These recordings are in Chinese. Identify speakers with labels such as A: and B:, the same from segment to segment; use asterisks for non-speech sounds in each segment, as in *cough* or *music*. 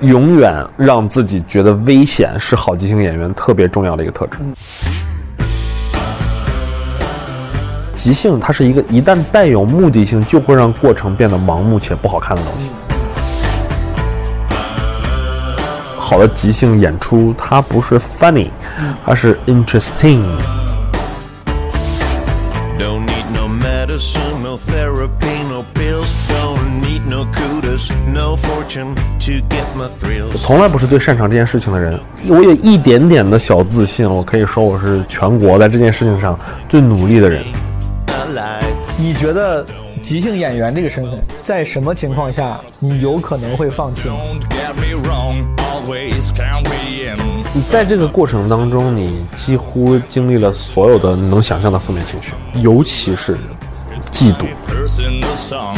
A: 永远让自己觉得危险是好即兴演员特别重要的一个特质。即兴它是一个一旦带有目的性，就会让过程变得盲目且不好看的东西。好的即兴演出，它不是 funny，它是 interesting。
B: Don't need no medicine, no therapy, no pills. Don't need no kudos, no fortune to get my
A: 我
B: thrills.
A: 从来不是最擅长这件事情的人，我有一点点的小自信，我可以说我是全国在这件事情上最努力的人。
B: Alive.
C: 你觉得即兴演员这个身份，在什么情况下你有可能会放弃？
D: Don't get me wrong, always count me in.
A: 你在这个过程当中，你几乎经历了所有的能想象的负面情绪，尤其是嫉妒。
D: First in the song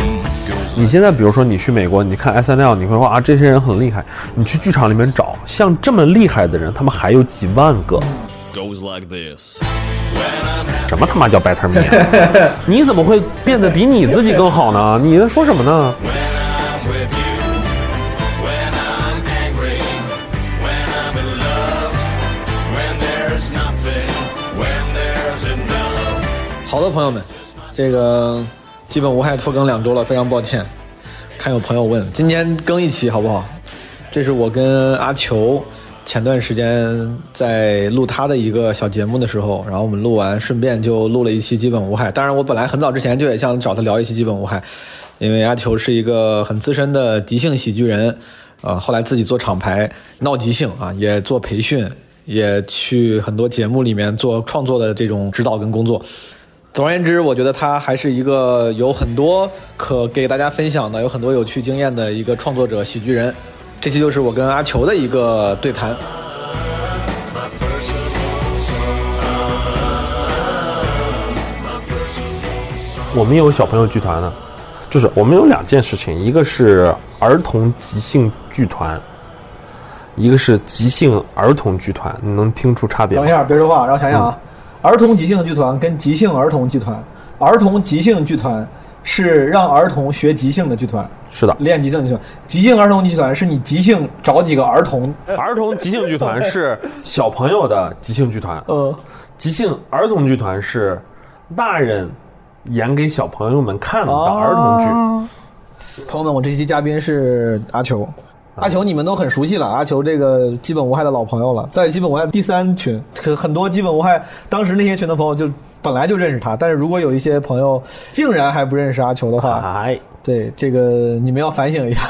D: goes
A: 你现在比如说你去美国，你看 S N L，你会说啊这些人很厉害，你去剧场里面找像这么厉害的人，他们还有几万个。
D: goes like this.
A: 什么他妈叫 better me？啊你怎么会变得比你自己更好呢？你在说什么呢？
C: 好的，朋友们，这个基本无害拖更两周了，非常抱歉。看有朋友问，今天更一期好不好？这是我跟阿球前段时间在录他的一个小节目的时候，然后我们录完，顺便就录了一期基本无害。当然，我本来很早之前就也想找他聊一期基本无害，因为阿球是一个很资深的即兴喜剧人，呃，后来自己做厂牌闹即兴啊，也做培训，也去很多节目里面做创作的这种指导跟工作。总而言之，我觉得他还是一个有很多可给大家分享的、有很多有趣经验的一个创作者、喜剧人。这期就是我跟阿球的一个对谈。
A: 我们也有小朋友剧团呢，就是我们有两件事情，一个是儿童即兴剧团，一个是即兴儿童剧团，你能听出差别
C: 等
A: 吗
C: 一？下，别说话，让我想想啊。儿童即兴剧团跟即兴儿童剧团，儿童即兴剧团是让儿童学即兴的剧团，
A: 是的，
C: 练即兴的剧团。即兴儿童剧团是你即兴找几个儿童，
A: 儿童即兴剧团是小朋友的即兴剧团，
C: 呃，
A: 即兴儿童剧团是大人演给小朋友们看的
C: 哦
A: 儿童剧。
C: 朋友们，我这期嘉宾是阿球。
A: 啊
C: 阿球，你们都很熟悉了。阿球这个基本无害的老朋友了，在基本无害第三群，可很多基本无害当时那些群的朋友就本来就认识他，但是如果有一些朋友竟然还不认识阿球的话，
A: 哎，
C: 对这个你们要
A: *laughs*
C: 反省一下。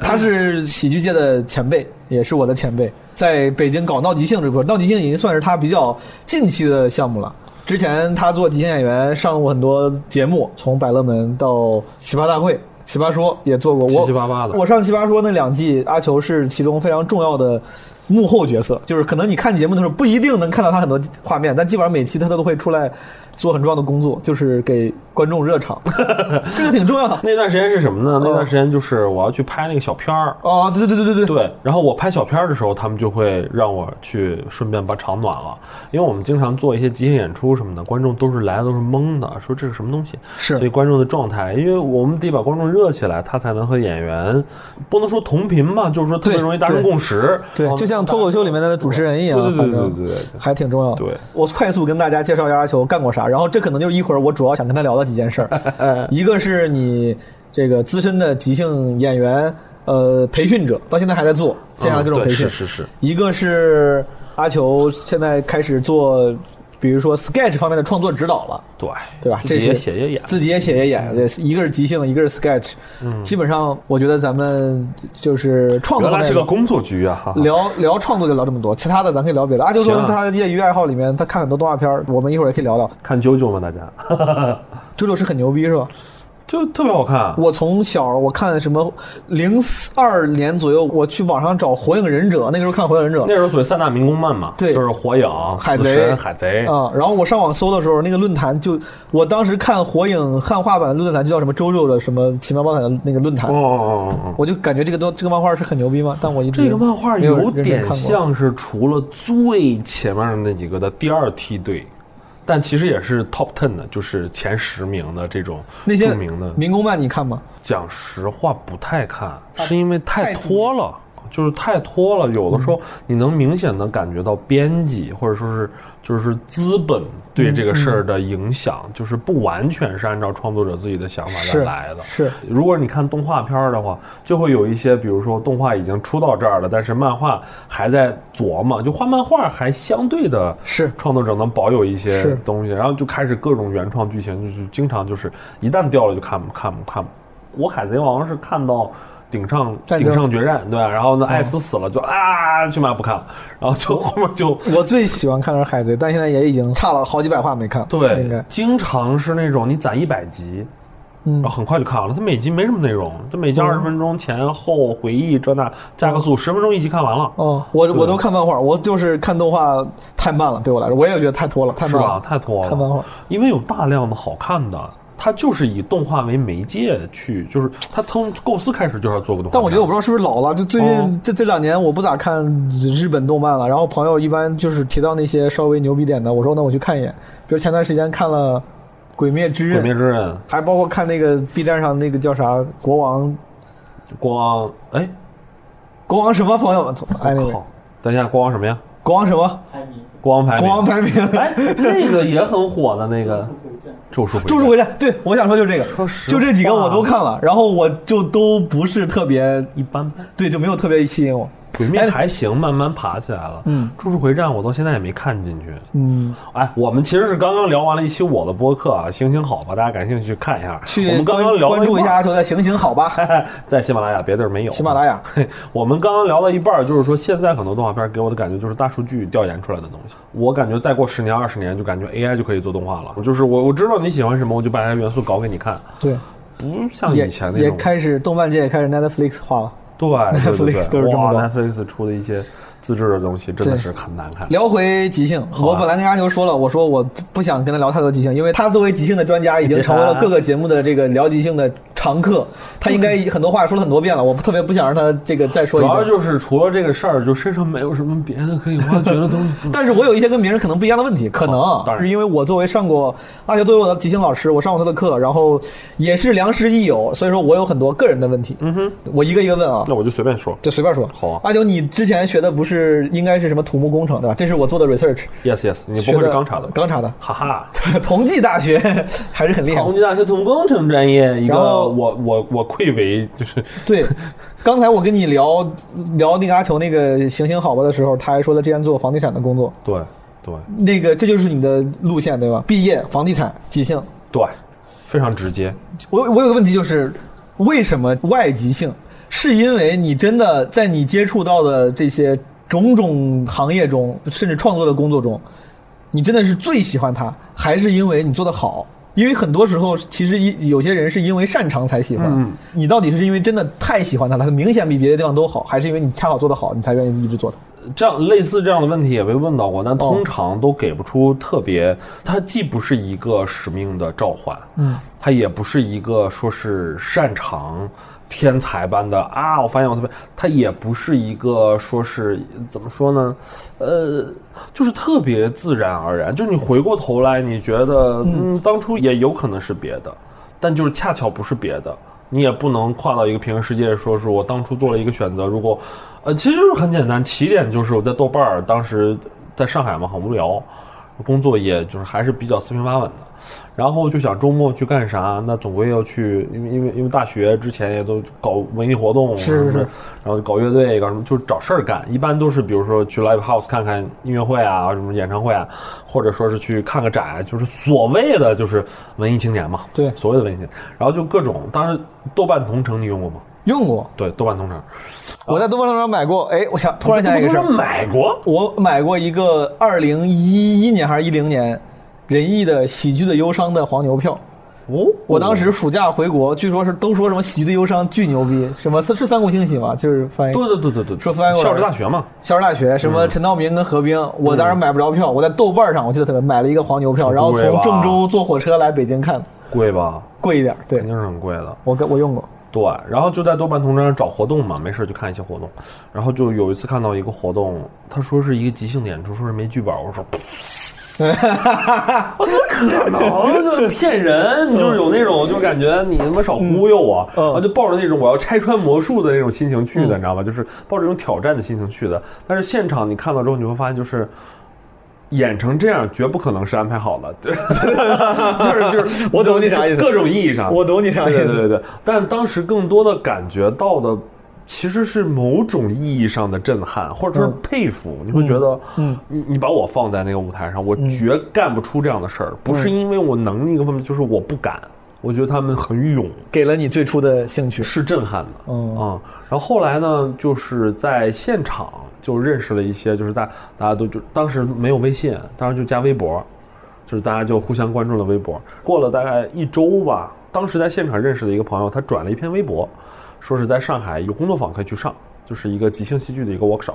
C: 他是喜剧界的前辈，也是我的前辈，在北京搞闹即兴这块，闹即兴已经算是他比较近期的项目了。之前他做即兴演员，上过很多节目，从百乐门到奇葩大会、奇葩说也做过。我
A: 七七八八的
C: 我上奇葩说那两季，阿球是其中非常重要的幕后角色，就是可能你看节目的时候不一定能看到他很多画面，但基本上每期他都会出来做很重要的工作，就是给观众
A: *laughs*
C: 热场，这个挺重要的。
A: 那段时间是什么呢？那段时间就是我要去拍那个小片儿。
C: 哦，对对对对对对，
A: 对，然后我拍小片儿的时候，他们就会让我去顺便把场暖了，因为我们经常做一些即兴演出什么的，观众都是来的都是懵的，说这是什么东西，
C: 是
A: 所以观众的状态，因为我们得把观众热起来，他才能和演员不能说同频嘛，就是说特别
C: 对
A: 容易达成
C: 对
A: 共识，
C: 对，就像脱口秀里面的主持人一样，
A: 对对对对
C: 反正嗯
A: 对对对对
C: 还挺重要的。
A: 对
C: 我快速跟大家介绍一下阿球干过啥，然后这可能就是一会儿我主要想跟他聊的几件事
A: *laughs*
C: 儿。一个是你这个资深的即兴演员，呃，培训者，到现在还在做线下各种
A: 嗯对
C: 培训，
A: 是是是
C: 一个是阿球现在开始做，比如说 sketch 方面的创作指导了。
A: 对
C: 对吧？
A: 自己
C: 这
A: 也
C: 是
A: 写也演，嗯
C: 自己也写也演，对，一个是即兴，一个是 sketch，、基本上我觉得咱们就是创作
A: 原来
C: 类
A: 是个工作局啊，哈哈
C: 聊聊创作就聊这么多，其他的咱可以聊别的。阿、啊、就说
A: 行啊
C: 他业余爱好里面，他看很多动画片儿，我们一会儿也可以聊聊。
A: 看啾啾吗？大家 *laughs*
C: 啾啾是很牛逼是吧？
A: 就特别好看，
C: 我从小我看什么零二年左右，我去网上找《火影忍者》，那个时候看《火影忍者
A: 那》时候属于三大民工漫嘛，
C: 对
A: 就是火影、
C: 海
A: 死
C: 贼
A: 神、海贼，
C: 啊、然后我上网搜的时候，那个论坛就我当时看《火影》汉化版的论坛就叫什么“周周”的什么奇妙冒险的那个论坛。
A: 哦哦哦哦。
C: 我就感觉这个都这个漫画是很牛逼吗？但我一直
A: 这个漫画
C: 没有
A: 有
C: 认真
A: 点
C: 看过。
A: 像是除了最前面的那几个的第二梯队，但其实也是 top ten 的，就是前十名的这种
C: 那些
A: 著名的。
C: 民工漫你看吗？
A: 讲实话不太看，是因为太拖了，就是太拖了。有的
C: 嗯
A: 时候你能明显的感觉到编辑或者说是就是资本对这个事儿的影响，
C: 嗯
A: 就是不完全是按照创作者自己的想法
C: 是
A: 来来的。
C: 是
A: 如果你看动画片儿的话，就会有一些，比如说动画已经出到这儿了，但是漫画还在琢磨，就画漫画还相对的
C: 是
A: 创作者能保有一些
C: 是
A: 东西，然后就开始各种原创剧情，就是经常就是一旦掉了就看不看不看不。我海贼王是看到。顶上
C: 战争嗯
A: 顶上决战，对吧、然后呢，艾斯死了就、啊，去妈不看了，然后就后面
C: *laughs*
A: 就
C: 我最喜欢看的是海贼，但现在也已经差了好几百话没看。应
A: 对
C: 该，
A: 经常是那种你攒一百集，然
C: 嗯
A: 后很快就看完了。它每集没什么内容，它每集二十分钟，前后回忆这那，加个速，十分钟一集看完了，
C: 哦，我我都看漫画，我就是看动画太慢了，对我来说，我也觉得太拖了，太
A: 是啊
C: 慢
A: 吧？
C: 了。
A: 太拖了。
C: 看漫画，
A: 因为有大量的好看的。它就是以动画为媒介去，就是它从构思开始就是要做个动画片。
C: 但我觉得我不知道是不是老了，就最
A: 哦
C: 近这这两年我不咋看日本动漫了。然后朋友一般就是提到那些稍微牛逼点的，我说那我去看一眼。比如前段时间看了《鬼灭之
A: 《鬼》，
C: 刃
A: 灭之刃》
C: 还包括看那个 B 站上那个叫啥国王
A: 光哎，
C: 国王什么朋友们，操哎那个
A: 靠！等一下，光什么呀？
C: 国王什么
A: 光排
C: 国
A: 名
C: 王排名，
A: 哎，那个也很火的那个《咒术回战》。
C: 咒术回战，对我想说就是这个，
A: 实话
C: 就这几个我都看了，然后我就都不是特别，
A: 一般般。
C: 对，就没有特别吸引我。
A: 鬼灭还行，慢慢爬起来了。
C: 嗯
A: 咒术回战我到现在也没看进去。
C: 嗯，
A: 哎，我们其实是刚刚聊完了一期我的播客啊，行行好吧，大家感兴趣去看一下。我
C: 去
A: 们刚
C: 关
A: 刚聊到
C: 关注
A: 半
C: 一下
A: 儿，哎
C: 阿球的行行好吧，
A: *laughs* 在喜马拉雅别地儿没有。
C: 喜马拉雅。
A: 嘿， *laughs* 我们刚刚聊到一半儿，就是说现在很多动画片儿给我的感觉就是大数据调研出来的东西。我感觉再过十年二十年，就感觉 AI 就可以做动画了。就是我我知道你喜欢什么，我就把它元素搞给你看，
C: 对，
A: 不像
C: 也
A: 以前哦那
C: 也
A: 种。
C: 开始动漫界也开始 Netflix 化了。
A: 对对对
C: Netflix 都
A: 对，
C: 是这么
A: 哇
C: 搞
A: ，Netflix 出的一些自制的东西真的
C: 对
A: 是很难看。
C: 聊回即兴，
A: 啊
C: 我本来跟阿球说了，我说我不不想跟他聊太多即兴，因为他作为即兴的专家，已经成为了各个节目的这个聊即兴的常客，他应该很多话说了很多遍了，我特别不想让他这个再说
A: 主
C: 一
A: 要
C: 遍。
A: 就是除了这个事儿，就身上没有什么别的可以挖掘的东西。 *laughs*
C: 但是我有一些跟别人可能不一样的问题，可能
A: 哦当
C: 啊
A: 然
C: 是因为我作为上过阿球作为我的即兴老师，我上过他的课，然后也是良师益友，所以说我有很多个人的问题，嗯哼，我一个一个问啊。
A: 那我就随便说。
C: 就随便说。
A: 好啊
C: 阿九，你之前学的不是应该是什么土木工程对吧？这是我做的 research，
A: Yes yes，你不
C: 学
A: 会是
C: 的
A: 钢厂的吧？
C: 钢查的， *laughs*
A: 哈哈，
C: 同济大学还是很厉害
A: 航
C: 的。
A: 空大学土木工程专业一个
C: 然后
A: 我我我愧为就是
C: 对，刚才我跟你聊聊那个阿球那个行行好吧的时候，他还说他之前做房地产的工作，
A: 对对
C: 那个这就是你的路线对吧？毕业房地产即兴，
A: 对，非常直接。
C: 我我有个问题就是，为什么外籍性？是因为你真的在你接触到的这些种种行业中，甚至创作的工作中，你真的是最喜欢它，还是因为你做得好？因为很多时候，其实一有些人是因为擅长才喜欢。
A: 嗯
C: 你到底是因为真的太喜欢它了，它明显比别的地方都好，还是因为你恰好做得好，你才愿意一直做它？
A: 这样类似这样的问题也被问到过，但
C: 哦
A: 通常都给不出特别，它既不是一个使命的召唤，
C: 嗯，
A: 它也不是一个说是擅长天才般的啊，我发现我特别，它也不是一个说是怎么说呢，呃，就是特别自然而然，就是你回过头来，你觉得嗯，当初也有可能是别的，但就是恰巧不是别的。你也不能跨到一个平行世界，说是我当初做了一个选择。如果，呃，其实就是很简单，起点就是我在豆瓣儿，当时在上海嘛，很无聊，工作也就是还是比较四平八稳的。然后就想周末去干啥，那总归要去，因为因为因为大学之前也都搞文艺活动，啊
C: 是是是
A: 什么的然后搞乐队，搞什么就找事儿干。一般都是比如说去 live house 看看音乐会啊，什么演唱会啊，或者说是去看个展，啊就是所谓的就是文艺青年嘛，
C: 对
A: 所谓的文艺青年。然后就各种，当时豆瓣同城你用过吗？
C: 用过，
A: 对，豆瓣同城，
C: 我在东方上买过。哎，我想突然想起一个事
A: 豆
C: 儿
A: 瓣，同城买过，
C: 我买过一个二零一一年还是一零年仁义的《喜剧的忧伤》的黄牛票。
A: 哦，
C: 我当时暑假回国，据说是都说什么《喜剧的忧伤》巨牛逼，什么是是三国兴起嘛，就是翻译
A: 对对对对对，
C: 说翻过来
A: 校职大学嘛，
C: 校师大学，什么陈道明跟何冰。
A: 嗯
C: 我当时买不着票，我在豆瓣上我记得特别买了一个黄牛票，然后
A: 贵嗯吧
C: 从郑州坐火车来北京看，
A: 贵吧，
C: 贵一点。对
A: 肯定是很贵的。
C: 我跟我用过，
A: 对，然后就在豆瓣同城上找活动嘛，没事就看一些活动。
C: *laughs*
A: 然后就有一次看到一个活动，他说是一个即兴的演出，说是没剧本，我说我怎么可能？就是骗人！你就是有那种，就感觉你他妈少忽悠我，
C: 嗯
A: 然后就抱着那种我要拆穿魔术的那种心情去的，你知道吧？就是抱着这种挑战的心情去的。但是现场你看到之后，你会发现就是。演成这样绝不可能是安排好的， *laughs* 就是就是就是，
C: *laughs* 我懂你啥意思
A: 各种意义上，
C: 我懂你啥意
A: 啊对对
C: 思。
A: 对对，但当时更多的感觉到的其实是某种意义上的震撼，或者说是佩服。你会觉得，嗯，你你把我放在那个舞台上，我绝干不出这样的事儿，不是因为我能力各方面，就是我不敢。我觉得他们很勇，
C: 给了你最初的兴趣，
A: 是震撼的，
C: 嗯
A: 啊、然后后来呢，就是在现场就认识了一些，就是大大家都就当时没有微信，当时就加微博，就是大家就互相关注了微博。过了大概一周吧，当时在现场认识的一个朋友，他转了一篇微博，说是在上海有工作坊可以去上，就是一个即兴戏剧的一个 workshop。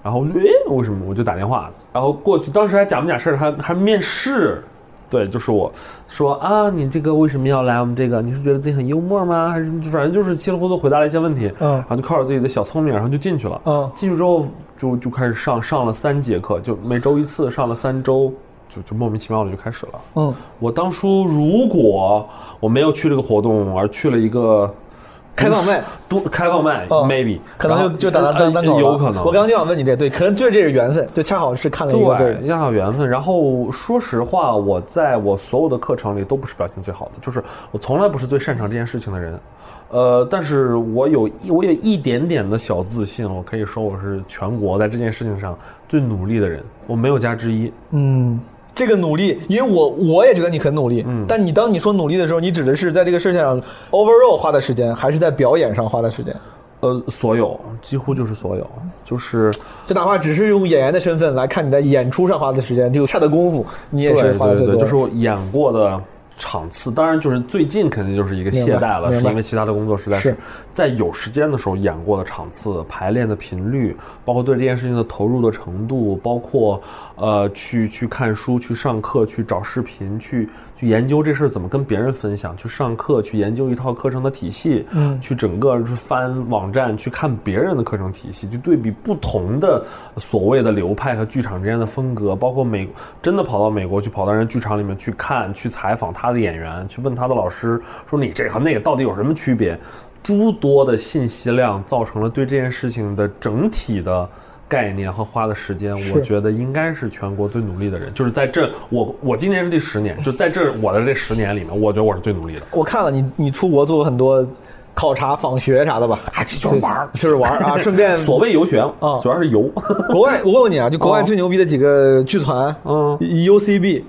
A: 然后我就诶，为什么？我就打电话，然后过去，当时还假模假式的，还还面试。对，就是我说啊，你这个为什么要来我们这个？你是觉得自己很幽默吗？还是反正就是稀里糊涂回答了一些问题，
C: 嗯
A: 然后就靠着自己的小聪明，然后就进去了。
C: 嗯
A: 进去之后就就开始上上了三节课，就每周一次，上了三周，就就莫名其妙的就开始了。
C: 嗯，
A: 我当初如果我没有去这个活动，而去了一个
C: 开放麦，
A: 都开放麦、
C: 嗯
A: m a y b e
C: 可能就就打单单单口了
A: 呃有可能。
C: 我刚刚就想问你这，对，可能就是这是缘分，就恰好是看了一个
A: 对，
C: 对，
A: 要有缘分。然后说实话，我在我所有的课程里都不是表现最好的，就是我从来不是最擅长这件事情的人。呃，但是我有一我有一点点的小自信，我可以说我是全国在这件事情上最努力的人，我没有加之一。
C: 嗯。这个努力，因为我我也觉得你很努力，
A: 嗯
C: 但你当你说努力的时候，你指的是在这个事情上 overall 花的时间，还是在表演上花的时间？
A: 呃，所有几乎就是所有，就是
C: 就哪怕只是用演员的身份来看你在演出上花的时间，这个下的功夫，你也是
A: 对
C: 花的最
A: 对
C: 多
A: 对，
C: 的。
A: 就是我演过的场次，当然就是最近肯定就是一个懈怠
C: 明白
A: 了，
C: 明
A: 是
C: 白
A: 因为其他的工作实在
C: 是
A: 是在有时间的时候演过的场次、排练的频率，包括对这件事情的投入的程度，包括呃去去看书、去上课、去找视频、去去研究这事儿怎么跟别人分享、去上课、去研究一套课程的体系，
C: 嗯
A: 去整个去翻网站去看别人的课程体系，去对比不同的所谓的流派和剧场之间的风格，包括美真的跑到美国去，跑到人家剧场里面去看、去采访他的演员，去问他的老师，说你这和那个到底有什么区别？诸多的信息量造成了对这件事情的整体的。概念和花的时间，我觉得应该是全国最努力的人，就是在这我我今年是第十年，就在这我的这十年里面，我觉得我是最努力的。
C: 我看了你，你出国做过很多考察、访学啥的吧？
A: 啊，这就是玩儿，
C: 就是玩儿啊，
A: *laughs*
C: 顺便
A: 所谓游学
C: 啊
A: 主要是游。
C: 国外，我问问你啊，就国外
A: 哦
C: 最牛逼的几个剧团，E
A: 嗯
C: ，UCB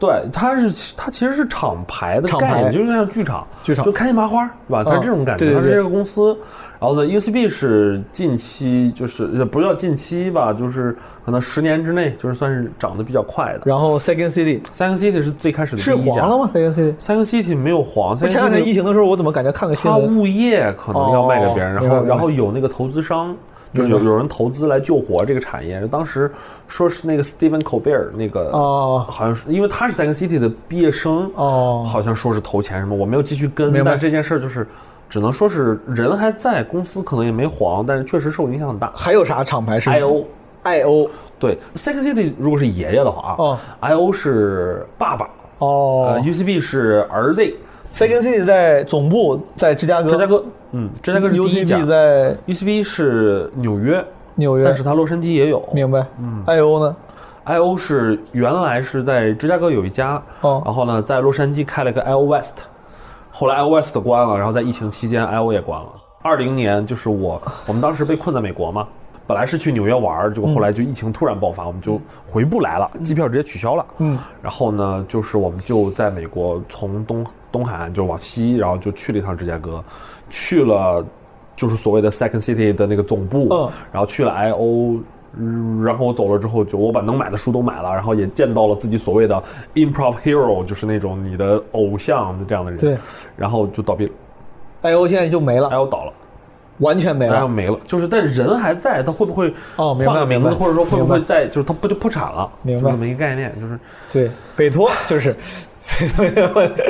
A: 对，它是它其实是厂牌的
C: 厂
A: 概
C: 牌
A: 念，就是像剧场，
C: 剧场嗯
A: 就开心麻花，对吧？它是这种感觉，
C: 对对
A: 它是
C: 对
A: 这个公司。然后呢，UCB 是近期，就是呃不叫近期吧，就是可能十年之内，就是算是涨得比较快的。
C: 然后 Second City
A: Second City 是最开始的
C: 是
A: 第一家
C: 黄了吗？Second City，
A: ？Second City 没有黄
C: 不
A: ，Second
C: 是前两
A: City
C: 天疫情的时候，我怎么感觉看个新
A: 他
C: 闻？
A: 物业可能要卖给别人，
C: 哦
A: 然
C: 明白
A: 后
C: 明白
A: 然后有那个投资商，就是有有人投资来救活这个产业。当时说是那个 Stephen Colbert 那个
C: 哦
A: 好像是因为他是 Second City 的毕业生
C: 哦
A: 好像说是投钱什么，我没有继续跟
C: 明，白
A: 但这件事儿就是只能说是人还在，公司可能也没黄，但是确实受影响很大。
C: 还有啥厂牌是
A: I O
C: I O
A: 对 Second City 如果是爷爷的话啊、
C: 哦
A: i O 是爸爸，呃
C: 哦
A: UCB 是儿子，
C: ，Second City 在总部在芝加哥，
A: 芝加哥，嗯，芝加哥是第一家。
C: ，UCB 在
A: UCB 是纽约，
C: 纽约，
A: 但是它洛杉矶也有。
C: 明白？嗯，I O 呢？
A: IO 是原来是在芝加哥有一家，
C: 哦
A: 然后呢在洛杉矶开了个 IO West，后来 IO West 关了，然后在疫情期间 IO 也关了。二零年就是我我们当时被困在美国嘛，本来是去纽约玩儿，结果后来就疫情突然爆发，我们就回不来了，机票直接取消了。
C: 嗯，
A: 然后呢就是我们就在美国从东东海岸就往西，然后就去了一趟芝加哥，去了就是所谓的 Second City 的那个总部，
C: 嗯
A: 然后去了 I O，然后我走了之后，就我把能买的书都买了，然后也见到了自己所谓的 improv hero，就是那种你的偶像的这样的人。
C: 对，
A: 然后就倒闭了
C: ，I O 现在就没了
A: ，I，O 倒了
C: 完全没
A: ，I O
C: 了。
A: 没了，就是但人还在，他会不会
C: 哎哦明白
A: 换个名
C: 明
A: 字，
C: 白
A: 或者说会不
C: 明
A: 会
C: 白
A: 再就是他不就破产了，
C: 明白
A: 就这么一个概念，就是
C: 对，北托就是， *laughs*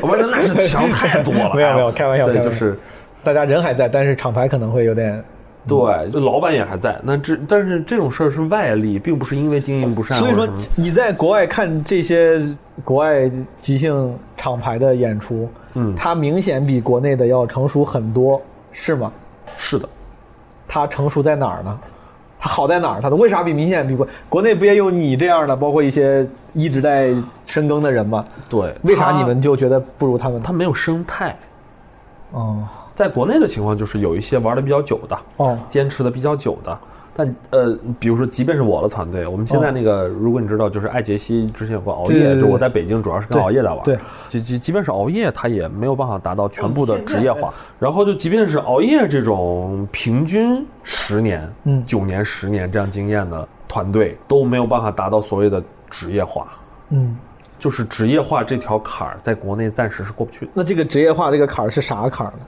A: 我说那是强太多了，
C: *laughs* 没有没有
A: IO
C: 开玩笑开
A: 对，
C: 嗯玩
A: 就
C: 笑
A: 是
C: 大家人还在，但是厂牌可能会有点
A: 对，就老板也还在。那这但是这种事儿是外力，并不是因为经营不善
C: 所
A: 或者
C: 以说
A: 什么。
C: 你在国外看这些国外即兴厂牌的演出，
A: 嗯
C: 它明显比国内的要成熟很多，是吗？
A: 是的，
C: 它成熟在哪儿呢？它好在哪儿？它的为啥比明显比国国内不也有你这样的，包括一些一直在深耕的人吗？
A: 对。
C: 为啥
A: 他
C: 你们就觉得不如他们？
A: 他没有生态？
C: 哦
A: 在国内的情况就是有一些玩的比较久的，
C: 哦
A: 坚持的比较久的。但呃，比如说，即便是我的团队，我们现在那个，如果你知道，就是艾杰西之前有个熬
C: 对对
A: 夜，
C: 对
A: 就我在北京主要是跟
C: 对
A: 熬夜在玩，
C: 对，
A: 就即即便是熬夜，它也没有办法达到全部的职业
C: 哦
A: 化。然后就即便是熬夜这种平均十年、
C: 嗯
A: 九年、十年这样经验的团队，都没有办法达到所谓的职业化，
C: 嗯，
A: 就是职业化这条坎儿，在国内暂时是过不去的。
C: 那这个职业化这个坎儿是啥坎儿呢？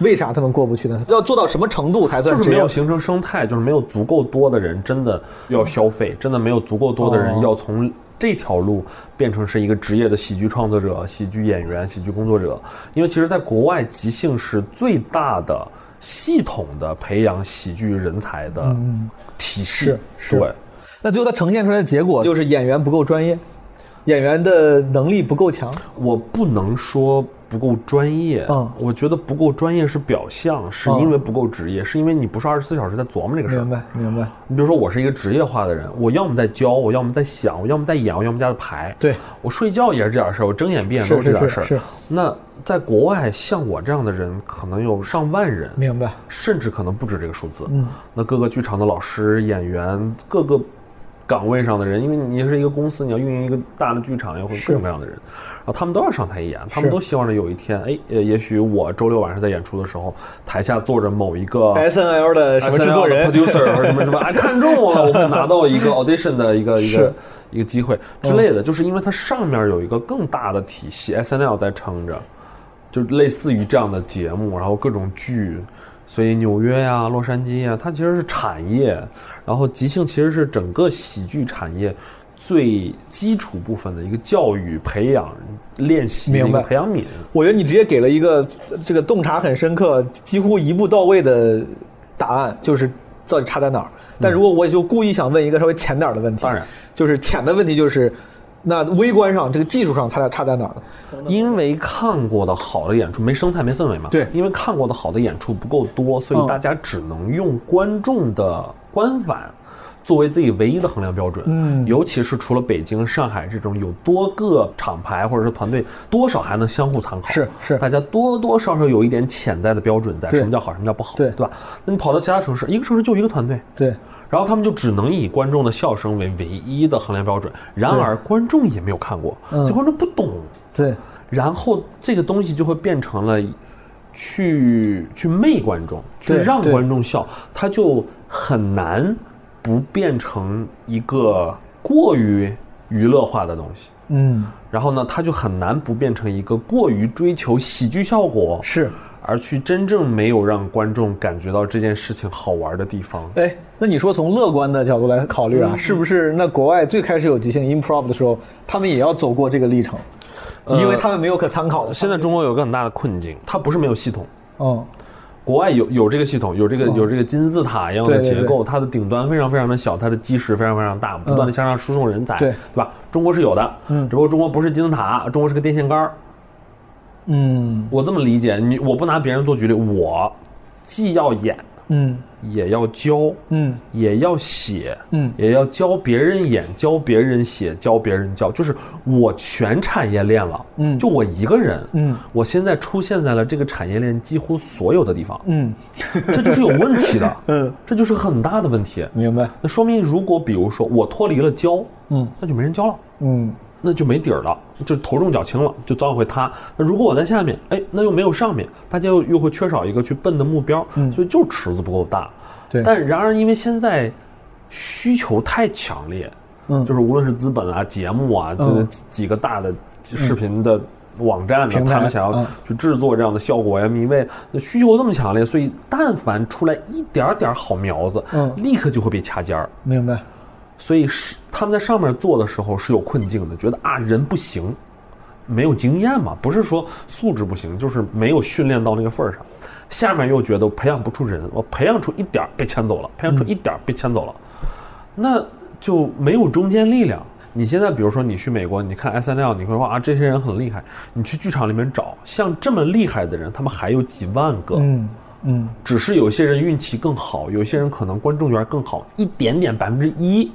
C: 为啥他们过不去呢？要做到什么程度才算
A: 就是
C: 职
A: 没
C: 业
A: 有形成生态，就是没有足够多的人真的要消费，真的没有足够多的人
C: 哦
A: 要从这条路变成是一个职业的喜剧创作者、喜剧演员、喜剧工作者。因为其实，在国外，即兴是最大的系统的培养喜剧人才的体系。
C: 是是
A: 对，
C: 那最后它呈现出来的结果就是演员不够专业，演员的能力不够强。
A: 我不能说不够专业，
C: 嗯
A: 我觉得不够专业是表象，是
C: 嗯
A: 因为不够职业，是因为你不是二十四小时在琢磨这个事儿
C: 明。白，明白。
A: 你比如说，我是一个职业化的人，我要么在教，我要么在想，我要么在演，我要么在排。
C: 对，
A: 我睡觉也是这点事儿，我睁眼闭眼都
C: 是
A: 这点
C: 是
A: 事儿。
C: 是是
A: 那在国外，像我这样的人，可能有上万人，
C: 明白。
A: 甚至可能不止这个数字。
C: 嗯，
A: 那各个剧场的老师、演员，各个岗位上的人，因为你是一个公司，你要运营一个大的剧场，要会
C: 是
A: 各种各样的人，然后他们都要上台演，他们
C: 是
A: 都希望着有一天，哎，呃，也许我周六晚上在演出的时候，台下坐着某一个
C: S N L 的呃什么制作人
A: producer 或者什么什么，哎，看中我了，我会拿到一个 audition 的一个一
C: 是嗯
A: 个一个机会之类的，就是因为它上面有一个更大的体系 S N L 在撑着，就类似于这样的节目，然后各种剧，所以纽约呀、洛杉矶呀，它其实是产业，然后即兴其实是整个喜剧产业。最基础部分的一个教育、培养、练习的一
C: 明
A: 个
C: 白
A: 培养皿，
C: 我觉得你直接给了一个这个洞察很深刻、几乎一步到位的答案，就是到底差在哪儿。但如果我就故意想问一个稍微浅点儿的问题，
A: 当然，
C: 就是浅的问题就是，那微观上这个技术上它俩差在哪儿呢？
A: 因为看过的好的演出没生态没氛围嘛，
C: 对
A: 因为看过的好的演出不够多，所以
C: 嗯
A: 大家只能用观众的观感作为自己唯一的衡量标准。
C: 嗯
A: 尤其是除了北京、上海这种有多个厂牌或者是团队，多少还能相互参考。
C: 是是
A: 大家多多少少有一点潜在的标准在，
C: 对
A: 什么叫好，什么叫不好，
C: 对
A: 对吧？那你跑到其他城市，一个城市就一个团队，
C: 对，
A: 然后他们就只能以观众的笑声为唯一的衡量标准。然而观众也没有看过，
C: 嗯
A: 所以观众不懂。
C: 对，
A: 然后这个东西就会变成了去去媚观众，去
C: 对
A: 让
C: 对
A: 观众笑，它就很难不变成一个过于娱乐化的东西。
C: 嗯，
A: 然后呢，它就很难不变成一个过于追求喜剧效果，
C: 是。
A: 而去真正没有让观众感觉到这件事情好玩的地方。
C: 哎，那你说从乐观的角度来考虑啊，是不是那国外最开始有即兴 improv 的时候，他们也要走过这个历程，
A: 呃
C: 因为他们没有可参考的。
A: 现在中国有个很大的困境，它不是没有系统，
C: 嗯，
A: 国外有有这个系统，有这个有这个金字塔一样的
C: 哦对对
A: 结
C: 对
A: 构，它的顶端非常非常的小，它的基石非常非常大，不断的向上输送人才，
C: 嗯对
A: 吧？中国是有的，
C: 嗯
A: 只不过中国不是金字塔，中国是个电线杆儿。
C: 嗯
A: 我这么理解，你我不拿别人做举例，我既要演，
C: 嗯
A: 也要教，
C: 嗯
A: 也要写，
C: 嗯
A: 也要教别人演，教别人写，教别人教，就是我全产业链了，
C: 嗯
A: 就我一个人，
C: 嗯
A: 我现在出现在了这个产业链几乎所有的地方，
C: 嗯，
A: 这就是有问题的，嗯，这就是很大的问题。
C: 明白。
A: 那说明，如果比如说我脱离了教，
C: 嗯
A: 那就没人教了，
C: 嗯
A: 那就没底儿了，就头重脚轻了，就早晚会塌。那如果我在下面，哎，那又没有上面，大家又又会缺少一个去奔的目标，
C: 嗯
A: 所以就池子不够大。
C: 对
A: 但然而，因为现在需求太强烈，
C: 嗯，
A: 就是无论是资本啊、节目啊，这
C: 嗯
A: 几几个大的视频的网站呢，
C: 平台
A: 他们想要
C: 嗯
A: 去制作这样的效果呀、迷味，那需求那么强烈，所以但凡出来一点儿点儿好苗子，
C: 嗯
A: 立刻就会被掐尖儿。
C: 明白。
A: 所以是他们在上面做的时候是有困境的，觉得啊人不行，没有经验嘛，不是说素质不行，就是没有训练到那个份儿上。下面又觉得培养不出人，我培养出一点儿被牵走了，培养出一点儿被牵走了，那就没有中坚力量。你现在比如说你去美国，你看 S N L，你会说啊这些人很厉害，你去剧场里面找像这么厉害的人，他们还有几万个，
C: 嗯嗯，
A: 只是有些人运气更好，有些人可能观众缘更好，一点点百分之一，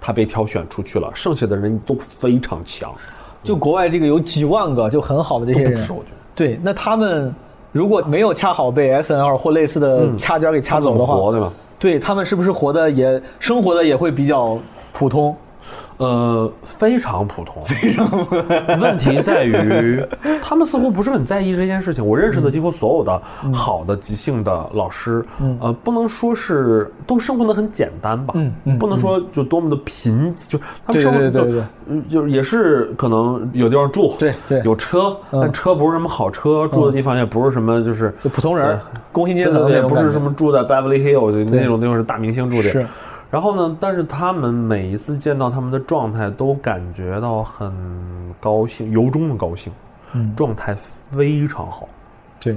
A: 他被挑选出去了，剩下的人都非常强，
C: 就国外这个有几万个就很好的这些
A: 不
C: 人
A: 止，我觉得。
C: 对，那他们如果没有恰好被 S N L 或类似的掐尖儿给
A: 嗯
C: 掐
A: 他怎
C: 走
A: 么
C: 的话，
A: 活对吧？
C: 对他们是不是活的也生活的也会比较普通？
A: 呃，非常普通，非常。问题在于，他们似乎不是很在意这件事情。我认识的几乎所有的好的即兴的老师，呃，不能说是都生活的很简单吧，
C: 嗯嗯
A: 不能说就多么的贫，就他们
C: 对
A: 生活
C: 对对
A: 就
C: 对对
A: 嗯就是也是可能有地方住，
C: 对对嗯
A: 有车，但车不是什么好车，住的地方也不是什么就是
C: 就普通人儿
A: 对，
C: 工薪阶
A: 对
C: 层
A: 对
C: 那
A: 对，
C: 种
A: 不
C: 感
A: 是
C: 觉
A: 什么住在 Beverly Hills 的那种地方是大明星住的。
C: 是。
A: 然后呢，但是他们每一次见到他们的状态，都感觉到很高兴，由衷的高兴，
C: 嗯
A: 状态非常好。
C: 对，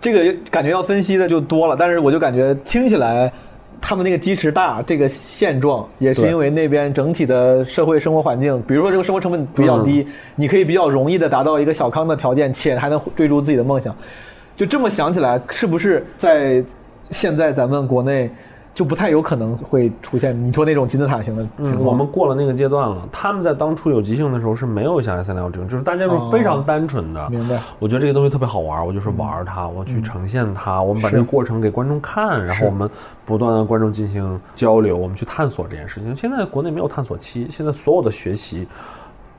C: 这个感觉要分析的就多了，但是我就感觉听起来，他们那个基池大这个现状，也是
A: 对
C: 因为那边整体的社会生活环境，比如说这个生活成本比较低，你可以比较容易的达到一个小康的条件，且还能追逐自己的梦想。就这么想起来，是不是在现在咱们国内就不太有可能会出现你说那种金字塔型的
A: 嗯，
C: 情况？
A: 我们过了那个阶段了。他们在当初有即兴的时候是没有像 S N L 这种，就是大家是非常单纯的。
C: 哦明白。嗯
A: 我觉得这个东西特别好玩，我就是玩它，我去呈现它，我们把这个过程给观众看，然后我们不断的观众进行交流，我们去探索这件事情。现在国内没有探索期，现在所有的学习。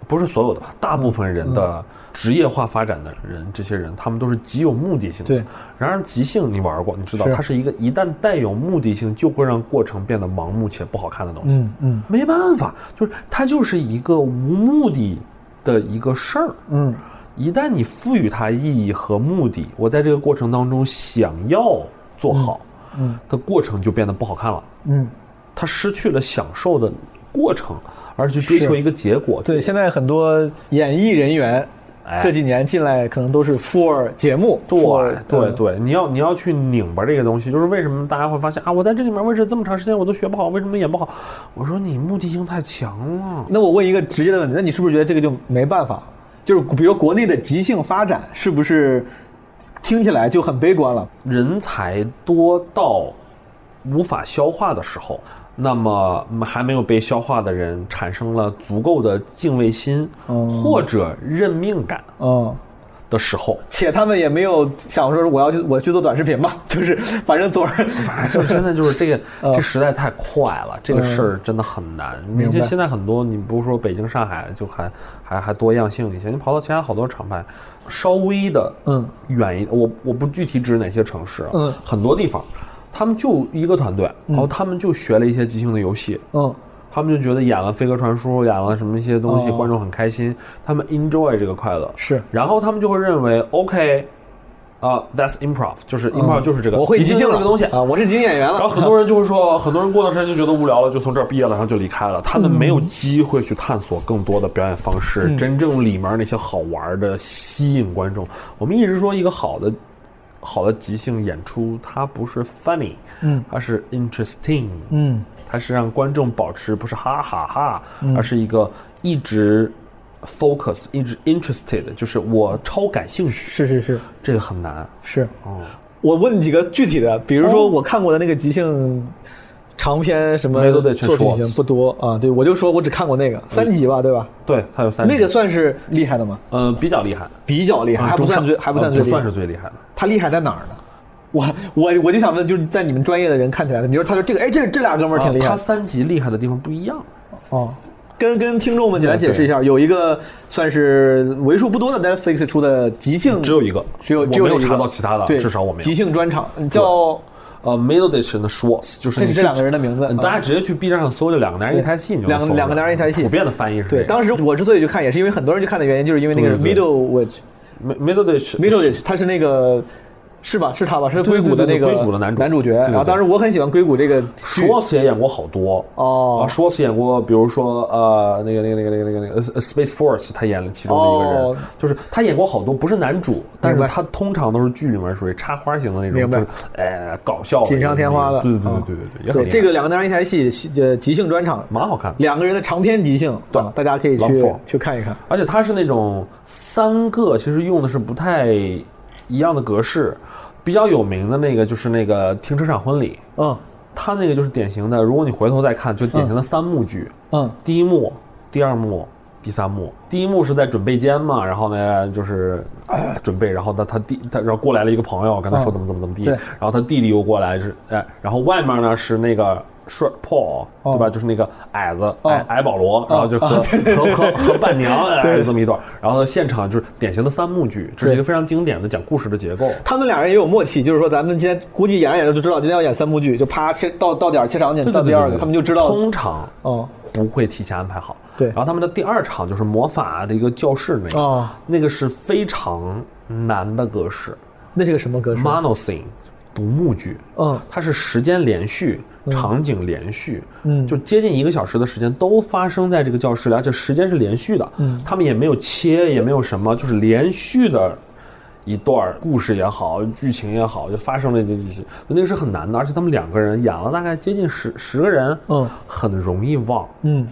A: 不是所有的吧，大部分人
C: 嗯
A: 的职业化发展的人，这些人他们都是极有目的性的。
C: 对。
A: 然而，即兴你玩过，你知道
C: 是
A: 它是一个一旦带有目的性，就会让过程变得盲目且不好看的东西。
C: 嗯嗯
A: 没办法，就是它就是一个无目的的一个事儿。
C: 嗯，
A: 一旦你赋予它意义和目的，我在这个过程当中想要做好，
C: 嗯，
A: 的过程就变得不好看了。
C: 嗯，
A: 它失去了享受的过程，而去追求
C: 是
A: 一个结果。
C: 对，现在很多演艺人员
A: 哎
C: 这几年进来，可能都是 for 节目
A: 对
C: for-
A: 对
C: 嗯
A: 对，你要你要去拧巴这个东西，就是为什么大家会发现啊，我在这里面为什么这么长时间我都学不好，为什么演不好？我说你目的性太强了。
C: 那我问一个直接的问题，那你是不是觉得这个就没办法？就是比如国内的即兴发展，是不是听起来就很悲观了？
A: 人才多到无法消化的时候，那么嗯还没有被消化的人产生了足够的敬畏心、
C: 嗯
A: 或者认命感
C: 嗯，
A: 的时候，
C: 且他们也没有想说我要去我去做短视频吧， *laughs* 就是反正总是
A: 反正哎就是现在就是
C: *laughs*
A: 这个这时代太快了，这个事儿真的很难。
C: 呃嗯明
A: 你
C: 白
A: 像现在很多，你不是说北京、上海就还还还多样性一些，你跑到其他好多厂牌，稍微的
C: 嗯
A: 远一，我我不具体指哪些城市啊，
C: 嗯
A: 很多地方，他们就一个团队，然后他们就学了一些即兴的游戏，
C: 嗯
A: 他们就觉得演了《飞鸽传书》，演了什么一些东西，
C: 哦
A: 观众很开心，他们 enjoy 这个快乐。
C: 是
A: 然后他们就会认为 OK，啊、t h a t s improv，就是 improv 就是这个，
C: 哦我会即
A: 即
C: 兴
A: 兴
C: 了
A: 这个东西。
C: 啊，我是即兴演员
A: 然后
C: 了。
A: 很多人就会说，很多人过段时间就觉得无聊了，就从这儿毕业了，然后就离开了。他们没
C: 嗯
A: 有机会去探索更多的表演方式，真正里面那些好玩的，吸引观众。我们一直说一个好的。好的即兴演出，它不是 funny，嗯，它是 interesting，
C: 嗯，
A: 它是让观众保持不是哈哈哈，而是一个一直 focus，一直 interested，就是我超感兴趣，
C: 是是是
A: 这个很难。
C: 是。
A: 哦，
C: 我问几个具体的，比如说我看过的那个即兴长篇什么
A: 那都得全
C: 作品
A: 说
C: 型不多啊，对我就说我只看过那个三集吧，对吧？
A: 对，它有三
C: 那个
A: 集
C: 算是厉害的吗？
A: 呃比较厉害，
C: 比较厉害，还不算最
A: 嗯
C: 还不算
A: 中上呃
C: 最厉
A: 不算
C: 害
A: 是。最厉害的。
C: 他厉害在哪儿呢？我我我就想问，就是在你们专业的人看起来，比如他说这个，哎，这这俩哥们儿挺厉害
A: 他
C: 的
A: 三级厉害的地方不一样。
C: 哦。跟跟听众们简单解释一下，有一个算是为数不多的 Netflix 出的即兴，
A: 嗯只有一个
C: 只有
A: 我
C: 只有
A: 没有
C: 一个
A: 查到其他的
C: 对，
A: 至少我没有
C: 即兴专场叫
A: 呃 m i d d l e d i s h 的 Schwartz 就是
C: 这
A: 你去
C: 是这两个人的名字
A: 嗯
C: 啊
A: 大家直接去 B 站上搜，就两个男人一台戏，你就能
C: 两个
A: 搜出来
C: 两个男人一台戏
A: 普遍的翻译是
C: 对，当时我之所以去看，也是因为很多人去看的原因，就是因为那
A: 对
C: 个
A: 对对
C: Middlewich
A: m i d d l e d i s h
C: Middlewich，他是那个是吧？是他吧？是
A: 对
C: 硅谷的
A: 对对
C: 那个
A: 硅谷的男主
C: 男主角。
A: 对对对
C: 然后当时我很喜欢硅谷这个剧，
A: Schwartz 也演过好多
C: 哦
A: 啊，Schwartz 演过，比如说呃，那个那个那个那个那个那个呃呃 Space Force，他演了其中的一个人，
C: 哦
A: 就是他演过好多，不是男主，但是
C: 明白
A: 他通常都是剧里面属于插花型的那
C: 明
A: 种，
C: 白
A: 就是呃搞笑的
C: 锦上添花的
A: 对对对对对对，也很厉害
C: 这个两个男人一台戏，呃，即兴专场，
A: 蛮好看的。
C: 两个人的长篇即兴，
A: 对
C: 啊大家可以
A: 狼
C: 去
A: 佛
C: 去看一看。
A: 而且它是那种三个，其实用的是不太一样的格式。比较有名的那个就是那个停车场婚礼，
C: 嗯
A: 它那个就是典型的，如果你回头再看，就典型的三幕剧。
C: 嗯，
A: 第一幕、第二幕、第三幕。第一幕是在准备间嘛，然后呢就是、呃准备，然后他他弟他然后过来了一个朋友，跟他说
C: 嗯
A: 怎么怎么怎么地，
C: 对
A: 然后他弟弟又过来是哎，然后外面呢是那个 short
C: 哦
A: Paul 对吧？就是那个矮子矮矮保罗，然后就
C: 啊
A: 和和和和伴娘
C: *laughs*
A: 哎这么一段，然后现场就是典型的三幕剧，这是一个非常经典的讲故事的结构。
C: 他们俩人也有默契，就是说咱们今天估计演着演着就知道今天要演三部剧，就啪切到到点儿切场景，
A: 对
C: 到
A: 对对
C: 第二
A: 对
C: 个
A: 对
C: 他们就知道。
A: 通常
C: 哦，
A: 不会提前安排好。
C: 对
A: 然后他们的第二场就是魔法的一个教室那个，
C: 哦
A: 那个是非常难的格式
C: 那是个什么歌手？
A: ，mono thing，独幕剧，
C: 嗯
A: 它是时间连续。场景连续，
C: 嗯
A: 就接近一个小时的时间都发生在这个教室里，而且时间是连续的，嗯，他们也没有切，也没有什么，就是连续的一段儿故事也好，剧情也好，就发生了这这些，那个是很难的，而且他们两个人演了大概接近十十个人，
C: 嗯
A: 很容易忘，
C: 嗯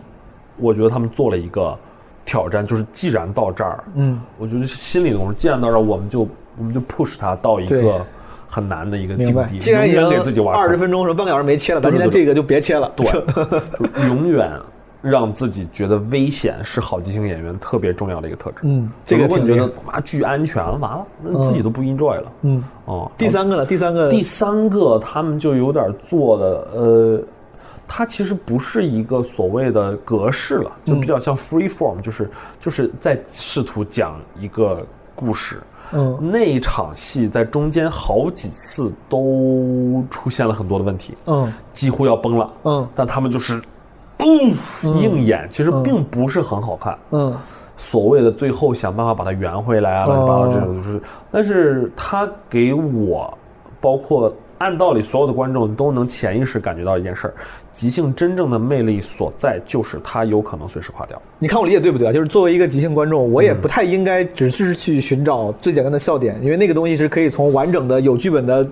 A: 我觉得他们做了一个挑战，就是既然到这儿，
C: 嗯，
A: 我觉得是心里的东西，既然到这儿，我们就我们就 push 它到一
C: 对
A: 个很难的一个境
C: 明白。
A: 地，
C: 既然已
A: 永
C: 经
A: 远给自己挖
C: 二十
A: 坑
C: 分钟什么半个小时没切了，咱今
A: 对对
C: 天这个就别切了。
A: 对， *laughs* 就永远让自己觉得危险是好即兴演员特别重要的一个特质。
C: 嗯这个
A: 如果你
C: 挺
A: 觉
C: 厉
A: 得妈巨安全了，完了，那你自己都不 enjoy 了。
C: 嗯，
A: 哦，
C: 第三个呢？第三个
A: 第三个，他们就有点做的，呃，它其实不是一个所谓的格式了，就比较像 free form，、就是就是在试图讲一个故事。
C: 嗯
A: 那一场戏在中间好几次都出现了很多的问题，
C: 嗯
A: 几乎要崩了。
C: 嗯
A: 但他们就是，嗯，硬演，其实并不是很好看。
C: 嗯
A: 所谓的最后想办法把它圆回来啊，乱七八糟这种就是，但是他给我，包括按道理所有的观众都能潜意识感觉到一件事儿，即兴真正的魅力所在就是它有可能随时垮掉。
C: 你看我理解对不对啊？就是作为一个即兴观众，我也
A: 嗯
C: 不太应该只是去寻找最简单的笑点，因为那个东西是可以从完整的有剧本的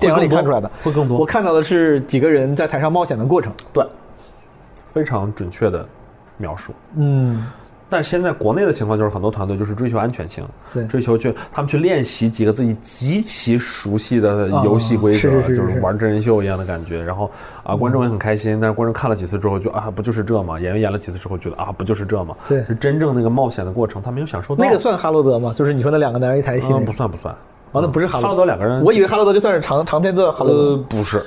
C: 电影里看出来的，
A: 会更多
C: 我看到的是几个人在台上冒险的过程。
A: 对，非常准确的描述。
C: 嗯，
A: 但现在国内的情况就是，很多团队就是追求安全性，
C: 对
A: 追求去他们去练习几个自己极其熟悉的游戏规则，
C: 啊是是是嗯
A: 就是是玩真人秀一样的感觉。然后啊，观众也很开心，但是观众看了几次之后就啊，不就是这嘛？演员演了几次之后觉得啊，不就是这嘛？
C: 对
A: 是真正那个冒险的过程，他没有享受到。
C: 那个算哈罗德吗？就是你说那两个男人一台戏、那
A: 嗯，
C: 个
A: 不算不算，
C: 哦那不是哈
A: 哈
C: 罗
A: 罗德两个人
C: 我以为哈罗德就算是长长篇做哈罗
A: 呃
C: 德。
A: 不是，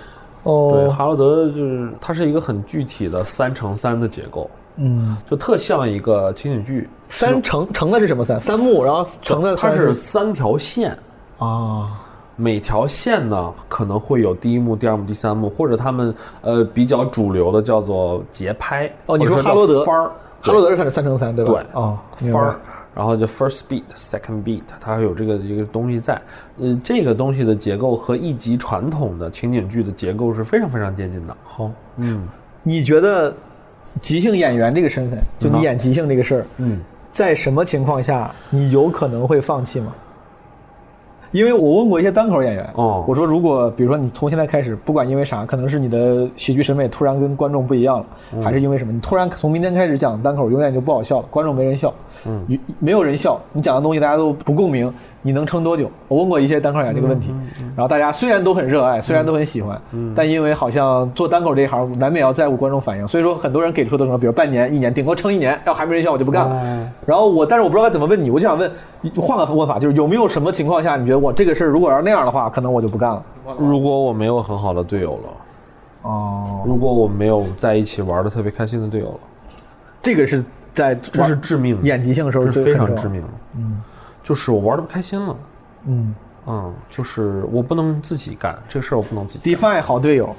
A: 对，
C: 哦，
A: 哈罗德就是它是一个很具体的三乘三的结构，
C: 嗯，
A: 就特像一个情景剧。
C: 三乘乘的是什么三？三幕，然后乘的
A: 它
C: 三
A: 是三条线。
C: 啊，
A: 每条线呢可能会有第一幕、第二幕、第三幕，或者他们呃比较主流的叫做节拍。
C: 哦你说
A: 或者叫
C: 哈罗德
A: 番儿，
C: 哈罗德是三乘三对吧？
A: 对
C: 哦，明白
A: 番儿，然后就 first beat、second beat，它有这个一个东西在。呃，这个东西的结构和一集传统的情景剧的结构是非常非常接近的。
C: 好，
A: 嗯
C: 你觉得即兴演员这个身份，就你演即兴这个事儿，
A: 嗯，
C: 在什么情况下你有可能会放弃吗？因为我问过一些单口演员，
A: 哦
C: 我说如果比如说你从现在开始，不管因为啥，可能是你的喜剧审美突然跟观众不一样了，
A: 嗯
C: 还是因为什么，你突然从明天开始讲单口，永远就不好笑了，观众没人笑，嗯，没有人笑，你讲的东西大家都不共鸣，你能撑多久？我问过一些单口演员这个问
A: 嗯
C: 题，然后大家虽然都很热爱，虽然都很喜欢，但因为好像做单口这一行难免要在乎观众反应，所以说很多人给出的什么，比如半年、一年，顶多撑一年，要还没人笑我就不干了。然后我，但是我不知道该怎么问你，我就想问，换个问法，就是有没有什么情况下，你觉得我这个事儿如果要是那样的话，可能我就不干了。
A: 如果我没有很好的队友了，
C: 哦，
A: 如果我没有在一起玩的特别开心的队友了，
C: 这个是在
A: 这是致命的，
C: 演即兴的时候
A: 这是
C: 最
A: 非
C: 很
A: 常
C: 重要
A: 致命的。嗯，就是我玩的不开心了。
C: 嗯
A: 嗯，就是我不能自己干这个事儿，我不能自己干。
C: ，define 好队友，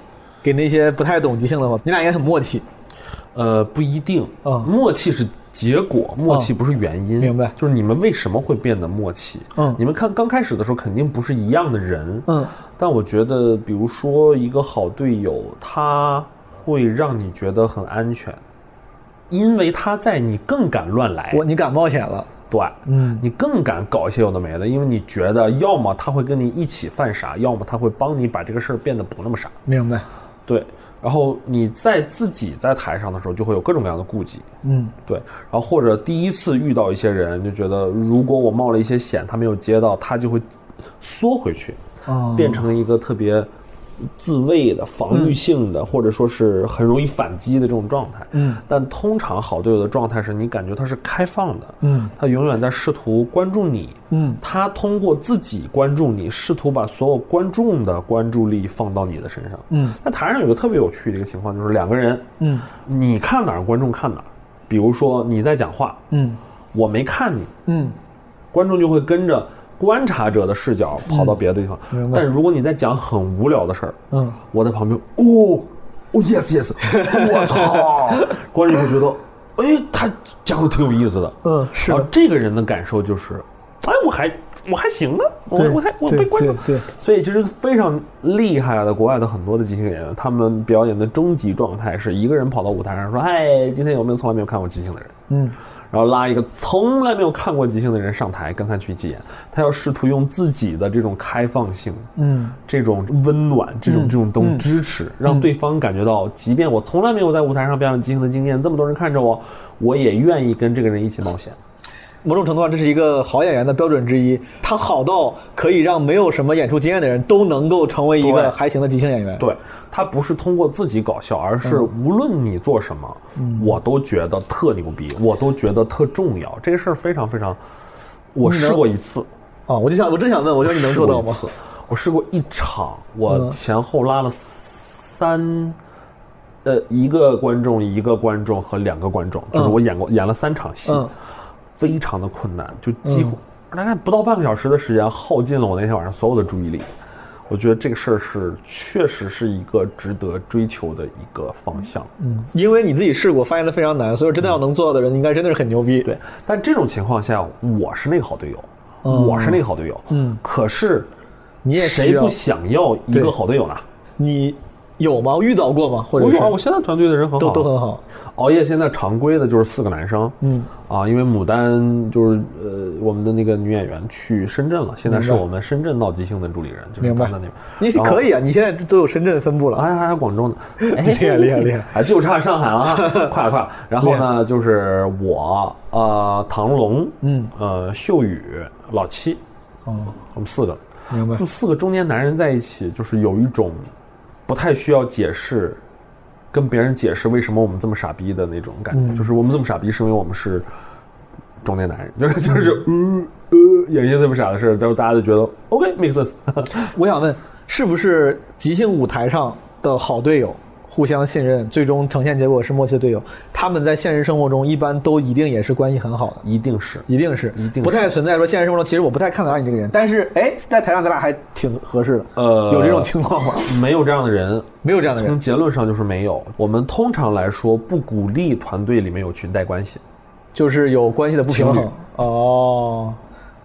C: 给那些不太懂即兴的话，你俩也很默契。
A: 呃，不一定。
C: 嗯
A: 默契是结果，默契不是原因。
C: 明白
A: 就是你们为什么会变得默契？
C: 嗯
A: 你们看刚开始的时候肯定不是一样的人。
C: 嗯，
A: 但我觉得，比如说一个好队友，他会让你觉得很安全，因为他在，你更敢乱来。
C: 我你敢冒险了，
A: 对，
C: 嗯
A: 你更敢搞一些有的没的，因为你觉得要么他会跟你一起犯傻，要么他会帮你把这个事儿变得不那么傻。
C: 明白，
A: 对，然后你在自己在台上的时候，就会有各种各样的顾忌。
C: 嗯
A: 对，然后或者第一次遇到一些人，就觉得如果我冒了一些险，他没有接到，他就会缩回去，
C: 啊，
A: 变成一个特别自卫的、防御性的，或者说是很容易反击的这种状态。
C: 嗯，
A: 但通常好队友的状态是你感觉他是开放的，
C: 嗯
A: 他永远在试图关注你，
C: 嗯
A: 他通过自己关注你，试图把所有观众的关注力放到你的身上。
C: 嗯
A: 那台上有个特别有趣的一个情况，就是两个人，
C: 嗯
A: 你看哪儿，观众看哪儿。比如说你在讲话，
C: 嗯
A: 我没看你，
C: 嗯
A: 观众就会跟着观察者的视角跑到别的地方。
C: 嗯明白
A: 但如果你在讲很无聊的事儿，
C: 嗯，
A: 我在旁边，哦，哦，yes yes，我操， *laughs* 观众会觉得，哎，他讲的挺有意思的，
C: 嗯是的
A: 然后这个人的感受就是，哎，我还我还行啊，我
C: 对
A: 我还我
C: 对
A: 被观众
C: 对对
A: 所以其实非常厉害的国外的很多的即兴演员，他们表演的终极状态是一个人跑到舞台上说，哎，今天有没有从来没有看过即兴的人？
C: 嗯
A: 然后拉一个从来没有看过即兴的人上台跟他去演，他要试图用自己的这种开放性，
C: 嗯
A: 这种温暖，这种这种东
C: 嗯
A: 支持，让对方感觉到，即便我从来没有在舞台上表演即兴的经验，这么多人看着我，我也愿意跟这个人一起冒险。
C: 某种程度上，这是一个好演员的标准之一。他好到可以让没有什么演出经验的人都能够成为一
A: 对
C: 个还行的即兴演员。，
A: 对他不是通过自己搞笑，而是无论你做什么，我都觉得特牛逼，我都觉得特重要。这个事儿非常非常，我试过一次，
C: 啊，我就想，我真想问，我说你能做到
A: 试
C: 吗？
A: 过一次我试过一场，我
C: 嗯
A: 前后拉了三，呃，一个观众，一个观众和两个观众，就是
C: 嗯
A: 我演过演了三场戏
C: 嗯，
A: 非常的困难，就几乎大概不到半个小时的时间，耗尽了我那天晚上所有的注意力。我觉得这个事儿是确实是一个值得追求的一个方向。
C: 因为你自己试过，发现的非常难，所以说真的要能做到的人，应该真的是很牛逼。
A: 对，但这种情况下，我是那个好队友，
C: 嗯
A: 我是那个好队友。
C: 嗯
A: 可是
C: 你也需
A: 谁
C: 要
A: 不想要一
C: 对
A: 个好队友呢？
C: 你有吗？遇到过吗？或者
A: 我
C: 是
A: 有啊，我现在团队的人很好，
C: 都都很好。
A: 熬夜现在常规的就是四个男生，
C: 嗯
A: 啊，因为牡丹就是呃我们的那个女演员去深圳了，现在是
C: 明白
A: 我们深圳闹即兴的主理人，就是
C: 明白
A: 她在那边，
C: 你
A: 然后
C: 可以啊，你现在都有深圳分部了。
A: 还还还有广
C: *laughs*
A: 州呢，哎
C: 厉害厉害厉害，
A: 还就差上海
C: *laughs*
A: 了啊，快了快了。然后呢，就是我呃唐龙，
C: 嗯
A: 呃秀宇老七，
C: 哦，
A: 我们四个，
C: 明白
A: *laughs* 就。四个中年男人在一起，就是有一种不太需要解释，跟别人解释为什么我们这么傻逼的那种感觉。
C: 嗯
A: 就是我们这么傻逼，是因为我们是中年男人，
C: 嗯
A: 就是就是呃呃，演一些这么傻的事儿，然后大家就觉得 OK makes sense。 *laughs*
C: 我想问，是不是即兴舞台上的好队友，互相信任，最终呈现结果是默契的队友？他们在现实生活中一般都一定也是关系很好的，
A: 一定是
C: 一定是，
A: 一定是
C: 不太存在说现实生活中其实我不太看得上你这个人，但是哎，在台上咱俩还挺合适的，
A: 呃
C: 有这种情况吗？
A: 没有这样的人，
C: 没有这样的
A: 从
C: 人，
A: 结论上就是没有。我们通常来说不鼓励团队里面有裙带关系，
C: *laughs* 就是有关系的不平
A: 情侣
C: 衡。哦，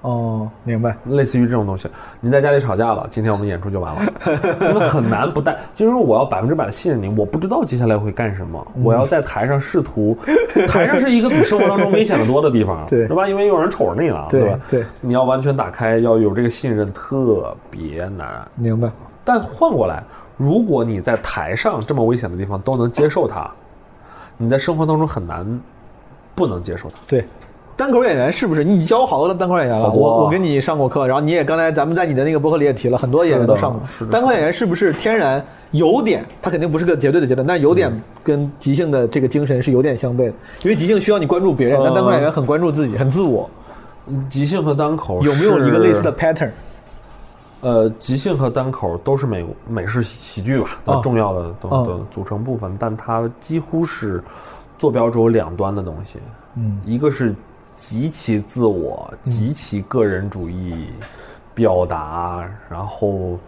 C: 哦，明白。
A: 类似于这种东西。你在家里吵架了，今天我们演出就完了，
C: *laughs*
A: 因为很难不带。就是我要百分之百的信任你，我不知道接下来会干什么，
C: 嗯
A: 我要在台上试图，台上是一个比生活当中危险的多的地方，
C: 对
A: 是吧？因为有人瞅着你了，
C: 对
A: 吧？
C: 对，
A: 你要完全打开，要有这个信任，特别难。
C: 明白，
A: 但换过来，如果你在台上这么危险的地方都能接受它，你在生活当中很难不能接受它。
C: 对，单口演员是不是？你教好多单口演员了，
A: 好多啊
C: 我我跟你上过课，然后你也刚才咱们在你的那个博客里也提了，很多演员都上过
A: 是的是。的
C: 单口演员是不是天然有点？他肯定不是个绝对的绝对，但是有点
A: 嗯
C: 跟即兴的这个精神是有点相悖的，因为即兴需要你关注别人，
A: 呃
C: 但单口演员很关注自己，很自我。
A: 即兴和单口
C: 有没有一个
A: 是
C: 类似的 pattern？
A: 呃，即兴和单口都是美美式喜剧吧，
C: 哦
A: 重要的的
C: 哦
A: 的组成部分，但它几乎是坐标轴两端的东西。嗯，一个是极其自
C: 嗯
A: 我、极其个人主义表达，然后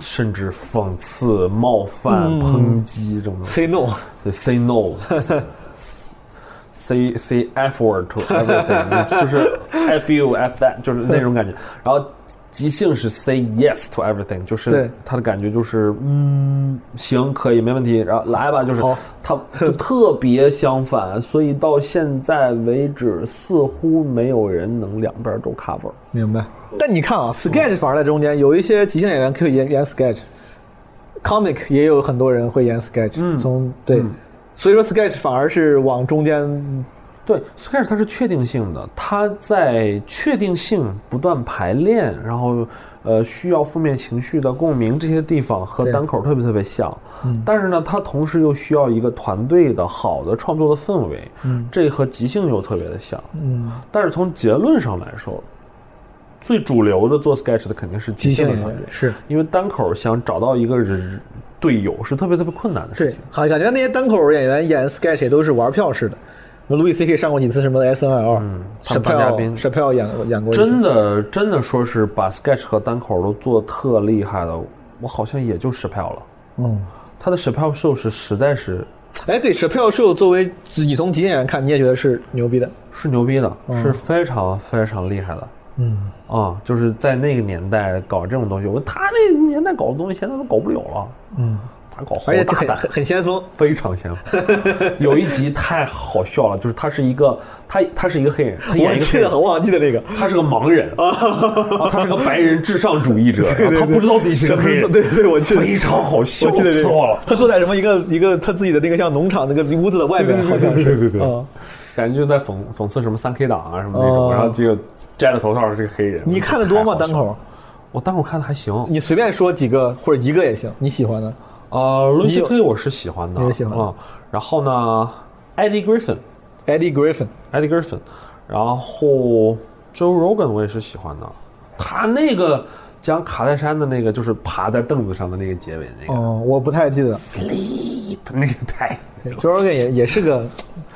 A: 甚至讽刺、冒犯、
C: 嗯
A: 抨击这种东西。*laughs*
C: ，say no，
A: 就 say no，say *laughs* say F word to everything，就是 F you F that，就是那种感觉。然后即兴是 say yes to everything，就是
C: 对
A: 他的感觉就是嗯行可以没问题，然后来吧，就是
C: 好
A: 他就特别相反，所以到现在为止似乎没有人能两边都 cover。
C: 明白。但你看啊，sketch 反而在中间，有一些即兴演员可以演演 sketch，comic 也有很多人会演 sketch，、从
A: 嗯
C: 对、所以说 sketch 反而是往中间，
A: 对，sketch 它是确定性的，它在确定性不断排练，然后呃需要负面情绪的共鸣这些地方和
C: 对
A: 单口特别特别像，但是呢，它同时又需要一个团队的好的创作的氛围，这和即兴又特别的像，
C: 嗯，
A: 但是从结论上来说，最主流的做 sketch 的肯定是即
C: 即
A: 兴
C: 兴
A: 的
C: 演
A: 团
C: 员
A: 队，
C: 是
A: 因为单口想找到一个人队友是特别特别困难的事
C: 对
A: 情，，
C: 好，感觉那些单口演员演 sketch 也都是玩票式的。路易 C K 上过几次什么 S N L，嗯，
A: 他们当嘉宾
C: 沙票演过演过一次，
A: 真的真的说是把 sketch 和单口都做特厉害的，我好像也就 s h 了。
C: 嗯，
A: 他的 s h 秀是实在是
C: 哎，对，舍票秀作为你从极限演员看，你也觉得是牛逼的，
A: 是牛逼的，是非常非常厉害的。
C: 嗯，
A: 啊、就是在那个年代搞这种东西，我他那个年代搞的东西现在都搞不了了。嗯，他搞好
C: 而且
A: 大
C: 很
A: 胆
C: 很， *laughs* 很先锋，
A: 非常
C: *laughs*
A: 先锋。有一集太好笑了，就是他是一个他他是一个黑人，他演
C: 我
A: 一个
C: 记
A: 黑
C: 得
A: 人
C: 很，忘记的那个，
A: 他是个盲
C: *laughs*
A: 人，然后他是个白人至上主义者，然后他不知道自己是个黑人，
C: *laughs* 对对对我记得
A: 非常好笑，
C: 我记得这
A: 死
C: 个
A: 我了，
C: 他坐在什么一个一个他自己的那个像农场那个屋子的外面，好像是
A: 对对对
C: 啊，
A: 感觉就在讽讽刺什么三 K 党啊什么那种，
C: 哦
A: 然后结果摘了头套是个黑人，
C: 你看的多吗？单口，
A: 我单口看的还行，
C: 你随便说几个或者一个也行，你喜欢的，
A: 呃，路易
C: 你
A: 斯
C: 有
A: 科我是喜欢的，
C: 你是喜欢的
A: 嗯，然后呢，Eddie Griffin，Eddie
C: Eddie Griffin，
A: Griffin，然后 Joe Rogan 我也是喜欢的，他那个讲卡戴珊的那个就是爬在凳子上的那个结尾那个、
C: 哦，我不太记得
A: 那个太。
C: j o r g a n 也也是个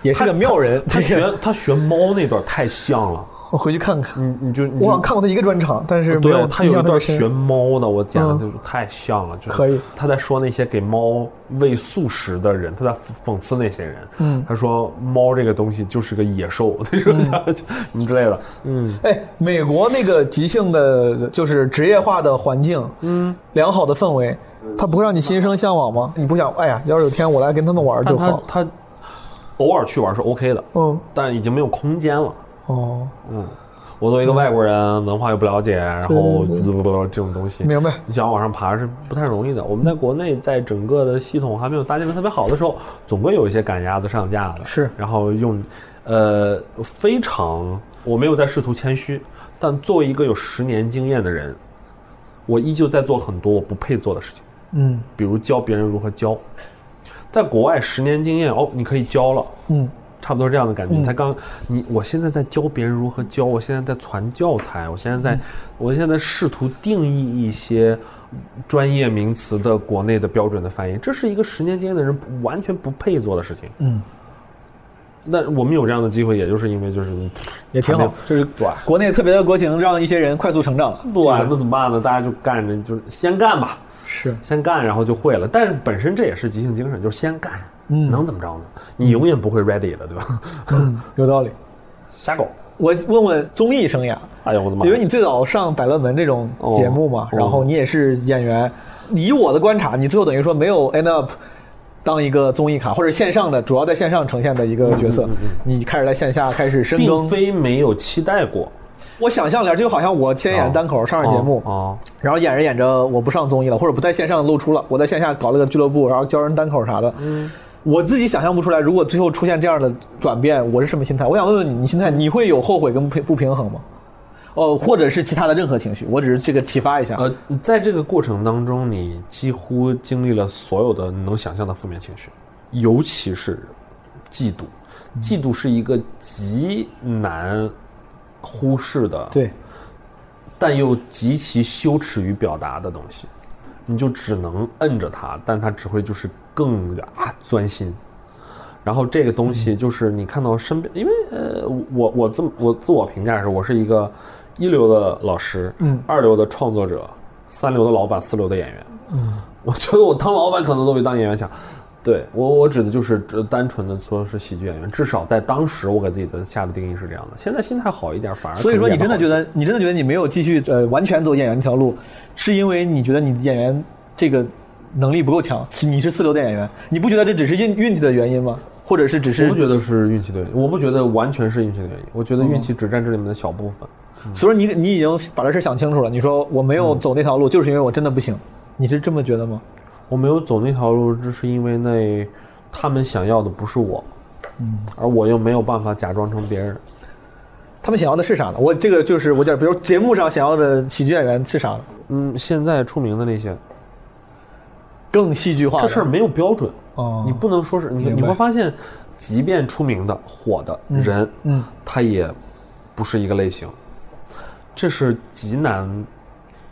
C: 也是个妙人，
A: 他
C: 这个
A: 学他学猫那段太像了，
C: 我回去看看，
A: 你你就你
C: 我好像
A: 就
C: 看过他一个专场，但是没
A: 嗯对哦，他
C: 印
A: 有
C: 象
A: 一
C: 特别
A: 段
C: 深
A: 学猫的，我天呐，
C: 嗯
A: 就是太像了，就是
C: 可以
A: 他在说那些给猫喂素食的人，他在讽刺那些人，嗯，他说猫这个东西就是个野兽， *laughs* 他
C: 嗯
A: 说就什么之类的，嗯，
C: 哎，美国那个即兴的，就是职业化的环境，嗯，良好的氛围，它不会让你心生向往吗？你不想，哎呀，要是有天我来跟他们玩
A: 但
C: 就
A: 他
C: 好。
A: 他偶尔去玩是 OK 的，
C: 嗯，
A: 但已经没有空间了。
C: 哦，
A: 我作为一个外国人，文化又不了解，然后这种东西，
C: 明白
A: 你想往上爬是不太容易的。我们在国内，在整个的系统还没有搭建的特别好的时候，总会有一些赶鸭子上架的。
C: 是
A: 然后用，呃，非常，我没有在试图谦虚，但作为一个有十年经验的人，我依旧在做很多我不配做的事情，
C: 嗯
A: 比如教别人如何教。在国外，十年经验哦，你可以教了，
C: 嗯，
A: 差不多这样的感觉。才刚你，我现在在教别人如何教，我现在在传教材，我现在在，
C: 嗯
A: 我现在试图定义一些专业名词的国内的标准的翻译，这是一个十年经验的人不完全不配做的事情。
C: 嗯，
A: 那我们有这样的机会，也就是因为就是
C: 也挺好，就是
A: 对。
C: 国内特别的国情让一些人快速成长了。
A: 对，那怎么办呢？大家就干着，就是先干吧，
C: 是，
A: 先干，然后就会了。但是本身这也是即兴精神，就是先干，能怎么着呢？你永远不会 ready 的，对吧？
C: 有道理。
A: *laughs* 瞎搞。
C: 我问问综艺生涯，
A: 哎呀，我的妈呀！
C: 因为你最早上《百乐门》这种节目嘛，
A: 哦
C: 然后你也是演员，以我的观察，你最后等于说没有 end up 当一个综艺咖，或者线上的，主要在线上呈现的一个角色，
A: 嗯
C: 你开始在线下开始深
A: 并
C: 耕。
A: 非没有期待过。
C: 我想象了，这就好像我先演单口上上节目，
A: 哦，
C: 然后演着演着我不上综艺了，或者不在线上露出了，我在线下搞了个俱乐部，然后教人单口啥的。我自己想象不出来，如果最后出现这样的转变，我是什么心态？我想问问你，你心态你会有后悔跟不平不平衡吗？哦，或者是其他的任何情绪？我只是这个提发一下。
A: 哦呃，在这个过程当中，你几乎经历了所有的能想象的负面情绪，尤其是嫉妒。嫉妒是一个极难忽视的，，
C: 对，
A: 但又极其羞耻于表达的东西，你就只能摁着它，但它只会就是更啊钻心。然后这个东西就是你看到身边，因为呃，我我这么我自我评价是，我是一个一流的老师，
C: 嗯
A: 二流的创作者，三流的老板，四流的演员。嗯，我觉得我当老板可能都比当演员强。对我，我指的就是只单纯的说是喜剧演员，至少在当时我给自己的下的定义是这样的。现在心态好一点，反而
C: 所以说，啊你
A: 可
C: 真
A: 能
C: 的
A: 演
C: 觉
A: 好一些
C: 得，你真的觉得你没有继续呃完全走演员这条路，是因为你觉得你演员这个能力不够强，是你是四流的演员，你不觉得这只是运运气的原因吗？或者是只
A: 我
C: 是
A: 不？觉得是运气的原因，我不觉得完全是运气的原因，我觉得运气只占这里面的小部分。
C: 所以说你你已经把这事儿想清楚了，你说我没有走那条路，就是因为我真的不行，你是这么觉得吗？
A: 我没有走那条路，这是因为那他们想要的不是我，嗯，而我又没有办法假装成别人。
C: 他们想要的是啥呢？我这个就是我点，比如节目上想要的喜剧演员是啥呢？
A: 嗯，现在出名的那些，
C: 更戏剧化的。
A: 这事儿没有标准，
C: 哦
A: 你不能说是你
C: 明
A: 你
C: 白
A: 会发现，即便出名的火的人，
C: 嗯
A: 他也不是一个类型，这是极难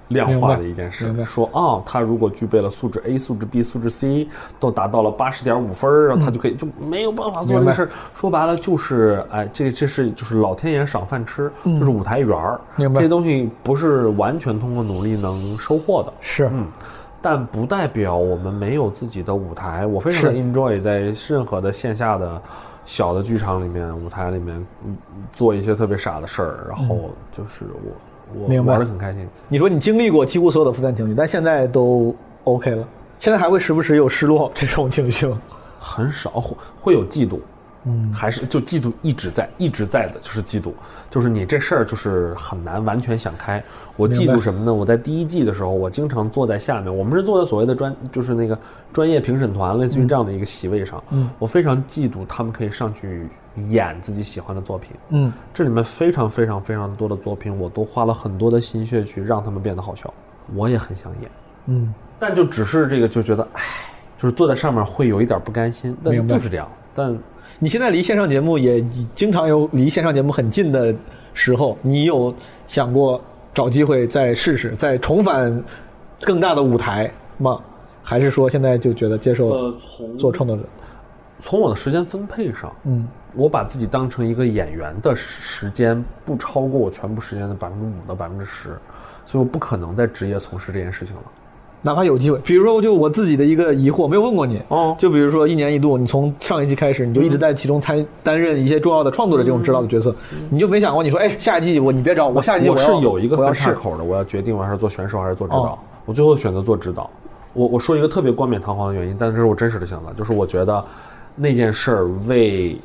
A: 量化的一件事
C: 明白明。白
A: 说啊、他如果具备了素质 A、素质 B、素质 C 都达到了八十点五分儿，然后他就可以就没有办法做这
C: 嗯明
A: 个
C: 白
A: 事儿。说白了就是，哎，这这是就是老天爷赏饭吃，就是舞台缘儿。
C: 嗯明白
A: 这些东西不是完全通过努力能收获的。
C: 是
A: 嗯，但不代表我们没有自己的舞台。我非常的
C: 是
A: enjoy 在任何的线下的小的剧场里面、舞台里面嗯做一些特别傻的事儿，然后就是我、我
C: 嗯明白
A: 玩的很开心。
C: 你说你经历过几乎所有的负面情绪，但现在都 OK 了。现在还会时不时有失落这种情绪吗？
A: 很少会会有嫉妒，嗯，还是就嫉妒一直在，一直在的就是嫉妒，就是你这事儿就是很难完全想开。我嫉妒什么呢？我在第一季的时候，我经常坐在下面，我们是坐在所谓的专，就是那个专业评审团，类似于这样的一个席位上，嗯，我非常嫉妒他们可以上去演自己喜欢的作品，
C: 嗯，
A: 这里面非常非常非常多的作品，我都花了很多的心血去让他们变得好笑，我也很想演，
C: 嗯，
A: 但就只是这个就觉得，唉，就是坐在上面会有一点不甘心，但
C: 明白
A: 就是这样，但
C: 你现在离线上节目也已经常有离线上节目很近的时候，你有想过找机会再试试，再重返更大的舞台吗？还是说现在就觉得接受
A: 呃，从
C: 做创作者？
A: 从我的时间分配上，
C: 嗯，
A: 我把自己当成一个演员的时间不超过我全部时间的百分之五到百分之十，所以我不可能再职业从事这件事情了。
C: 哪怕有机会，比如说就我自己的一个疑惑，没有问过你。
A: 哦
C: 就比如说一年一度，你从上一季开始，你就一直在其中参担任一些重要的创作者这种指导的角色，你就没想过你说，哎，下一季我你别找我，下一季
A: 嗯我
C: 要
A: 是有一个
C: 我要
A: 分岔
C: 试。
A: 口的，我要决定我还是做选手还是做指导
C: 哦。
A: 我最后选择做指导。我我说一个特别冠冕堂皇的原因，但是这是我真实的想法，就是我觉得那件事儿为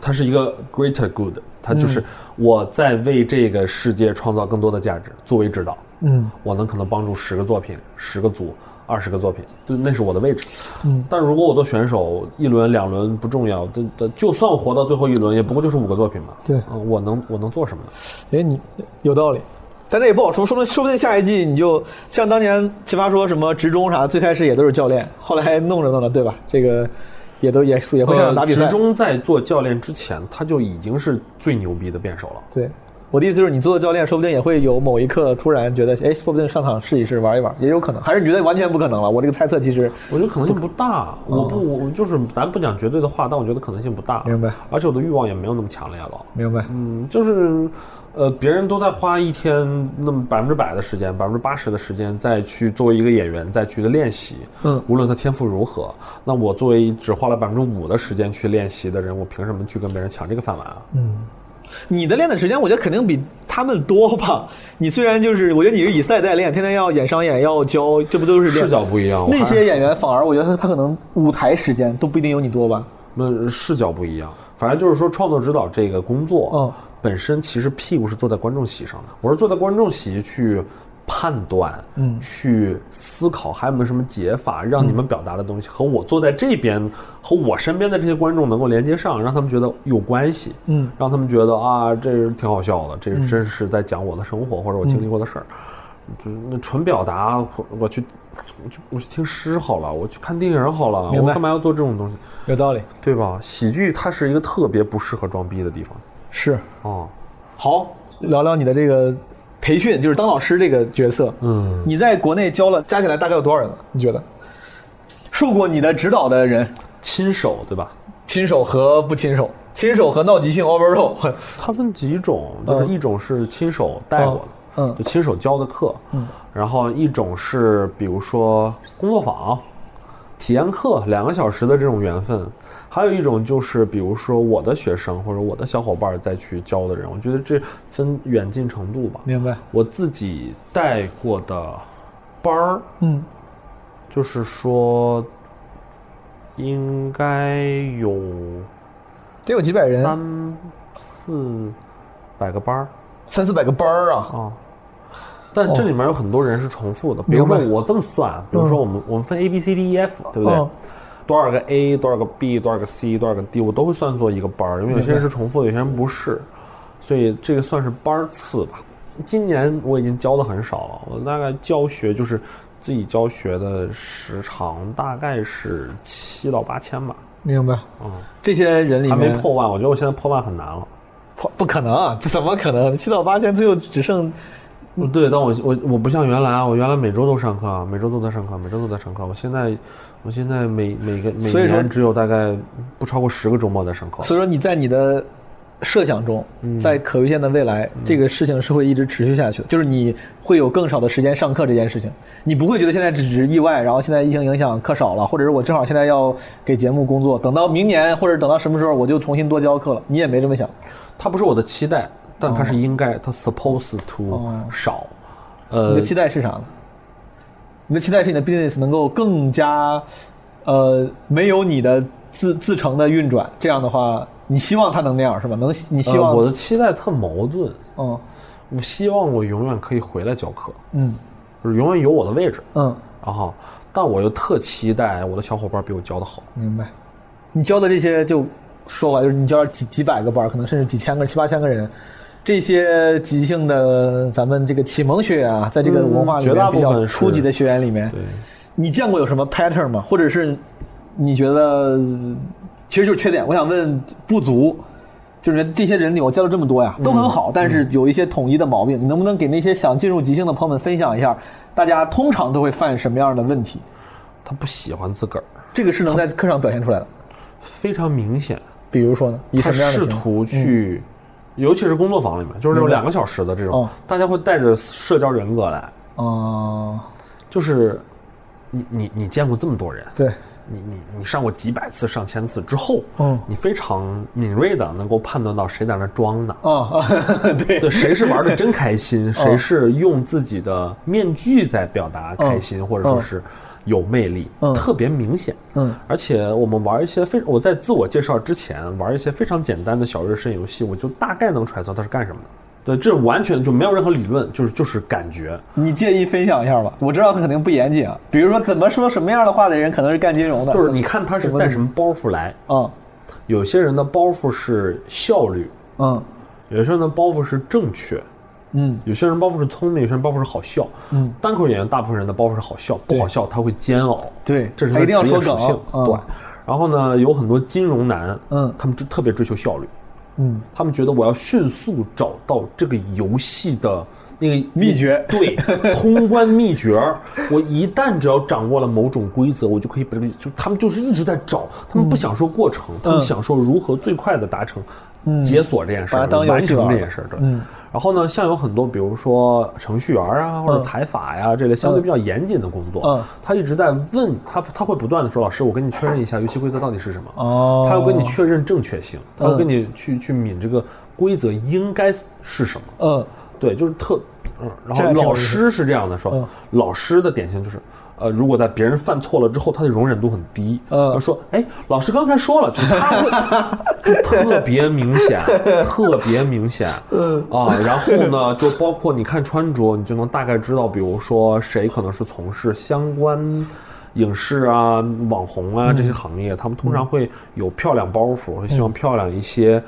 A: 它是一个 greater good，它
C: 嗯
A: 就是我在为这个世界创造更多的价值。作为指导，
C: 嗯，
A: 我能可能帮助十个作品、十个组、二十个作品，就那是我的位置。嗯，但如果我做选手，一轮两轮不重要，但但就算我活到最后一轮，也不过就是五个作品嘛。
C: 对
A: 嗯，我能我能做什么呢？
C: 哎，你有道理，但这也不好说，说不定说不定下一季你就像当年奇葩说什么职中啥的，最开始也都是教练，后来弄着弄着，对吧？这个也都也也会
A: 呃，
C: 上场打比赛。
A: 职中在做教练之前，他就已经是最牛逼的辩手了。
C: 对，我的意思就是，你做教练，说不定也会有某一刻突然觉得，哎，说不定上场试一试，玩一玩，也有可能。还是你觉得完全不可能了？我这个猜测其实
A: 我觉得可能性不大，我不，我就是咱不讲绝对的话，但我觉得可能性不大。
C: 哦明白。
A: 而且我的欲望也没有那么强烈了。
C: 明白。
A: 嗯，就是，呃，别人都在花一天那么百分之百的时间，百分之八十的时间再去作为一个演员再去的练习。
C: 嗯
A: 无论他天赋如何，那我作为只花了百分之五的时间去练习的人，我凭什么去跟别人抢这个饭碗啊？
C: 你的练的时间，我觉得肯定比他们多吧。 *laughs* 你虽然就是，我觉得你是以赛代练，天天要演商演，要教，这不都是练
A: 视角不一样，我
C: 那
A: 还
C: 些演员反而我觉得他他可能舞台时间都不一定有你多吧。
A: 那视角不一样，反正就是说，创作指导这个工作，
C: 嗯
A: 本身其实屁股是坐在观众席上的，我是坐在观众席去判断，嗯，去思考还有没有什么解法，让你
C: 嗯
A: 们表达的东西和我坐在这边和我身边的这些观众能够连接上，让他们觉得有关系，
C: 嗯，
A: 让他们觉得啊，这是挺好笑的，这是真是在讲我的生活或者我
C: 嗯
A: 经历过的事儿。就是那纯表达，我我去，我去，我去听诗好了，我去看电影好了，
C: 明白
A: 我干嘛要做这种东西？
C: 有道理，
A: 对吧？喜剧它是一个特别不适合装逼的地方
C: 是。
A: 哦。
C: 好，聊聊你的这个培训，就是当老师这个角色。
A: 嗯，
C: 你在国内教了，加起来大概有多少人了？你觉得？受过你的指导的人，
A: 亲手对吧？
C: 亲手和不亲手，亲手和闹急性 overall，
A: 它分几种，就是
C: 嗯
A: 一种是亲手带过的，
C: 嗯
A: 就亲手教的课，嗯，然后一种是比如说工作坊、体验课，两个小时的这种缘分，还有一种就是比如说我的学生或者我的小伙伴再去教的人，我觉得这分远近程度吧。
C: 明白？
A: 我自己带过的班儿，
C: 嗯，
A: 就是说应该有
C: 得有几百人，
A: 三四百个班儿
C: 三四百个班儿啊，
A: 啊。但这里面有很多人是重复的，比如说
C: 哦明白
A: 我这么算，比如说我们、我们分 A B C D E F，对不对？
C: 嗯
A: 多少个 A，多少个 B，多少个 C，多少个 D，我都会算作一个班儿，因为有些人是重复的，有些人不是，所以这个算是班儿次吧。今年我已经教的很少了，我大概教学就是自己教学的时长大概是七到八千吧，
C: 明白？这些人里
A: 嗯还没
C: 面
A: 破万，我觉得我现在破万很难了。
C: 不不可能啊，这怎么可能？七到八千，最后只剩嗯
A: 对，但我我我不像原来啊，我原来每周都上课，啊每周都在上课，每周都在上课。我现在我现在每每个每
C: 所以说
A: 年只有大概不超过十个周末在上课。
C: 所以说你在你的设想中，
A: 嗯
C: 在可预见的未来，这个事情是会一直持续下去的，就是你会有更少的时间上课这件事情，你不会觉得现在只是意外，然后现在疫情影响课少了，或者是我正好现在要给节目工作，等到明年或者等到什么时候我就重新多教课了，你也没这么想，
A: 它不是我的期待，但它是应该，它 supposed to
C: 哦
A: 少。
C: 你
A: 呃
C: 的，期待是啥呢？你的期待是你的 business 能够更加，呃，没有你的自自成的运转，这样的话，你希望它能那样是吧？能你希
A: 呃
C: 望、
A: 我的期待特矛盾，
C: 嗯
A: 我希望我永远可以回来教课，
C: 嗯
A: 就是永远有我的位置，
C: 嗯。
A: 然后，但我又特期待我的小伙伴比我教的好。
C: 明白。你教的这些就说白了，就是你教几几百个班儿，可能甚至几千个、七八千个人，这些即兴的咱们这个启蒙学员啊，在这个文化里
A: 嗯绝大
C: 面
A: 部
C: 比
A: 分
C: 较初级的学员里面，
A: 对，
C: 你见过有什么 pattern 吗？或者是你觉得呃其实就是缺点？我想问不足。就是这些人里，我教了这么多呀，都
A: 嗯
C: 很好，但是有一些统一的毛病。你能不能给那些想进入即兴的朋友们分享一下，大家通常都会犯什么样的问题？
A: 他不喜欢自个儿，
C: 这个是能在课上表现出来的。
A: 非常明显。
C: 比如说呢，以
A: 他
C: 什么样的
A: 试
C: 情况嗯
A: 图去，尤其是工作坊里面，就是那种两个小时的这种
C: 哦，
A: 大家会带着社交人格来，
C: 哦，
A: 就是你你你见过这么多人，
C: 对，
A: 你你你上过几百次、上千次之后，
C: 嗯
A: 你非常敏锐的能够判断到谁在那装呢。
C: 哦， *laughs* 对，
A: 对，谁是玩的真开
C: 嗯
A: 心，谁是用自己的面具在表达开心，
C: 嗯
A: 或者说是有魅力，
C: 嗯
A: 特别明显。
C: 嗯，
A: 而且我们玩一些非我在自我介绍之前玩一些非常简单的小热身游戏，我就大概能揣测它是干什么的。对，这完全就没有任何理论，就是就是感觉。
C: 你介意分享一下吧？我知道他肯定不严谨啊，比如说怎么说什么样的话的人，可能是干金融的，
A: 就是
C: 怎么
A: 你看他是
C: 怎么
A: 带什么包袱来，
C: 嗯
A: 有些人的包袱是效率，
C: 嗯
A: 有些人的包袱是正确，
C: 嗯，
A: 有些人包袱是聪明，有些人包袱是好笑。
C: 嗯，
A: 单口演员大部分人的包袱是好笑，不好笑他会煎熬。
C: 对，
A: 这是
C: 他
A: 他
C: 一定要
A: 职业
C: 说
A: 属
C: 梗
A: 性，，
C: 嗯
A: 对，。然后呢，有很多金融男，
C: 嗯
A: 他们就特别追求效率，
C: 嗯，
A: 他们觉得我要迅速找到这个游戏的那个
C: 秘诀
A: 对，通关秘诀儿。我一旦只要掌握了某种规则，我就可以把这个，就他们就是一直在找，他
C: 嗯
A: 们不享受过程，他们享受如何最快的达成。解锁这件事
C: 嗯把
A: 儿
C: 它，当游
A: 完
C: 戏
A: 成
C: 玩
A: 这
C: 儿
A: 件事儿，对。
C: 嗯
A: 然后呢，像有很多，比如说程序员儿啊，或者
C: 嗯
A: 财法呀、这类相对比较严谨的工作，
C: 嗯
A: 他一直在问他，他会不断的说：“老师，我跟你确认一下游戏规则到底是什么。”
C: 哦
A: 他要跟你确认正确性，他要
C: 嗯
A: 跟你去去抿这个规则应该是什么。
C: 嗯
A: 对，就是特，嗯，然
C: 这
A: 后
C: 还挺有
A: 老
C: 意思
A: 师是这样的说，
C: 嗯
A: 老师的典型就是，呃，如果在别人犯错了之后，他的容忍度很低，
C: 嗯
A: 呃，说，哎，老师刚才说了，就是他会就特别明
C: *laughs*
A: 显，特别明显，嗯啊，然后呢，就包括你看穿着，你就能大概知道，比如说谁可能是从事相关。影视啊、网红啊这些行业，他们通常会有漂亮包袱，会希望漂亮一些，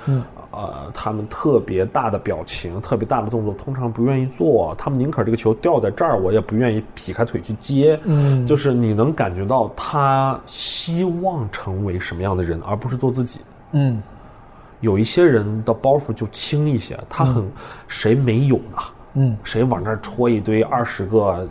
A: 呃，他们特别大的表情、特别大的动作，通常不愿意做，他们宁可这个球掉在这儿，我也不愿意劈开腿去接。嗯，就是你能感觉到他希望成为什么样的人，而不是做自己。
C: 嗯，
A: 有一些人的包袱就轻一些，他很、谁没有呢？
C: 嗯，
A: 谁往那儿戳一堆二十个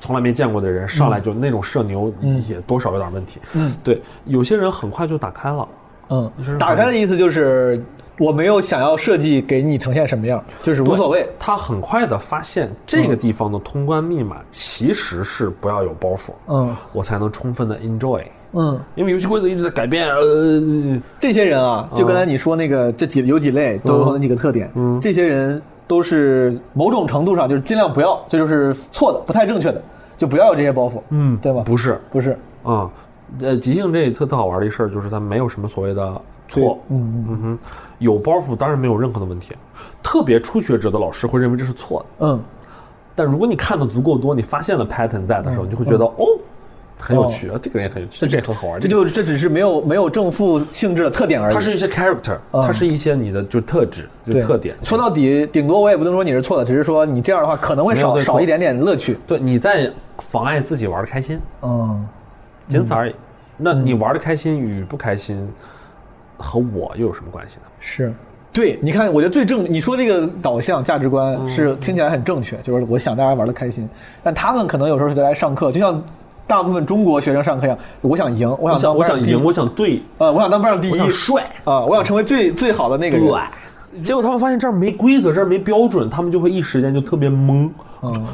A: 从来没见过的人上
C: 嗯
A: 来就那种社牛，也多少有点问题。嗯，对，有些人很快就打开了。
C: 嗯
A: 你说是
C: 打开的意思就是我没有想要设计给你呈现什么样，就是无所谓。
A: 他很快的发现这个地方的通关密码其实是不要有包袱，
C: 嗯，
A: 我才能充分的 enjoy。
C: 嗯，
A: 因为游戏规则一直在改变，呃，
C: 这些人啊，就刚才你说那个这几有几类都有可能几个特点，嗯，这些人都是某种程度上就是尽量不要，这就是错的，不太正确的，就不要有这些包袱，嗯，对吧？
A: 不是
C: 不是
A: 啊，呃，即兴这里特特好玩的一事儿就是它没有什么所谓的错，嗯嗯哼，有包袱当然没有任何的问题，特别初学者的老师会认为这是错的，
C: 嗯，
A: 但如果你看的足够多，你发现了 pattern 在的时候，你就会觉得哦，很有趣，啊，这个人也很有趣，这个也很好玩，
C: 嗯哦这就这只是没有没有正负性质的特点而已。
A: 它是一些 character，它是一些你的就特质、就
C: 嗯对
A: 特点。
C: 说到底，顶多我也不能说你是错的，只是说你这样的话可能会
A: 没有
C: 少
A: 对错
C: 少一点点乐趣。
A: 对你在妨碍自己玩的开心，
C: 嗯，
A: 仅此而已。那你玩的开心与不开心，和我又有什么关系呢？
C: 是。对，你看，我觉得最正，你说这个导向价值观是听起来很正确，就是我想大家玩的开心，但他们可能有时候是来上课，就像大部分中国学生上课一样，我想赢，我
A: 我
C: 想
A: 想，
C: 当
A: 我
C: 班上
A: 想
C: 第一
A: 赢，我想对，
C: 呃，我想当班上第
A: 我
C: 一
A: 想帅，
C: 啊，我想成为最最好的那个人。
A: 对。结果他们发现这儿没规则，这儿没标准，他们就会一时间就特别懵，
C: 嗯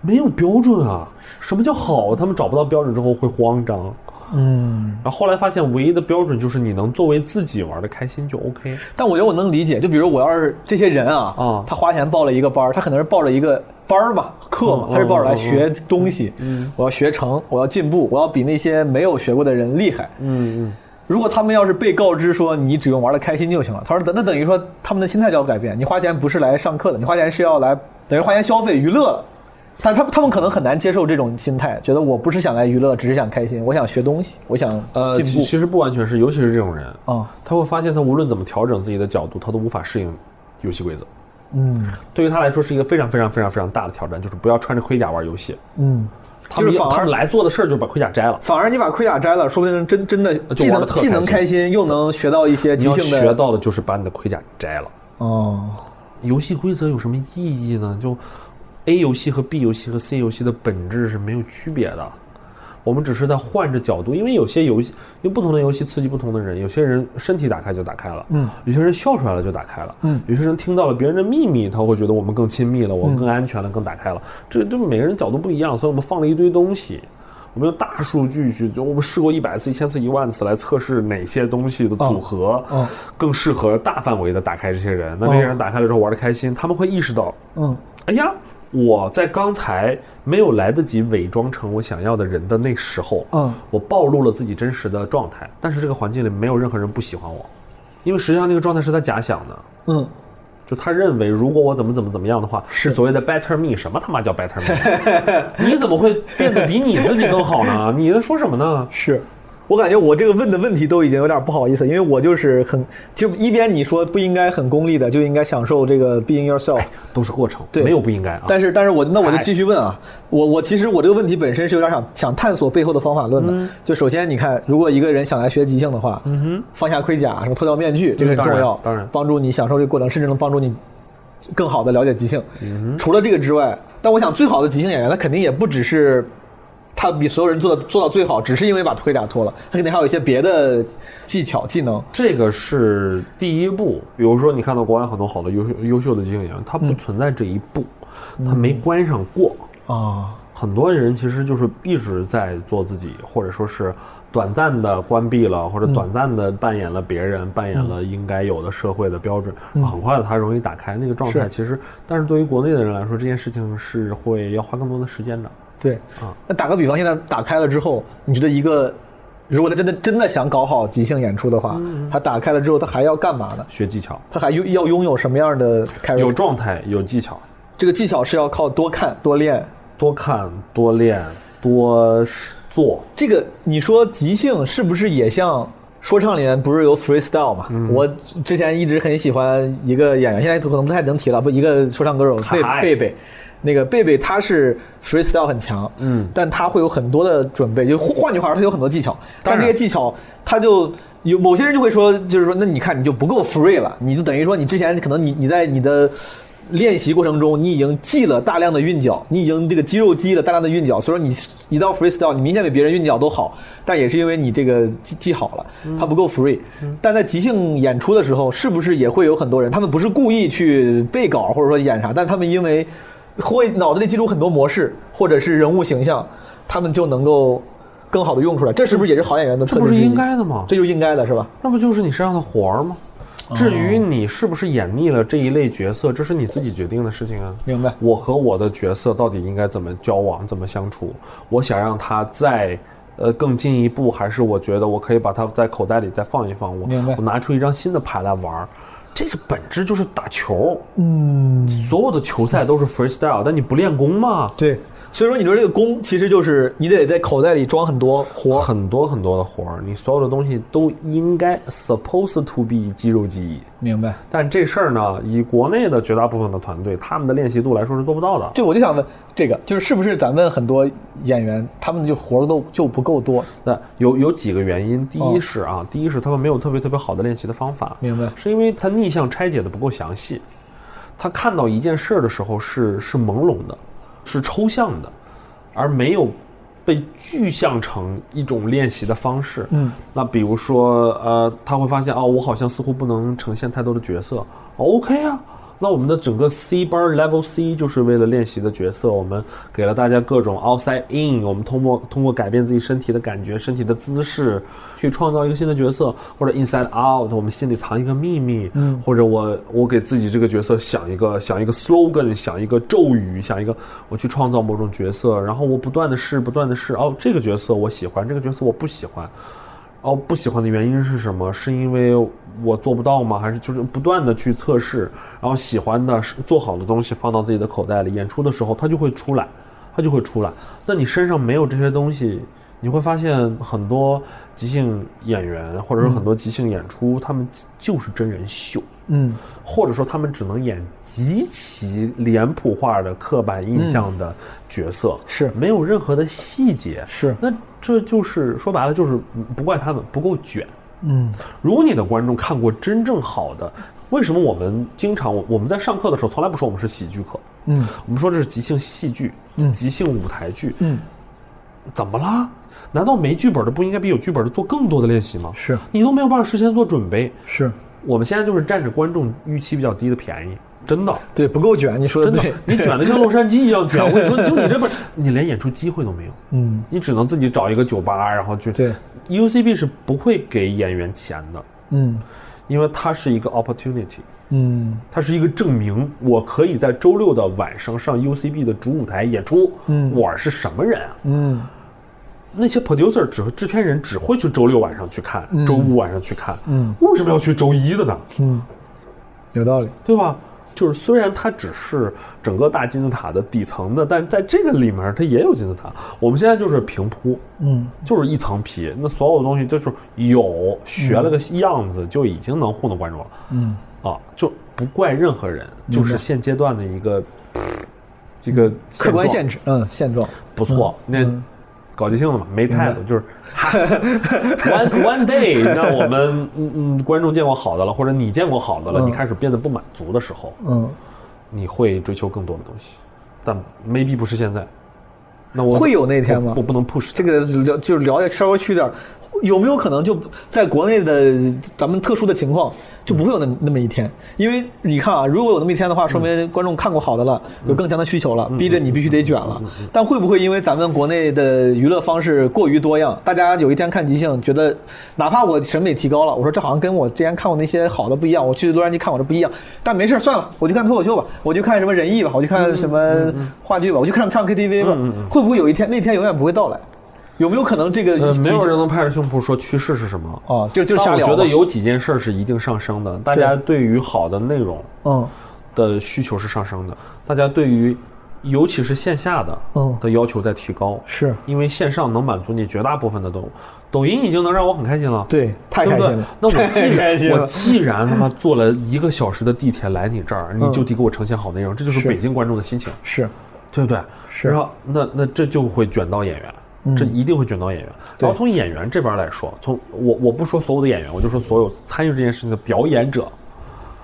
A: 没有标准啊！什么叫好？他们找不到标准之后会慌张。
C: 嗯，
A: 然后后来发现，唯一的标准就是你能作为自己玩的开心就 OK。
C: 但我觉得我能理解，就比如我要是这些人啊，
A: 啊
C: 他花钱报了一个班儿，他可能是报了一个班儿嘛，课嘛
A: 嗯，
C: 他是抱着来
A: 嗯嗯
C: 学东西，嗯，我要学成，我要进步，我要比那些没有学过的人厉害，
A: 嗯嗯，
C: 如果他们要是被告知说你只用玩的开心就行了，他说那那等于说他们的心态就要改变。你花钱不是来上课的，你花钱是要来等于花钱消费娱乐了。但他们他们可能很难接受这种心态，觉得我不是想来娱乐，只是想开心，我想学东西，我想
A: 呃，
C: 进
A: 其
C: 步。
A: 其实不完全是，尤其是这种人
C: 啊
A: 哦他会发现他无论怎么调整自己的角度，他都无法适应游戏规则。嗯，对于他来说是一个非常非常非常非常大的挑战，就是不要穿着盔甲玩游戏。
C: 嗯，
A: 他们
C: 就是反而
A: 他们来做的事儿就是把盔甲摘了，
C: 反而你把盔甲摘了，说不定真真的
A: 就
C: 既
A: 玩
C: 能
A: 得特
C: 既能
A: 开
C: 开心，又能学到一些
A: 你
C: 即
A: 要
C: 兴的。
A: 学到的就是把你的盔甲摘了。
C: 哦，
A: 游戏规则有什么意义呢？就 A 游戏和 B 游戏和 C 游戏的本质是没有区别的，我们只是在换着角度，因为有些游戏，因为不同的游戏刺激不同的人，有些人身体打开就打开了，嗯，有些人笑出来了就打开了，嗯，有些人听到了别人的秘密，他会觉得我们更亲密了，我们更安全了，更打开了，这这每个人角度不一样，所以我们放了一堆东西。我们用大数据去，就我们试过一百次、一千次、一万次来测试哪些东西的组合
C: 嗯
A: 更适合大范围的打开这些人。那这些人打开了之后玩的开心，他们会意识到，
C: 嗯，
A: 哎呀，我在刚才没有来得及伪装成我想要的人的那时候，
C: 嗯，
A: 我暴露了自己真实的状态，但是这个环境里没有任何人不喜欢我，因为实际上那个状态是他假想的。
C: 嗯，
A: 就他认为，如果我怎么怎么怎么样的话，
C: 是
A: 所谓的 better me，什么他妈叫 better me？你 *laughs* 怎么会变得比你自己更好呢？你在说什么呢？
C: 是。我感觉我这个问的问题都已经有点不好意思，因为我就是很，就一边你说不应该很功利的，就应该享受这个 being yourself，
A: 都是过程，
C: 对
A: 没有不应该啊。
C: 但是，但是我那我就继续问啊，我我其实我这个问题本身是有点想想探索背后的方法论的。
A: 嗯
C: 就首先你看，如果一个人想来学即兴的话，放下盔甲，什么脱掉面具，这个很
A: 嗯当
C: 重
A: 然
C: 要，
A: 当然
C: 帮助你享受这个过程，甚至能帮助你更好的了解即兴。
A: 嗯
C: 除了这个之外，但我想最好的即兴演员，他肯定也不只是。他比所有人做的做到最好，只是因为把盔甲脱了。他肯定还有一些别的技巧、技能。
A: 这个是第一步。比如说，你看到国外很多好的优秀优秀的经营演员，他
C: 嗯
A: 不存在这一步，他没关上过。哦
C: 啊，
A: 很多人其实就是一直在做自己，或者说是短暂的关闭了，或者短暂的扮演了别人，扮演了应该有的社会的标准。很快的，他容易打开那个状态。
C: 嗯是
A: 其实，但是对于国内的人来说，这件事情是会要花更多的时间的。
C: 对
A: 啊
C: 那打个比方，现在打开了之后，你觉得一个如果他真的真的想搞好即兴演出的话，
A: 嗯
C: 他打开了之后，他还要干嘛呢？
A: 学技巧，
C: 他还拥要拥有什么样的开
A: 有状态，有技巧，
C: 这个技巧是要靠多看多练。
A: 多看，多练，多试做。
C: 这个你说即兴是不是也像说唱里面不是有 freestyle 嘛？
A: 嗯
C: 我之前一直很喜欢一个演员，现在可能不太能提了，不一个说唱歌手贝
A: 嗨
C: 贝贝。那个贝贝他是 freestyle 很强，
A: 嗯
C: 但他会有很多的准备，就换换句话说，他有很多技巧，
A: 当
C: 但
A: 然
C: 这些技巧他就有某些人就会说，就是说，那你看你就不够 free 了，你就等于说你之前可能你你在你的练习过程中，你已经记了大量的韵脚，你已经这个肌肉记了大量的韵脚，所以说你一到 freestyle，你明显比别人韵脚都好，但也是因为你这个记记好了，它不够 free。但在即兴演出的时候，是不是也会有很多人，他们不是故意去背稿或者说演啥，但是他们因为会脑子里记住很多模式或者是人物形象，他们就能够更好的用出来。这是不是也是好演员的特
A: 这
C: 征
A: 不是
C: 之一
A: 应该的吗？
C: 这就是应该的是吧？
A: 那不就是你身上的活儿吗？
C: 嗯
A: 至于你是不是演腻了这一类角色，这是你自己决定的事情啊。
C: 明白
A: 我和我的角色到底应该怎么交往，怎么相处？我想让他再呃更进一步，还是我觉得我可以把它在口袋里再放一放，我
C: 明白
A: 我拿出一张新的牌来玩儿。这个本质就是打球，嗯，所有的球赛都是 freestyle，但你不练功吗？
C: 对，所以说你说这个功，其实就是你得在口袋里装很多活。
A: 很多很多的活儿，你所有的东西都应该 supposed to be 肌肉记忆。
C: 明白。
A: 但这事儿呢，以国内的绝大部分的团队，他们的练习度来说是做不到的。
C: 就我就想问，这个就是是不是咱们很多演员他们就活儿都就不够多？
A: 那有有几个原因，第
C: 哦
A: 一是啊，第一是他们没有特别特别好的练习的方法，
C: 明白
A: 是因为他逆向拆解的不够详细，他看到一件事儿的时候是是朦胧的，是抽象的，而没有被具象成一种练习的方式。
C: 嗯，
A: 那比如说呃，他会发现哦，我好像似乎不能呈现太多的角色。哦 OK 啊。那我们的整个 C 班 Level C 就是为了练习的角色，我们给了大家各种 outside in，我们通过通过改变自己身体的感觉、身体的姿势，去创造一个新的角色，或者 inside out，我们心里藏一个秘密，嗯、或者我我给自己这个角色想一个想一个 slogan，想一个咒语，想一个我去创造某种角色，然后我不断的试，不断的试，哦，这个角色我喜欢，这个角色我不喜欢，哦，不喜欢的原因是什么？是因为我做不到吗？还是就是不断的去测试，然后喜欢的是做好的东西放到自己的口袋里，演出的时候它就会出来，它就会出来。那你身上没有这些东西，你会发现很多即兴演员或者是很多即兴演出，他们就是真人秀。
C: 嗯，
A: 或者说他们只能演极其脸谱化的刻板印象的角色，
C: 是
A: 没有任何的细节，
C: 是
A: 那这就是说白了就是不怪他们不够卷。
C: 嗯，
A: 如果你的观众看过真正好的，为什么我们经常我我们在上课的时候从来不说我们是喜剧课，
C: 嗯，
A: 我们说这是即兴戏剧，即兴舞台剧，
C: 嗯，
A: 怎么啦？难道没剧本的不应该比有剧本的做更多的练习吗？
C: 是
A: 你都没有办法事先做准备，
C: 是
A: 我们现在就是占着观众预期比较低的便宜，真的，
C: 对，不够卷，你说的
A: 真的
C: 对，，
A: 你卷的像洛杉矶一
C: *laughs*
A: 样卷。我跟你说，就你这本，你连演出机会都没有，
C: 嗯，
A: 你只能自己找一个酒吧，然后去。
C: 对
A: ，UCB 是不会给演员钱的，
C: 嗯
A: 因为它是一个 opportunity，
C: 嗯
A: 它是一个证明，我可以在周六的晚上上 UCB 的主舞台演出。
C: 嗯
A: 我是什么人啊？
C: 嗯，
A: 那些 producer 只会制片人只会去周六晚上去看，周五晚上去看。
C: 嗯，
A: 为什么要去周一的呢？
C: 有道理。
A: 对吧？就是虽然它只是整个大金字塔的底层的，但在这个里面它也有金字塔。我们现在就是平铺，
C: 嗯，
A: 就是一层皮，那所有东西就是有学了个
C: 嗯
A: 样子，就已经能糊弄观众了。嗯，啊，就不怪任何人，就是现阶段的一个这个
C: 嗯客观
A: 状
C: 限制，嗯，现嗯状，
A: 不错，那搞即兴的嘛，没态度，就是哈 one one
C: *laughs*
A: day，那我们嗯嗯，观众见过好的了，或者你见过好的了，你开始变得不满足的时候，
C: 嗯，
A: 你会追求更多的东西，但 maybe 不是现在。那我
C: 会有那天吗
A: 我我不能 push
C: 这
A: 它
C: 个聊就是聊的稍微虚点儿，有没有可能就在国内的咱们特殊的情况就不会有那么那么一天？因为你看啊，如果有那么一天的话，说明观众看过好的了，有更强的需求了，逼着你必须得卷了。但会不会因为咱们国内的娱乐方式过于多样，大家有一天看即兴，觉得哪怕我审美提高了，我说这好像跟我之前看过那些好的不一样，我去洛杉矶看我这不一样，但没事儿算了，我就看脱口秀吧，我就看什么仁义吧，我就看什么话剧吧，我就看唱 KTV 吧，会不会有一天那天永远不会到来？有没有可能这个、
A: 呃，没有人能拍着胸脯说趋势是什么。
C: 哦，就就是
A: 但
C: 瞎
A: 我
C: 聊吧。
A: 觉得有几件事儿是一定上升的，大家对于好的内容
C: 嗯
A: 的需求是上升的，大家对于尤其是线下的
C: 嗯
A: 的要求在提高。
C: 是
A: 因为线上能满足你绝大部分的都，抖音已经能让我很开心了，
C: 对，太
A: 对
C: 开
A: 不
C: 心
A: 对
C: 了。？
A: 那我既
C: 太开心
A: 然
C: 了
A: 我既然他妈坐了一个小时的地铁来你这儿，你就得给我呈现好内容，这就是
C: 嗯是
A: 北京观众的心情，
C: 是
A: 对不对？
C: 是嗯
A: 然后那那这就会卷到演员。这一定会卷到演员。然后从演员这边来说，从我我不说所有的演员，我就说所有参与这件事情的表演者，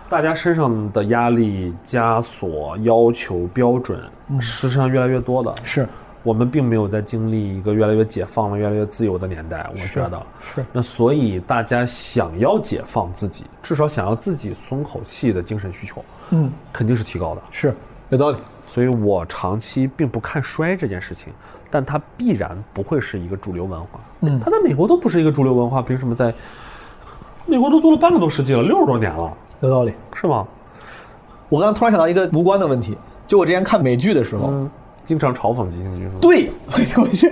A: 大家身上的压力、枷锁、要求、标准，事实上越来越多的。
C: 嗯是
A: 我们并没有在经历一个越来越解放了、越来越自由的年代，我觉得
C: 是
A: 那所以大家想要解放自己，至少想要自己松口气的精神需求，
C: 嗯，
A: 肯定是提高的。
C: 是有道理，
A: 所以我长期并不看衰这件事情，但它必然不会是一个主流文化。
C: 嗯
A: 它在美国都不是一个主流文化，凭什么在美国都做了半个多世纪了，六十多年了，
C: 有道理。
A: 是吗？
C: 我刚才突然想到一个无关的问题，就我之前看美剧的时候，
A: 嗯，经常嘲讽即兴剧是吗？
C: 对，我我就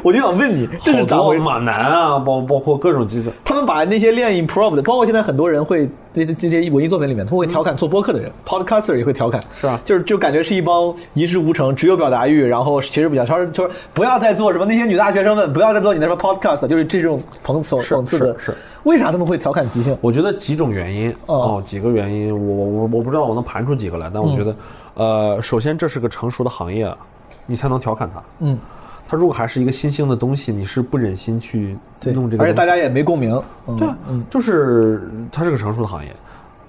C: *laughs* 我就想问你，这是咋
A: 好多
C: 回事？
A: 马男啊，包包括各种机制，
C: 他们把那些练 improv 的，包括现在很多人会这这这些文艺作品里面，他们会调侃做播客的人、p o d c a s t e r 也会调侃，
A: 嗯是啊
C: 就是就感觉是一帮一事无成、只有表达欲，然后其实比较超，就是不要再做什么那些女大学生们不要再做你那什么 podcast，就是这种讽刺
A: 是
C: 讽刺的，
A: 是是
C: 为啥他们会调侃即兴？
A: 我觉得几种原因
C: 哦
A: 哦，几个原因，我我我不知道我能盘出几个来，但我觉得，呃，首先这是个成熟的行业，你才能调侃它。
C: 嗯，
A: 它如果还是一个新兴的东西，你是不忍心去
C: 对，
A: 弄这个东西，
C: 而且大家也没共鸣，嗯、
A: 对啊，就是它是个成熟的行业。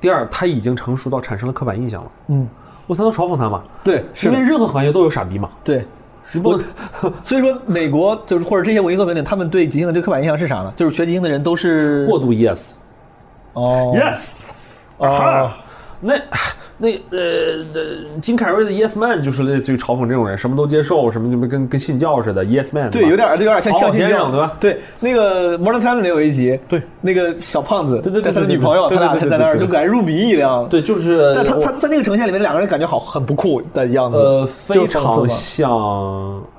A: 第二，它已经成熟到产生了刻板印象了，
C: 嗯，
A: 我才能嘲讽它嘛。
C: 对，是
A: 因
C: 的
A: 为任何行业都有傻逼嘛，
C: 对。
A: 你不能
C: 所以说，美国就是或者这些文艺作品里，他们对即兴的这个刻板印象是啥呢？就是学即兴的人都是
A: 过度 yes
C: 哦
A: yes
C: 哦，
A: 那那呃呃，金凯瑞的 Yes Man 就是类似于嘲讽这种人，什么都接受，什么就跟跟信教似的 Yes Man，
C: 对，有点儿，对，有点像
A: 好好
C: 相亲
A: 先
C: 教，
A: 生对吧？
C: 对，那个《Modern Family》里有一集，
A: 对
C: 那个小胖子，
A: 对对对
C: 带他
A: 对
C: 的
A: 对
C: 女朋友，他
A: 对对
C: 俩
A: 对对
C: 在那儿
A: 对
C: 就
A: 对
C: 感觉入迷一样。，
A: 对，就是
C: 在他
A: 我
C: 他在那个呈现里面，两个人感觉好很不酷的样子，
A: 呃
C: 就
A: 非
C: 是讽
A: 常
C: 刺嘛
A: 像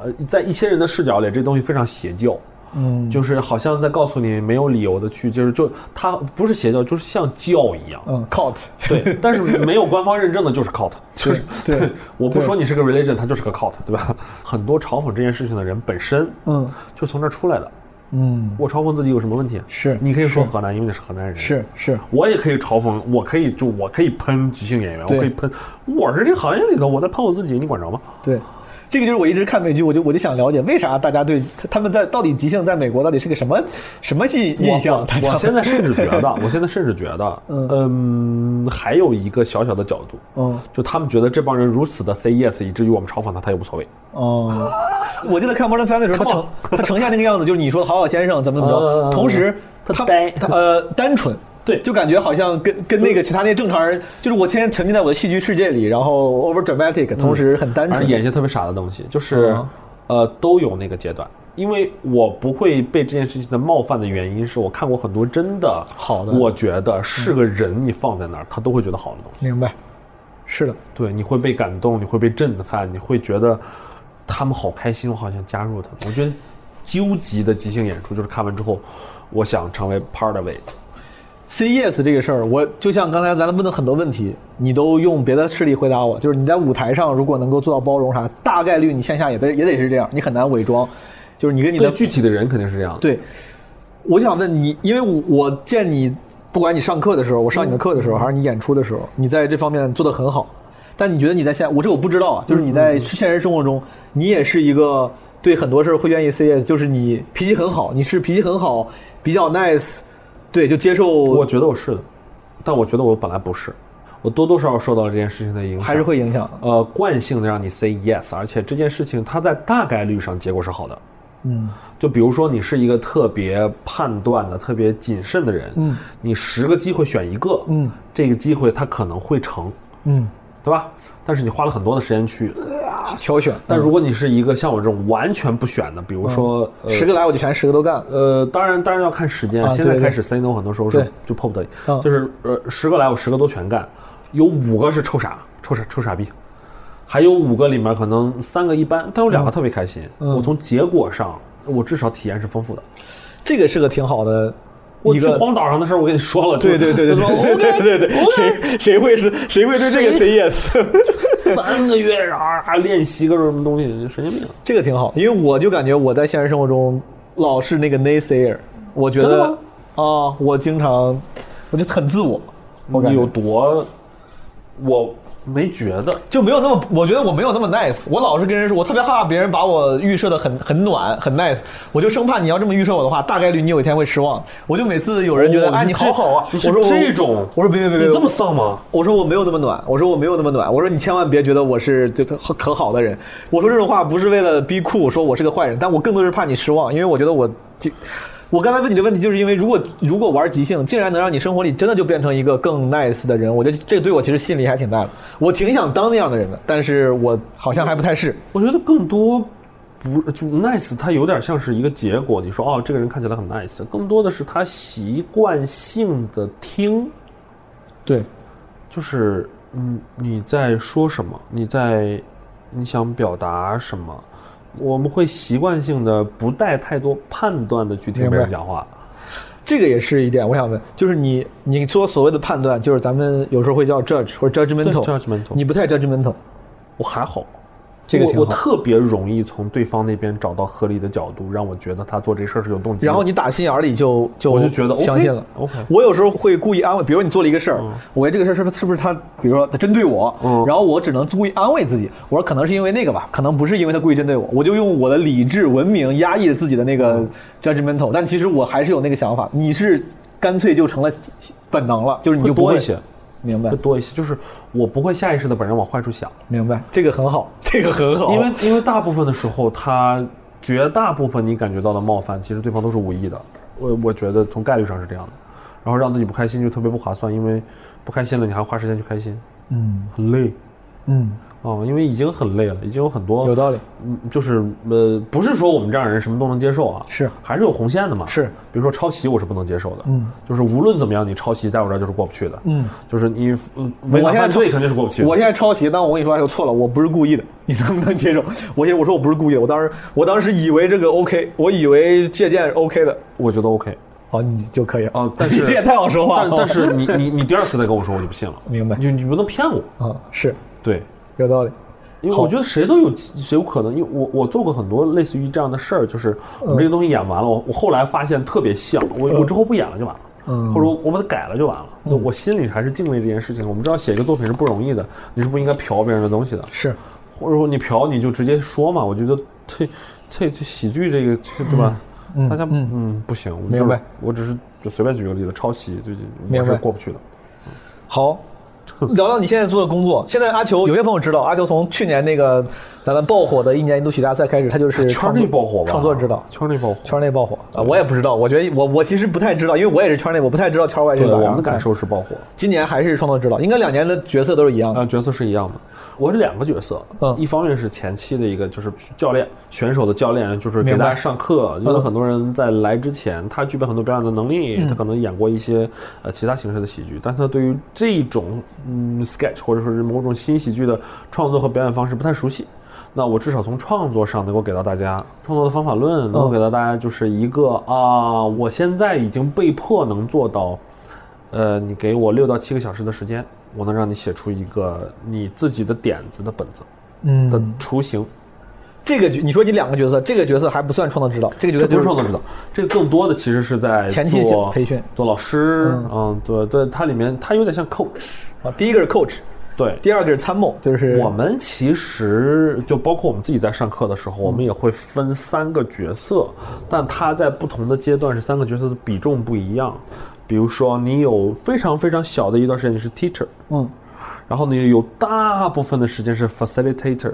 A: 呃，在一些人的视角里，这东西非常邪教。嗯，就是好像在告诉你没有理由的去，就是就它不是邪教，就是像教一样。
C: 嗯，cult，
A: 对，但是没有官方认证的就是
C: *laughs*
A: cult，就是 *laughs*
C: 对对
A: 我不说你是个 religion，它就是个 cult，对吧？ *laughs* 很多嘲讽这件事情的人本身，
C: 嗯，
A: 就从这儿出来的。
C: 嗯，
A: 我嘲讽自己有什么问题？
C: 是
A: 你可以说河南，因为你 *laughs* 是河南人。，
C: 是是，
A: 我也可以嘲讽，我可以就我可以喷即兴演员，我
C: 对
A: 可以喷，我是这个行业里头，我在喷我自己，你管着吗？
C: 对。这个就是我一直看美剧，我就我就想了解为啥大家对他他们在到底即兴在美国到底是个什么什么印印象？大家
A: 我现在甚至觉得，我现在甚至觉
C: *laughs*
A: 得，嗯，还有一个小小的角度，
C: 嗯
A: 就他们觉得这帮人如此的 say yes，以至于我们嘲讽他，他也无所谓。
C: 哦， *laughs* 我记得看《摩登三》的时候，他
A: Come
C: 呈他呈现那个样子，就是你说好好先生怎么怎么着，
A: 嗯
C: 同时
A: 他
C: 他
A: 呆
C: 他呃单纯，
A: *laughs* 对
C: 就感觉好像跟跟那个其他那些正常人，就是我天天沉浸在我的戏剧世界里，然后 over
A: 嗯
C: dramatic，同时很单
A: 而
C: 纯，
A: 演一些特别傻的东西，就是
C: 嗯，
A: 呃，都有那个阶段。因为我不会被这件事情的冒犯的原因，是我看过很多真的
C: 好的嗯
A: 我觉得是个人，你放在那儿，他都会觉得好的东西。
C: 明白？是的，
A: 对，你会被感动，你会被震撼，你会觉得他们好开心，我好想加入他们。我觉得究极的即兴演出就是看完之后，我想成为 part of it。
C: say yes 这个事儿，我就像刚才咱们问的很多问题，你都用别的事例回答我，就是你在舞台上如果能够做到包容啥，大概率你线下也得也得是这样，你很难伪装，就是你跟你
A: 对
C: 的
A: 具体的人肯定是这样的。，
C: 对，我想问你，因为我我见你，不管你上课的时候，我上你的课的时候，还是你演出的时候，你在这方面做得很好。但你觉得你在现，我这我不知道啊，就是你在现实生活中，你也是一个对很多事儿会愿意 say yes，就是你脾气很好，你是脾气很好，比较 nice，对，就接
A: 我
C: 受，
A: 觉得我是的，但我觉得我本来不是，我多多少少受到了这件事情的影响，
C: 还是会影响。
A: 呃惯性的让你 say yes，而且这件事情它在大概率上结果是好的。
C: 嗯，
A: 就比如说你是一个特别判断的、特别谨慎的人，
C: 嗯，
A: 你十个机会选一个，
C: 嗯，
A: 这个机会它可能会成，
C: 嗯，
A: 对吧？但是你花了很多的时间去。
C: 挑选，
A: 但如果你是一个像我这种完全不选的，比如说、
C: 十个来我就全十个都干。
A: 呃呃，当然当然要看时间。
C: 啊
A: 现在
C: 对
A: 开始 say no 很多时候是
C: 对
A: 就迫不得已，
C: 嗯
A: 就是呃十个来我十个都全干，有五个是臭傻臭傻臭傻逼。还有五个里面可能三个一般，但有
C: 嗯
A: 两个特别开心。我从结果上，我至少体验是丰富的。
C: 这个是个挺好的
A: 我
C: 一
A: 去
C: 个。
A: 荒岛上的事儿，我跟你说了。就
C: 对对对对
A: 就说
C: *laughs* 对
A: OK
C: 对对对，谁谁会是谁会对这个 say yes？
A: 三个月啊啊练习个什么东西，神经病。
C: 这个挺好，因为我就感觉我在现实生活中老是那个 naysayer，我觉
A: 真
C: 得
A: 的
C: 啊
A: 吗、
C: 我经常我就很自我，我感
A: 你
C: 觉
A: 有多？我没觉得，
C: 就没有那么，我觉得我没有那么 nice。我老是跟人说，我特别害怕别人把我预设的很很暖很 nice，我就生怕你要这么预设我的话，大概率你有一天会失望。我就每次有人觉得，
A: 哦
C: 哎，
A: 你
C: 你
A: 是
C: 好好啊，
A: 你
C: 我
A: 是
C: 说我
A: 这种
C: 我说别别别，别
A: 你这么丧吗？
C: 我说我没有那么暖，我说我没有那么暖，我说你千万别觉得我是就特可好的人。我说这种话不是为了逼酷，我说我是个坏人，但我更多是怕你失望，因为我觉得我就。我刚才问你的问题，就是因为如果如果玩即兴，竟然能让你生活里真的就变成一个更 nice 的人，我觉得这对我其实吸引力还挺大的。我挺想当那样的人的，但是我好像还不太是。
A: 我觉得更多不就 nice，它有点像是一个结果。你说哦，这个人看起来很 nice，更多的是他习惯性的听，
C: 对，
A: 就是嗯你在说什么，你在你想表达什么，我们会习惯性的不带太多判断的去听
C: 明
A: 别
C: 白
A: 人讲话。
C: 这个也是一点，我想问，就是你你说所谓的判断，就是咱们有时候会叫 judge 或者 judgmental，
A: 对，judgmental
C: 你不太 judgmental，
A: 我还好，
C: 这个挺
A: 我我
C: 好。
A: 特别容易从对方那边找到合理的角度，让我觉得他做这事儿是有动机的。
C: 然后你打心眼儿里就就
A: 我就觉得 OK，
C: 相信了。
A: OK
C: 我有时候会故意安慰，比如你做了一个事儿，我觉得这个事儿是不是是不是他，比如说他针对我，
A: 嗯
C: 然后我只能故意安慰自己，我说可能是因为那个吧，可能不是因为他故意针对我，我就用我的理智文明压抑自己的那个
A: 嗯
C: judgmental，、但其实我还是有那个想法。你是干脆就成了本能了，就是你
A: 会
C: 就不
A: 多一些，
C: 明白
A: 会多一些，就是我不会下意识的把人往坏处想，
C: 明白，这个很好，这个很好，
A: 因为因为大部分的时候，他绝大部分你感觉到的冒犯，其实对方都是无意的。我我觉得从概率上是这样的，然后让自己不开心就特别不划算，因为不开心了你还花时间去开心，嗯，很累。
C: 嗯，
A: 哦，因为已经很累了，已经有很多
C: 有道理，
A: 嗯，就是呃，不是说我们这样的人什么都能接受啊，
C: 是
A: 还是有红线的嘛，
C: 是，
A: 比如说抄袭我是不能接受的，嗯，就是无论怎么样你抄袭在我这儿就是过不去的，嗯，就是你呃违法
C: 现在
A: 犯
C: 抄
A: 罪肯定是过不去的，
C: 我现在抄袭，但我跟你说，哎我错了，我不是故意的，你能不能接受？我现在我说我不是故意的，我当时我当时以为这个 OK，我以为借鉴是 OK 的，
A: 我觉得 OK，
C: 好，你就可以了。
A: 哦，但是
C: *laughs* 你这也太好说话了
A: 但。但是你你你第二次再跟我说，我就不信了。
C: *laughs* 明白
A: 你你不能骗我。
C: *laughs* 啊、是
A: 对，
C: 有道理。
A: 因为我觉得谁都有谁有可能，因为我我做过很多类似于这样的事儿，就是我们这
C: 嗯
A: 个东西演完了，我我后来发现特别像，我我之后不演了就完了。
C: 嗯
A: 或者我把它改了就完了，那我心里还是敬畏这件事情的。我们知道写一个作品是不容易的，你是不应该嫖别人的东西的。
C: 是，
A: 或者说你嫖你就直接说嘛。我觉得这这这喜剧这个这对吧？大家嗯不行，我就是
C: 明白。
A: 我只是就随便举个例子，抄袭最近
C: 明
A: 我
C: 白
A: 是过不去的。
C: 好，聊聊你现在做的工作。现在阿球，有些朋友知道，阿球从去年那个咱们爆火的一年一度曲大赛开始，他就是
A: 啊圈
C: 创
A: 内
C: 作
A: 爆火吧？
C: 创作指导。
A: 圈内爆火。
C: 圈内爆火啊！我也不知道，我觉得我我其实不太知道，因为我也是圈内，嗯我不太知道圈外是
A: 对，
C: 咋样。
A: 我们的感受是爆火，
C: 今年还是创作指导，应该两年的角色都是一样的。
A: 呃，角色是一样的。我是两个角色，
C: 嗯
A: 一方面是前期的一个，就是教练选手的教练，就是给
C: 明白嗯
A: 大家上课，因为很多人在来之前，他具备很多表演的能力，他可能演过一些呃其他形式的喜剧，但他对于这种嗯 sketch 或者说是某种新喜剧的创作和表演方式不太熟悉。那我至少从创作上能够给到大家创作的方法论，能
C: 嗯
A: 够给到大家就是一个啊，我现在已经被迫能做到，呃，你给我六到七个小时的时间，我能让你写出一个你自己的点子的本子
C: 嗯
A: 的雏形。
C: 这个角，你说你两个角色，这个角色还不算创作指导，这个角
A: 这
C: 色
A: 不
C: 就是
A: 创作指导，这个更多的其实是在
C: 前期
A: 做
C: 培训
A: 做老师，嗯，对对，它里面它有点像 coach，
C: 啊。第一个是 coach，
A: 对。
C: 第二个是参谋，就是
A: 我们其实就包括我们自己在上课的时候，
C: 嗯
A: 我们也会分三个角色，但它在不同的阶段是三个角色的比重不一样。比如说，你有非常非常小的一段时间你是 teacher，
C: 嗯
A: 然后你有大部分的时间是 facilitator，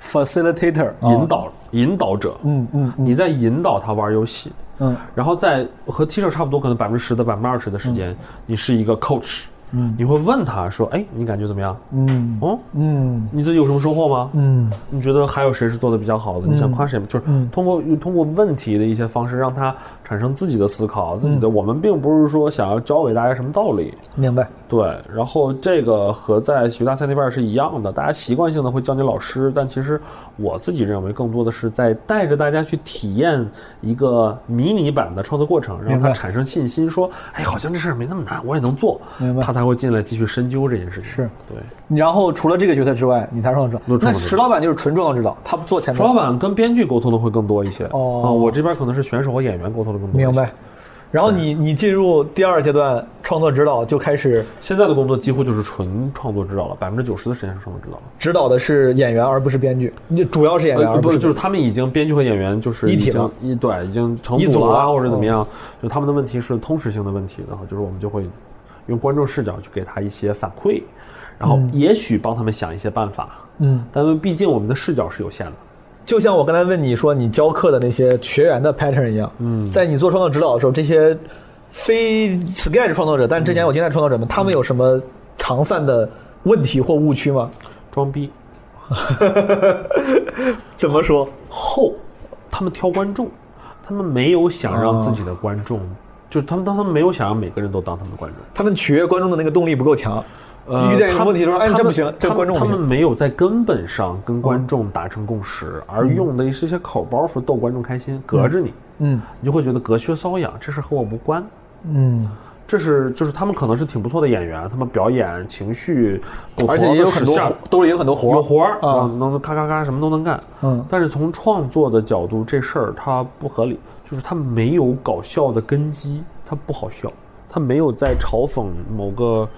C: facilitator 啊
A: 引导、引导者，
C: 嗯嗯
A: 你在引导他玩游戏，
C: 嗯，
A: 然后在和 teacher 差不多，可能百分之十到百分之二十的时间，你是一个 coach，嗯，你会问他说，哎，你感觉怎么样？嗯，哦，
C: 嗯
A: 你自己有什么收获吗？
C: 嗯
A: 你觉得还有谁是做的比较好的？你想夸谁吗？就是通过通过问题的一些方式，让他产生自己的思考，自己的。我们并不是说想要教给大家什么道理，
C: 明白
A: 对，然后这个和在学大赛那边儿是一样的，大家习惯性的会叫你老师，但其实我自己认为更多的是在带着大家去体验一个迷你版的创作过程，让
C: 明白
A: 他产生信心，说，哎，好像这事儿没那么难，我也能做
C: 明，白
A: 他才会进来继续深究这件事情。
C: 是
A: 对，
C: 然后除了这个角色之外，你才创作指
A: 都是创
C: 导。那
A: 作指导
C: 石老板就是纯创作指导，他不做前
A: 石老
C: 面，
A: 板跟编剧沟通的会更多一些，
C: 哦
A: 啊我这边可能是选手和演员沟通的更多。
C: 明白。。然后你你进入第二阶段创作指导就开始
A: 现在的工作几乎就是纯创作指导了，百分之九十的时间是创作指导了。
C: 指导的是演员，而不是编剧，主要是演员，
A: 呃，
C: 而
A: 不
C: 是
A: 是，就是
C: 编剧
A: 他们已经编剧和演员就是
C: 一
A: 已
C: 体
A: 经
C: 了
A: 一对已经成
C: 一
A: 组
C: 组
A: 了啊，
C: 了嗯
A: 或者怎么样，就他们的问题是通识性的问题，然后就是我们就会用观众视角去给他一些反馈，然后也许帮他们想一些办法，
C: 嗯，
A: 但毕竟我们的视角是有限的，
C: 就像我刚才问你说你教课的那些学员的 pattern 一样，嗯，在你做创作指导的时候，这些非 sketch 创作者，
A: 嗯
C: 但之前有经验的创作者们，他们有什么常犯的问题或误区吗？
A: 装逼
C: 怎么说？
A: 后，他们挑观众，他们没有想
C: 哦
A: 让自己的观众，就是他们当他们没有想让每个人都当他们的观众。
C: 他们取悦观众的那个动力不够强，
A: 呃，
C: 遇见什么问题的时候哎
A: 他
C: 这不
A: 们
C: 行这
A: 他们
C: 观众不
A: 他
C: 行嗯
A: 们没有在根本上跟观众达成共识，而用的是一些口包袱逗观众开心，隔着你，
C: 嗯
A: 你就会觉得隔靴搔痒，这事和我无关。
C: 嗯，
A: 这是就是他们可能是挺不错的演员，他们表演情绪，狗
C: 而
A: 头
C: 且
A: 儿
C: 也有
A: 和
C: 很
A: 使
C: 多
A: 相
C: 活兜里有很多活
A: 有活儿
C: 啊
A: 啊，能咔咔咔什么都能干。
C: 嗯
A: 但是从创作的角度，这事儿它不合理，就是它没有搞笑的根基，它不好笑，它没有在嘲讽某个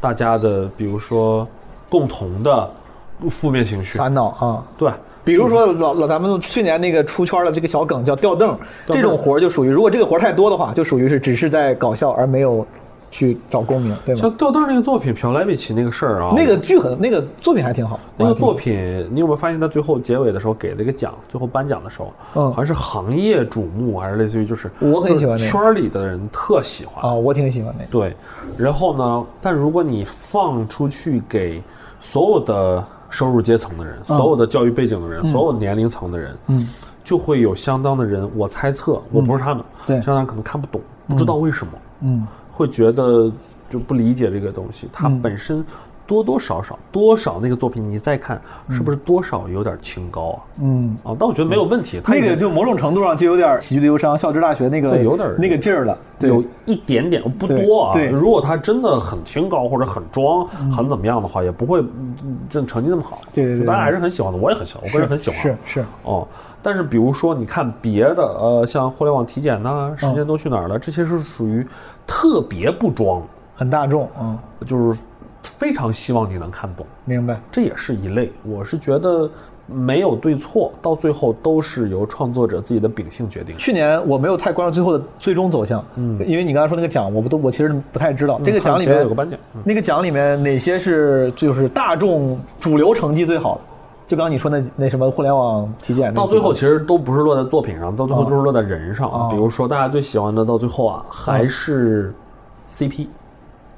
A: 大家的，比如说共同的负面情绪。
C: 烦恼啊。
A: 对，
C: 比如说老老咱们去年那个出圈的这个小梗叫吊凳，
A: 凳
C: 这种活儿就属于，如果这个活儿太多的话，就属于是只是在搞笑而没有去找共鸣，对吗
A: 像？吊灯那个作品，朴莱维奇那个事儿啊，
C: 那个啊剧很，那个作品还挺好。
A: 那个作品，你有没有发现他最后结尾的时候给了一个奖，最后颁奖的时候，
C: 嗯
A: 好像是行业瞩目，还是类似于就是
C: 我很喜欢那个
A: 就是圈儿里的人特喜欢
C: 啊，我挺喜欢那个。
A: 对，然后呢？但如果你放出去给所有的收入阶层的人、
C: 嗯
A: 所有的教育背景的人、所有年龄层的人，嗯，就会有相当的人，我猜测，我不是他们，
C: 嗯对
A: 相当人可能看不懂，不知道为什么，
C: 嗯，
A: 会觉得就不理解这个东西。它本身多多少少，多少那个作品，你再看是不是多少有点清高啊？
C: 嗯，
A: 啊，但我觉得没有问题，它
C: 那
A: 已
C: 个
A: 经
C: 就某种程度上就有点喜剧的忧伤、校之大学那个
A: 对有点儿
C: 那个劲儿了。对
A: 有一点点不
C: 对
A: 多啊。
C: 对嗯
A: 如果他真的很清高或者很装、很怎么样的话，也不会嗯这成绩那么好。
C: 对对对
A: 就大家还是很喜欢的，我也很喜欢，我个人很喜欢。
C: 是是，
A: 哦，但是比如说你看别的，呃，像互联网体检呐、
C: 嗯
A: 时间都去哪儿了，这些是属于特别不装，
C: 很大众。嗯，
A: 就是非常希望你能看懂。
C: 明白。
A: 这也是一类。我是觉得没有对错，到最后都是由创作者自己的秉性决定的。
C: 去年我没有太关注最后的最终走向，嗯，因为你刚才说那个奖，我不都我其实不太
A: 嗯
C: 知道。这个奖
A: 它
C: 里
A: 结尾
C: 面
A: 有个颁奖嗯
C: 那个奖里面哪些是就是大众主流成绩最好的？就刚刚你说那那什么互联网体检那个，
A: 到最后其实都不是落在作品上，到最后就是落在人上。
C: 哦
A: 比如说大家最喜欢的，到最后啊还是 CP，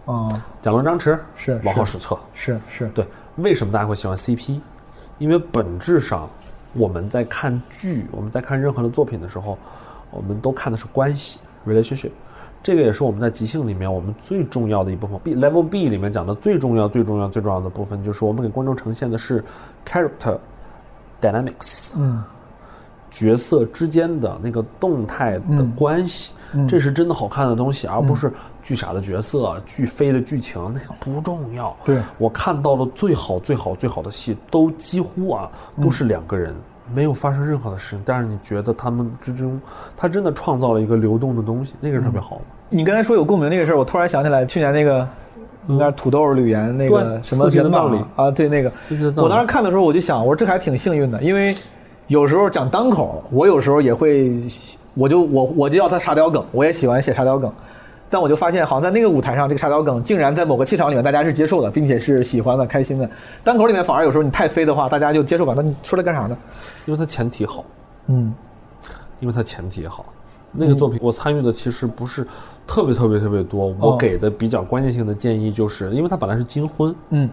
C: 啊，
A: 蒋龙、张弛
C: 是
A: 王浩、
C: 是
A: 史策。
C: 是是，
A: 对，为什么大家会喜欢 CP？因为本质上我们在看剧，我们在看任何的作品的时候，我们都看的是关系 relationship。这个也是我们在即兴里面我们最重要的一部分。B level B 里面讲的最重要、最重要、最重要的部分，就是我们给观众呈现的是 character dynamics。
C: 嗯，
A: 角色之间的那个动态的
C: 嗯
A: 关系，这是真的好看的东西，而不是巨傻的角色、巨飞的剧情，那个不重要。
C: 对
A: 我看到的最好、最好、最好的戏，都几乎啊
C: 嗯
A: 都是两个人。没有发生任何的事情，但是你觉得他们之中，他真的创造了一个流动的东西，那个是特别好的。
C: 你刚才说有共鸣这个事儿，我突然想起来去年那个，应该是土豆吕岩那个
A: 嗯对
C: 什么
A: 父亲
C: 人
A: 的
C: 马
A: 葬礼
C: 啊，对那个
A: 父亲的，葬礼
C: 我当时看的时候我就想，我说这还挺幸运的，因为有时候讲单口，我有时候也会，我就我我就要他沙雕梗，我也喜欢写沙雕梗，但我就发现好像在那个舞台上，这个沙雕梗竟然在某个气场里面大家是接受的，并且是喜欢的、开心的。单口里面反而有时候你太飞的话，大家就接受不了，那你说它干啥呢？
A: 因为它前提好，
C: 嗯，
A: 因为它前提也好。那个作品我参与的其实不是特别特别特别多，我
C: 哦
A: 给的比较关键性的建议就是，因为它本来是金婚，
C: 嗯，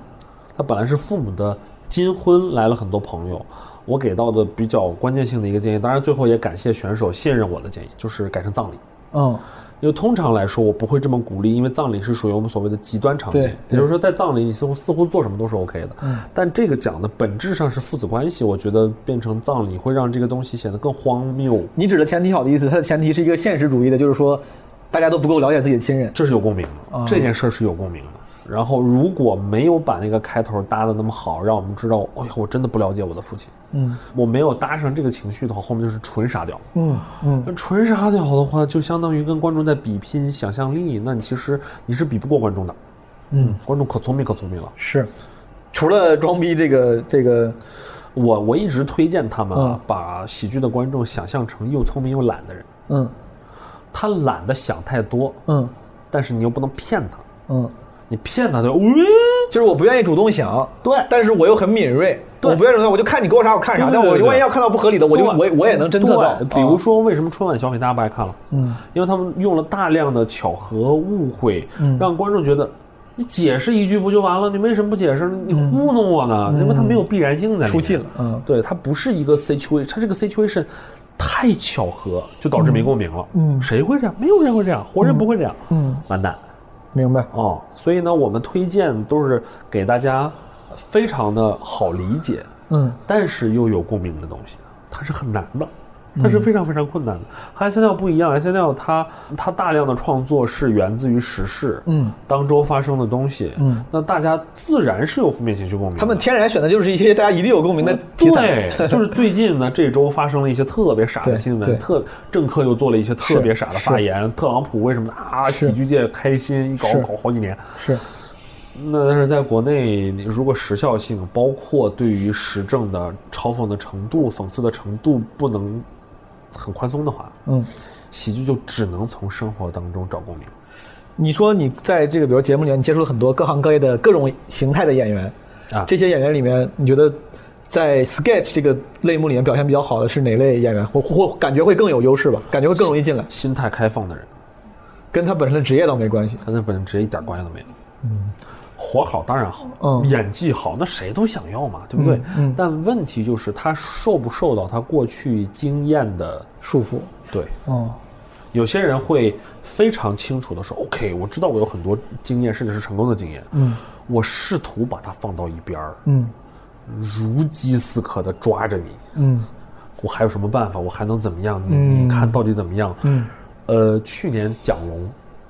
A: 他本来是父母的金婚，来了很多朋友。我给到的比较关键性的一个建议，当然最后也感谢选手信任我的建议，就是改成葬礼。
C: 嗯，
A: 因为通常来说，我不会这么鼓励，因为葬礼是属于我们所谓的极端场景
C: 对，嗯
A: 也就是说，在葬礼你似乎似乎做什么都是 OK 的。但这个讲的本质上是父子关系，我觉得变成葬礼会让这个东西显得更荒谬，
C: 你指的前提好的意思，它的前提是一个现实主义的，就是说大家都不够了解自己的亲人。啊
A: 这是有共鸣的，这件事儿是有共鸣的。然后如果没有把那个开头搭的那么好，让我们知道，哎呦，我真的不了解我的父亲，嗯，我没有搭上这个情绪的话，后面就是纯傻屌，
C: 嗯嗯，
A: 那纯傻屌的话，就相当于跟观众在比拼想象力，那你其实你是比不过观众的，嗯，观众可聪明可聪明了。
C: 是。除了装逼这个这个，
A: 我我一直推荐他们啊
C: 嗯，
A: 把喜剧的观众想象成又聪明又懒的人，
C: 嗯
A: 他懒得想太多，
C: 嗯
A: 但是你又不能骗他，
C: 嗯，
A: 你骗他的，呃喂
C: 就是我不愿意主动想，
A: 对
C: 但是我又很敏锐，
A: 对
C: 我不愿意主动想，我就看你给我啥我看啥，
A: 对对
C: 但我
A: 对对
C: 万一要看到不合理的，我就我
A: 对
C: 也我也能侦测到啊
A: 对，比如说，为什么春晚小品大家不爱看了？嗯，因为他们用了大量的巧合、误会，
C: 嗯
A: 让观众觉得你解释一句不就完了？你为什么不解释呢？你糊弄我呢？因为它没有必然性在里面。
C: 嗯出戏了嗯
A: 对，它不是一个 situation，它这个 situation 太巧合，就导致没共鸣了。嗯，谁会这样？没有人会这样，活人不会这样。嗯，完蛋。
C: 明白，
A: 哦，所以呢，我们推荐都是给大家非常的好理解，
C: 嗯，
A: 但是又有共鸣的东西，它是很难的，
C: 嗯
A: 它是非常非常困难的。和 S N L 不一样，S N L 它它大量的创作是源自于时事，
C: 嗯，
A: 当周发生的东西，嗯，那大家自然是有负面情绪共鸣的。
C: 他们天然选的就是一些大家一定有共鸣的题材，
A: 嗯对， *laughs* 就是最近呢，这周发生了一些特别傻的新
C: 对
A: 闻，
C: 对
A: 特政客又做了一些特别傻的
C: 是
A: 发言，特朗普为什么啊，喜剧界开心一搞
C: 是
A: 搞好几年，
C: 是
A: 那但是在国内，你如果时效性，包括对于时政的嘲讽的程度、讽刺的程度不能很宽松的话，
C: 嗯。
A: 喜剧就只能从生活当中找共鸣。
C: 你说你在这个比如节目里面，你接触了很多各行各业的各种形态的演员，
A: 啊
C: 这些演员里面，你觉得在 sketch 这个类目里面表现比较好的是哪类演员？或或或感觉会更有优势吧？感觉会更容易进来，
A: 心态开放的人，
C: 跟他本身的职业倒没关系。
A: 他那本职业一点关系都没有。嗯，活好当然好，
C: 嗯
A: 演技好那谁都想要嘛，对不对？但问题就是他受不受到他过去经验的
C: 束缚，
A: 对。
C: 哦，
A: 有些人会非常清楚的说，OK，我知道我有很多经验，甚至是成功的经验，嗯，我试图把它放到一边儿，
C: 嗯
A: 如饥似渴的抓着你，
C: 嗯
A: 我还有什么办法？我还能怎么样？你、你看到底怎么样？嗯，呃，去年蒋龙，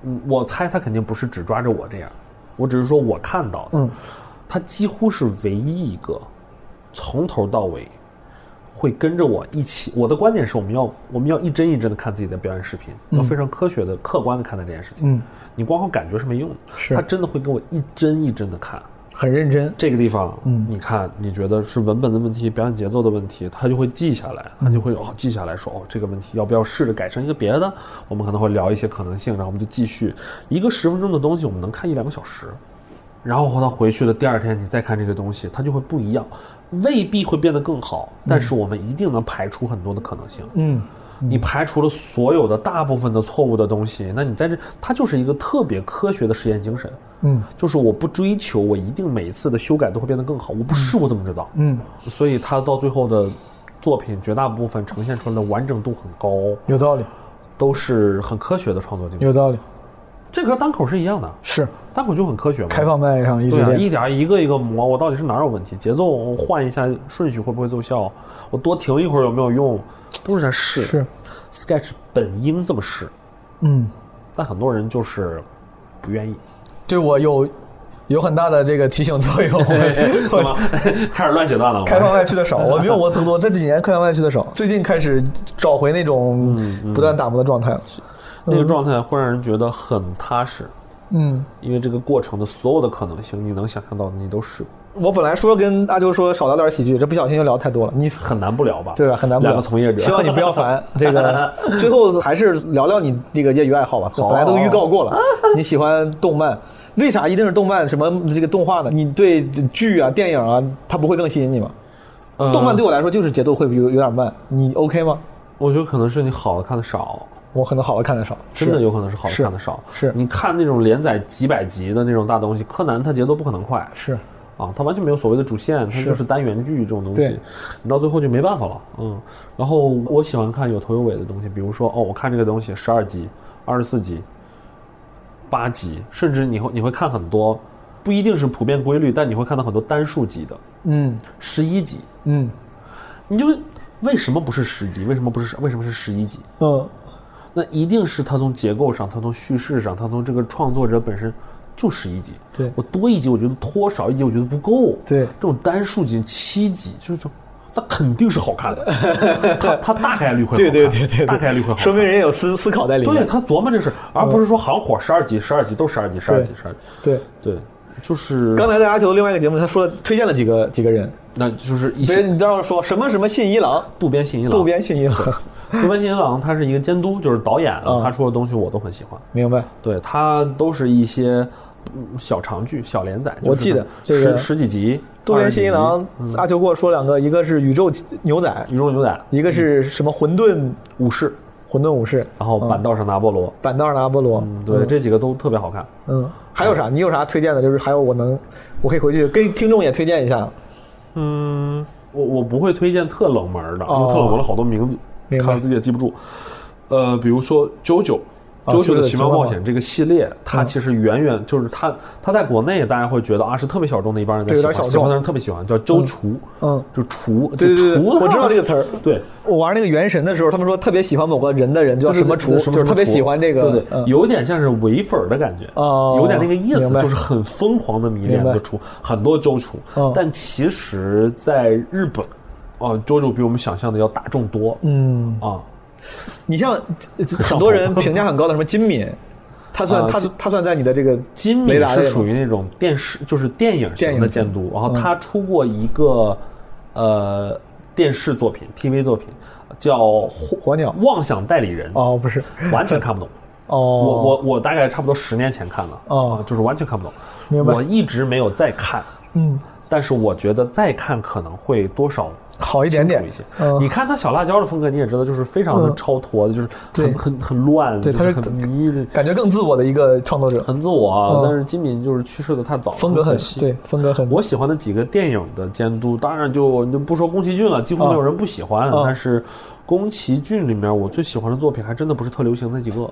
A: 嗯我猜他肯定不是只抓着我这样，我只是说我看到的，
C: 嗯，
A: 他几乎是唯一一个从头到尾会跟着我一起。我的观点是，我们要我们要一帧一帧的看自己的表演视频，要非常科学的、客观的看待这件事情。
C: 嗯，
A: 你光靠感觉是没用的，
C: 是
A: 他真的会跟我一帧一帧的看。
C: 很认真。
A: 这个地方，嗯，你看，你觉得是文本的问题、表演节奏的问题，他就会记下来，他就会哦记下来说哦这个问题要不要试着改成一个别的？我们可能会聊一些可能性，然后我们就继续一个十分钟的东西，我们能看一两个小时，然后他回去的第二天你再看这个东西，它就会不一样，未必会变得更好，但是我们一定能排除很多的可能性。
C: 嗯，
A: 你排除了所有的大部分的错误的东西，那你在这，它就是一个特别科学的实验精神。
C: 嗯，
A: 就是我不追求我一定每一次的修改都会变得更好，我不试我怎么知道？
C: 嗯，
A: 所以它到最后的作品绝大部分呈现出来的完整度很高，
C: 有道理，
A: 都是很科学的创作精神。
C: 道理，
A: 这个和单口是一样的，
C: 是
A: 单口就很科学嘛。
C: 开放麦上一直
A: 对啊，
C: 练。
A: 一点儿一个一个磨，我到底是哪儿有问题？节奏换一下，顺序会不会奏效？我多停一会儿有没有用？都是在试。
C: 是
A: Sketch 本应这么试，
C: 嗯，
A: 但很多人就是不愿意。 *laughs*
C: 对我有有很大的这个提醒作用。
A: 怎么 *laughs* 开始乱写段了吗？
C: *laughs* 开放麦去的少，我没有我我这几年开放麦去的少，最近开始找回那种
A: 嗯
C: 不断打磨的状态了。
A: 那个状态会让人觉得很踏实，
C: 嗯，
A: 因为这个过程的所有的可能性，你能想象到的你都试过，
C: 我本来说跟阿秋说少聊点喜剧，这不小心又聊太多了，你 *laughs*
A: 很难不聊吧？
C: 对吧？啊很难不聊
A: 两个从业者，
C: 希望你不要烦这个。最后还是聊聊你这个业余爱好吧，本来都预告过了，你喜欢动漫，为啥一定是动漫？什么这个动画呢？你对剧啊、电影啊，它不会更吸引你吗？
A: *laughs* 呃
C: 动漫对我来说就是节奏会有有点慢，你 OK 吗？
A: 我觉得可能是你好的看的少，
C: 我可能好的看的少，
A: 真的
C: 是
A: 有可能是好的
C: 是
A: 看的少。
C: 是
A: 你看那种连载几百集的那种大东西，柯南它节奏不可能快，
C: 是。
A: 啊，它完全没有所谓的主线，它就是单元剧这种东西
C: 对，
A: 你到最后就没办法了，嗯。然后我喜欢看有头有尾的东西，比如说哦，我看这个东西十二集、二十四集、八集，甚至你会你会看很多，不一定是普遍规律，但你会看到很多单数集的，
C: 嗯
A: 十一集，
C: 嗯
A: 你就为什么不是十集？为什么不是为什么是十一集？
C: 嗯
A: 那一定是它从结构上，它从叙事上，它从这个创作者本身就十一集，
C: 对
A: 我多一集我觉得拖，少一集我觉得不够，
C: 对
A: 这种单数集七集就是这种。它肯定是好看
C: *laughs*
A: 的，它它大概率会好看，
C: 对对对对，
A: 大概率会好看，
C: 说明人也有思思考在里面。
A: 对他琢磨这事儿，而不是说行火十二集，十二集都十二集，十二集，十二集。
C: 对，
A: 对，就是
C: 刚才在阿球另外一个节目，他说了推荐了几个几个人，
A: 那就是一
C: 不是啊
A: 些
C: 你知道说什么什么信一郎，
A: 渡边信一郎，
C: 渡边信一郎，
A: 渡边信一郎，他是一个监督，就是导演，
C: 嗯
A: 他出的东西我都很喜欢。
C: *laughs* 明白？
A: 对他都是一些嗯小长剧、小连载，就是
C: 我记得这个
A: 十十几集，
C: 渡边信一
A: 二十
C: 郎嗯
A: 几集，
C: 阿球给我说两个，一个是宇宙牛仔，
A: 宇宙牛仔
C: 一个是什么混沌
A: 武士，
C: 混沌武士，啊
A: 然后板道上拿菠萝，
C: 板道上的阿波罗，
A: 对，这几个都特别好看。
C: 嗯，还有啥？你有啥推荐的？就是还有我能，我可以回去跟听众也推荐一下。
A: 嗯，我我不会推荐特冷门儿的，因
C: 哦
A: 为特冷门了好多名字，
C: 明白
A: 看了自己也记不住。呃，比如说 JoJo。
C: 哦
A: JoJo 的
C: 就是
A: 奇妙
C: 奇妙
A: 冒
C: 冒嗯
A: 险这个系列，它其实远远就是它，它在国内大家会觉得啊是特别小众的一帮人在
C: 对有
A: 喜
C: 点
A: 欢，
C: 小
A: 喜欢
C: 众
A: 的人特别喜欢，叫周厨，
C: 嗯
A: 就厨，就
C: 对对对，
A: 厨的话，
C: 我知道这个词儿。
A: 对，
C: 我玩那个原神的时候，他们说特别喜欢某个人的人叫
A: 对
C: 什么
A: 对
C: 厨，
A: 对什
C: 就
A: 么
C: 是特别
A: 厨
C: 喜欢这个。
A: 对对，
C: 嗯
A: 有点像是唯粉儿的感觉，
C: 哦
A: 有点那个意
C: 明
A: 思
C: 白，
A: 就是很疯狂的迷恋
C: 明白
A: 的厨，很多周厨
C: 嗯，
A: 但其实在日本，哦，周周比我们想象的要大众多，
C: 嗯，
A: 啊，
C: 你像呃很多人评价很高的什么金敏，他算
A: 啊
C: 他
A: 金
C: 他算在你的这个
A: 金
C: 雷
A: 敏
C: 达
A: 是
C: 类吗
A: 属于那种电视，就是电影型的监督，然后
C: 嗯
A: 他出过一个呃电视作品、TV 作品，叫《
C: 火鸟
A: 妄想代理人》，
C: 哦不是
A: 完全看不懂。
C: 哦，
A: 我我我大概差不多十年前看了，
C: 哦
A: 啊就是完全看不懂。
C: 明白
A: 我一直没有再看，
C: 嗯
A: 但是我觉得再看可能会多少
C: 好一点
A: 清
C: 点
A: 楚一些。
C: 嗯
A: 你看他小辣椒的风格，你也知道，就是非常的
C: 嗯
A: 超脱的，就是
C: 对
A: 很很很乱，
C: 对
A: 就
C: 他
A: 是
C: 是
A: 很迷的。
C: 感觉更自我的一个创作者，
A: 很自我啊
C: 嗯，
A: 但是金敏就是去世的太早，
C: 风格
A: 很
C: 很
A: 可惜。
C: 对，，风格很
A: 我喜欢的几个电影的监督，当然就就不说宫崎骏了，几乎没有人不喜欢。
C: 嗯
A: 但是宫崎骏里面我最喜欢的作品还真的不是特流行那几个。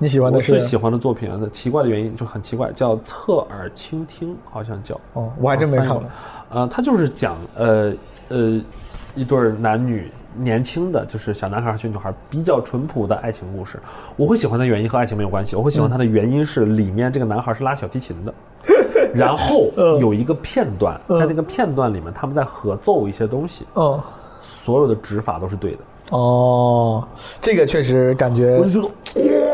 C: 你喜欢
A: 我
C: 的是
A: 最喜欢的作品，啊奇怪的原因就很奇怪，叫《侧耳倾听》，好像叫。
C: 哦，我还真没看过
A: 翻译过来。呃，他就是讲呃呃一对儿男女年轻的，就是小男孩儿和小女孩儿比较淳朴的爱情故事。我会喜欢的原因和爱情没有关系，我会喜
C: 嗯
A: 欢他的原因是里面这个男孩儿是拉小提琴
C: *laughs*
A: 的。然后
C: 嗯
A: 有一个片段，在那个片段里面，他们在合奏一些东西，
C: 嗯
A: 所有的指法都是对的。
C: 哦，这个确实感觉
A: 我就觉得，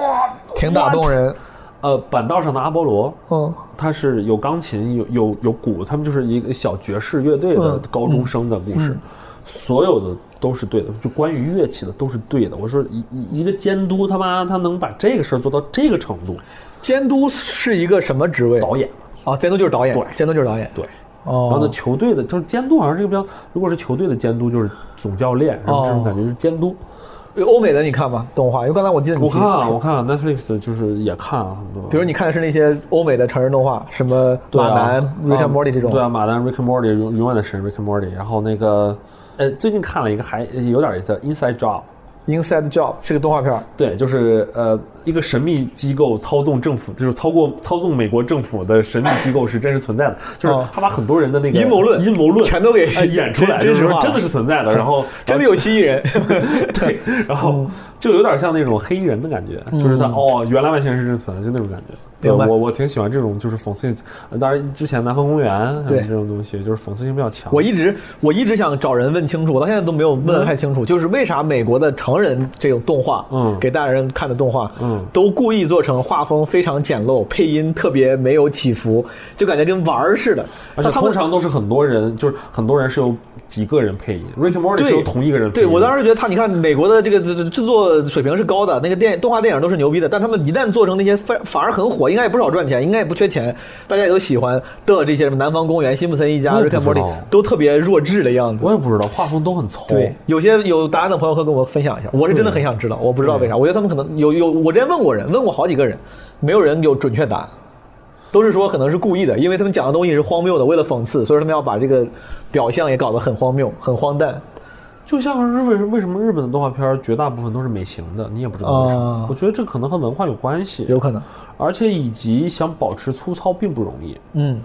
C: 挺打动人。
A: 呃，板道上的阿波罗，
C: 嗯
A: 它是有钢琴，有有有鼓，他们就是一个小爵士乐队的
C: 嗯
A: 高中生的故事，所有的都是对的，就关于乐器的都是对的。我说一一一个监督他妈他能把这个事儿做到这个程度，
C: 监督是一个什么职位？
A: 导演
C: 啊，监督就是导演，
A: 对
C: 监督就是导演。
A: 对。
C: 哦
A: 然后呢，球队的就是监督，好像是一个标，如果是球队的监督，就是总教练，然
C: 哦
A: 后这种感觉就是监督。
C: 欧美的你看吧，动画，因为刚才我记得你
A: 我
C: 提
A: 看啊，我看啊 Netflix 就是也看啊很多，
C: 比如你看的是那些欧美的成人动画，什么
A: 对
C: 马
A: 啊
C: 男、Rick
A: 啊
C: and Morty 这种，
A: 对啊，马南 Rick and Morty 永永远的神 Rick and Morty。然后那个，呃，最近看了一个还有点意思，Inside Job。
C: Inside Job 是个动画片儿，
A: 对，就是呃，一个神秘机构操纵政府，就是操过操纵美国政府的神秘机构是真实存在的，就是
C: 哦
A: 他把很多人的那个
C: 阴谋论
A: 阴谋论
C: 全都给
A: 呃演出来，就
C: 真真
A: 是
C: 实
A: 说
C: 化
A: 真的是存在的，然后
C: *laughs* 真的有蜥蜴人。
A: *laughs* 对，
C: 嗯
A: 然后就有点像那种黑衣人的感觉，就是他哦，原来外星人是真存在，就那种感觉。对
C: 明白
A: 我我挺喜欢这种就是讽刺性，呃当然之前南方公园啊
C: 对
A: 这种东西就是讽刺性比较强。
C: 我一直我一直想找人问清楚，我到现在都没有问得太清楚，就是为啥美国的成人这种动画，
A: 嗯
C: 给大人看的动画，
A: 嗯
C: 都故意做成画风非常简陋，配音特别没有起伏，就感觉跟玩儿似的。
A: 而且
C: 但他
A: 通
C: 们
A: 常都是很多人，就是很多人是由几个人配音，Rick and Morty
C: 对，
A: 是由同一个人配
C: 对
A: 音。
C: 我当时觉得他，你看美国的这个这这制作水平是高的，那个电动画电影都是牛逼的，但他们一旦做成那些反反而很火，应该也不少赚钱，应该也不缺钱，大家也都喜欢的这些什么南方公园、辛普森一家、
A: 我也嗯
C: 瑞
A: 不
C: 克
A: 知道
C: 莫里都特别弱智的样子
A: 我。也不知道，画风都很糙。
C: 对，有些有答案的朋友可以跟我分享一下，我是真的很想知道，我不知道为啥，我觉得他们可能有有，我之前问过人，问过好几个人，没有人有准确答案，都是说可能是故意的，因为他们讲的东西是荒谬的，为了讽刺，所以说他们要把这个表象也搞得很荒谬、很荒诞。
A: 就像是为为什么日本的动画片儿绝大部分都是美型的，你也不知道为什么。
C: 啊
A: 我觉得这可能和文化有关系，
C: 有可能，
A: 而且以及想保持粗糙并不容易。
C: 嗯，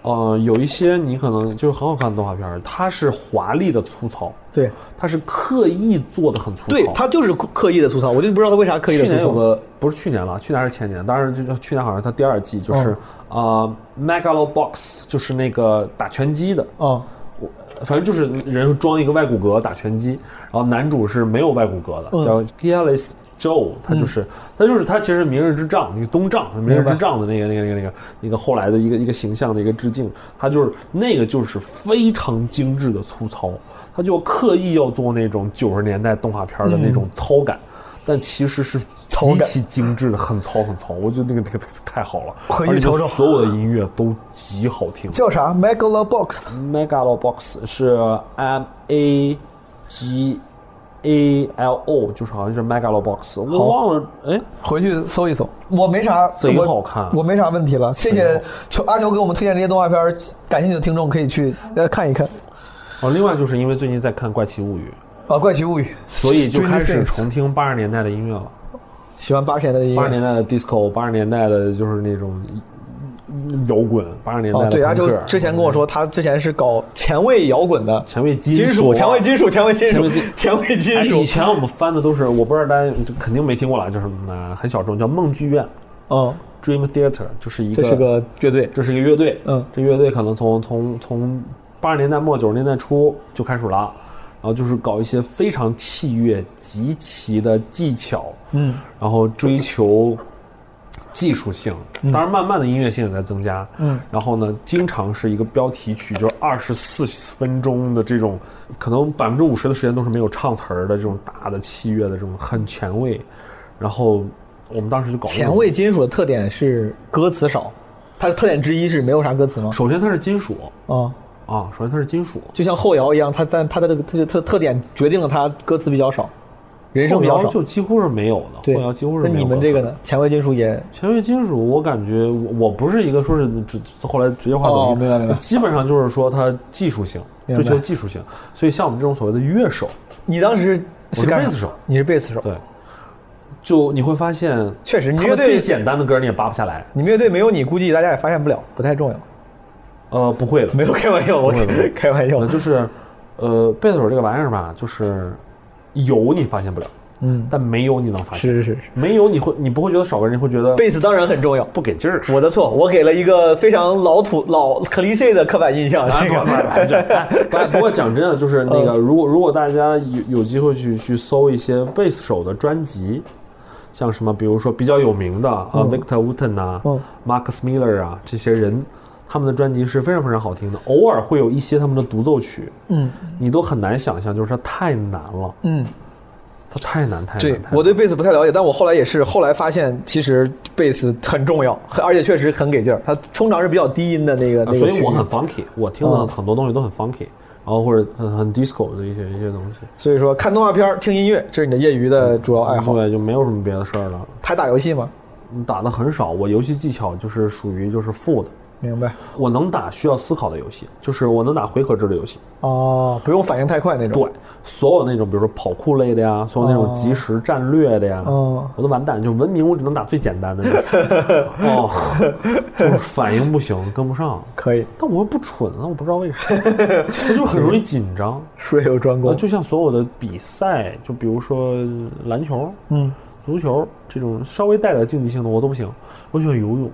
A: 呃，有一些你可能就是很好看的动画片儿，它是华丽的粗糙，
E: 对
A: 它是刻意做的很粗糙。
E: 对，他就是刻意的粗糙，我就不知道他为啥刻意
A: 去
E: 的
A: 年有
E: 粗糙。
A: 个不是去年了，去年还是前年，当然就去年好像它第二季就是啊、呃 Megalobox，就是那个打拳击的，
C: 哦
E: 嗯，
A: 我反正就是人装一个外骨骼打拳击，然后男主是没有外骨骼的，叫 Gialis Joe，他就是、他就是他其实是明日之杖那个东丈，明日之杖的那个那个那个那个那个后来的一个一个形象的一个致敬，他就是那个就是非常精致的粗糙，他就刻意要做那种九十年代动画片的那种糙感。但其实是极其精致的，很糙很糙，我觉得那个那个太好了，
C: 回去
A: 而且
C: 瞅瞅
A: 所有的音乐都极好听。
C: 叫啥 Megalobox
A: Megalobox 是 M A G A L O，就是好像是 Megalobox，我忘了，哎，
C: 回去搜一搜，我没啥，
A: 贼
C: 我
A: 好看哎
C: 我没啥问题了。谢
A: 贼
C: 谢
A: 好
C: 球阿球给我们推荐这些动画片儿，感兴趣的听众可以去呃看一看
A: 哦，另外就是因为最近在看《怪奇物语
C: 啊，《怪奇物语》，》，
A: 所以就开始
C: Stranger Things
A: 重听八十年代的音乐了，
C: 喜欢八十年代的音
A: 八十
C: 乐。
A: 年代的 disco，八十年代的就是那种嗯摇滚，八十年代
C: 哦
A: 的，
C: 对，阿
A: 朋
C: 秋
A: 克
C: 之前跟我说，他之前是搞前卫摇滚的，
A: 嗯前卫金啊
C: 金属、前卫金属、前卫金
A: 前
C: 属
A: 卫金、
C: 前卫金
A: 哎以
C: 属。
A: 前我们翻的都是，我不知道大家肯定没听过了，就是嗯很小众，叫梦剧院
C: 嗯，
A: （Dream Theater），就是一
C: 这是个乐队，
A: 这是一个乐队，
C: 嗯
A: 这乐队可能从从从八十年代末九十年代初就开始了，然后就是搞一些非常器乐极其的技巧，
C: 嗯，
A: 然后追求技术性，
C: 嗯
A: 当然慢慢的音乐性也在增加，嗯，然后呢，经常是一个标题曲，就是二十四分钟的这种，可能百分之五十的时间都是没有唱词儿的这种大的器乐的这种很前卫，然后我们当时就搞那种
C: 前卫金属的特点是歌词少，
E: 他的特点之一是没有啥歌词吗？
A: 首先它是金属
C: 啊，
A: 啊，首先它是金属，
E: 就像后摇一样，它但它的这个它的特特点决定了它歌词比较少，人声
A: 后
E: 比较
A: 摇
E: 少。
A: 就几乎是没有的，
E: 对
A: 后摇几乎是
E: 那
A: 没有。
E: 你们这个呢？？前卫金属也
A: 前卫金属，我感觉我我不是一个说是只后来职业化
E: 哦
A: 走音，
E: 明白明白
A: 基本上就是说它技术性，
E: 明白
A: 追求技术性。所以像我们这种所谓的乐手，
C: 你当时
A: 我是
C: 干
A: 贝
C: 啥
A: 斯手
C: 你是贝斯手，
A: 对，就你会发现，
C: 确实你
A: 他
C: 乐
A: 们
C: 队
A: 最简单的歌你也扒不下来。
C: 你们乐队没有你，估计大家也发现不了，不太重要。
A: 呃，不会的，
C: 没有开玩笑，我只
A: 不会不会
C: 开玩笑
A: 呃，。就是，呃，贝斯手这个玩意儿吧，就是有你发现不了，嗯，但没有你能发现，
C: 是是是，
A: 没有你会你不会觉得少个人，你会觉得
C: 贝斯当然很重要。
A: 不给劲儿。
C: 我的错，我给了一个非常老土、老 cliche 的刻板印象。
A: 啊，
C: 这
A: 不
C: 个
A: 不
C: *laughs*
A: 不，这哎不不过讲真的，就是那
C: 嗯
A: 个，如果如果大家有有机会去去搜一些贝斯手的专辑，像什么，比如说比较有名的啊，Victor
C: 嗯
A: Wooten 啊，Marcus Miller 啊，这些人，他们的专辑是非常非常好听的，偶尔会有一些他们的独奏曲，嗯，你都很难想象，就是它太难了，嗯，它太难太
C: 对
A: 哎难，太，难
C: 我对贝斯不太了解，但我后来也是后来发现，其实贝斯很重要，很而且确实很给劲儿。它通常是比较低音的那个
A: 啊
C: 那个
A: 所以
C: 区域
A: 我很 funky，我听
C: 嗯
A: 的很多东西都很 funky，然后或者很很 disco 的一些一些东西，
C: 所以说看动画片儿、听音乐，这是你的业余的主要爱好。
A: 对，就没有什么别的事儿了。
C: 还打游戏吗？
A: 打的很少，我游戏技巧就是属于就是负的。
C: 明白
A: 我能打需要思考的游戏，就是我能打回合制的游戏。
C: 哦，不用反应太快那种。
A: 对，所有那种比如说跑酷类的呀，所有那种即时战略的呀，
C: 哦
A: 我都完蛋。就文明，我只能打最简单的那种。哦，就是反应不行，跟不上。
C: 可以，
A: 但我又不蠢啊，我不知道为啥，我就很容易紧张。
C: 水有专
A: 呃，
C: 攻。
A: 就像所有的比赛，就比如说篮球、
C: 嗯，
A: 足球这种稍微带点竞技性的，我都不行。我喜欢游泳。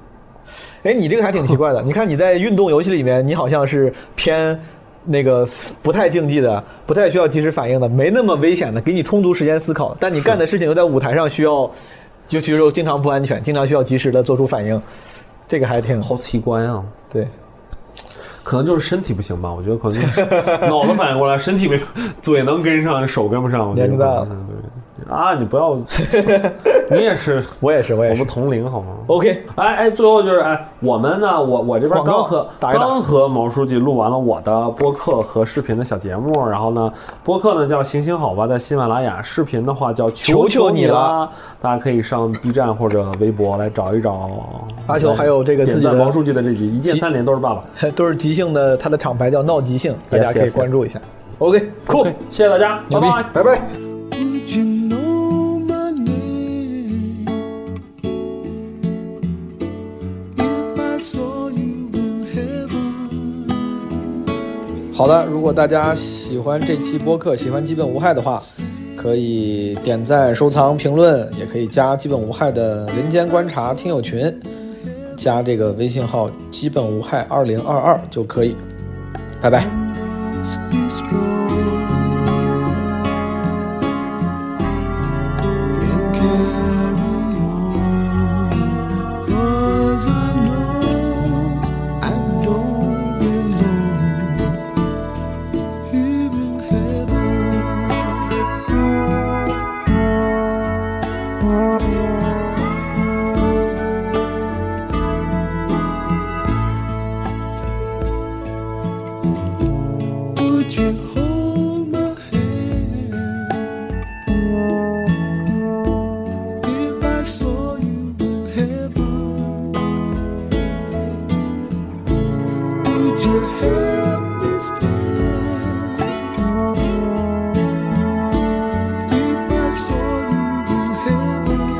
C: 哎，你这个还挺奇
A: *laughs*
C: 怪的。你看你在运动游戏里面，你好像是偏那个不太竞技的，不太需要及时反应的，没那么危险的，给你充足时间思考。但你干的事情又在舞台上需要，尤其是经常不安全，经常需要及时的做出反应，这个还挺
A: 好奇怪啊！
C: 对。
A: 可能就是身体不行吧，我觉得可能就是脑子反应过来，身体没，嘴能跟上，手跟不上。我觉得
C: 年纪大了
A: 对啊，你不要， *laughs* 你也
C: *laughs*
A: 是，
C: 我也是，我
A: 我
C: 也
A: 们
C: 是。
A: 同龄好吗？
C: OK， *laughs*
A: 哎哎，最后就是哎，我们呢，我我这边
C: 广告
A: 刚和
C: 打一打
A: 刚和毛书记录完了我的播客和视频的小节目，然后呢，播客呢叫《行行好吧》，在喜马拉雅，视频的话叫《求
C: 求求
A: 你
C: 你啦
A: 啦》，大家可以上 B 站或者微博来找一找。
C: 阿球还有这个
A: 点
C: 自己
A: 赞
C: 的
A: 毛书记的这集，一键
C: 集
A: 三连都是爸爸。
C: 都是即兴的，它的厂牌叫闹即兴，大家可
A: Yes,
C: 以
A: yes,
C: 关注一下。OK，cool，、
A: OK，谢谢大家，拜
C: 牛逼
A: 拜，。
C: 拜拜。
F: Would you know my name if I saw you in heaven?
B: 好的，如果大家喜欢这期播客，喜欢基本无害的话，可以点赞、收藏、评论，也可以加基本无害的人间观察听友群，加这个微信号“基本无害二零二二”就可以。拜拜。
F: and carry on. 'Cause I know I don't belong here in heaven. Would you hold my hand? If I saw you in heaven, would you help me stand? If I saw you in heaven,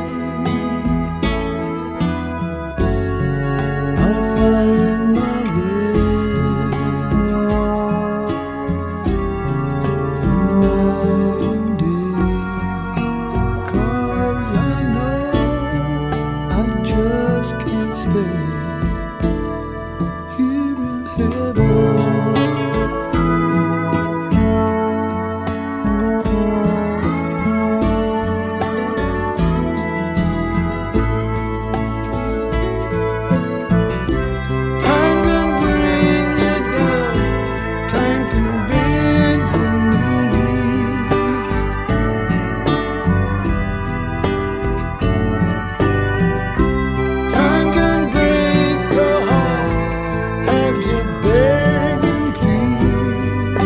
F: I'll find my way through night and day. Cause I know I just can't stay here in heaven. Time can bring you down, time can bend your knees. Time can break your heart. Have you begging, please?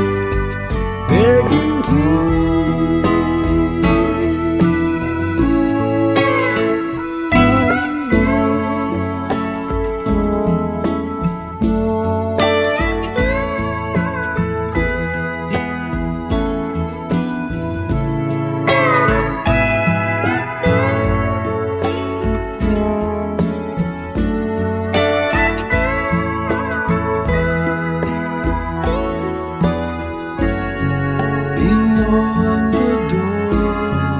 F: Begging, beyond the door.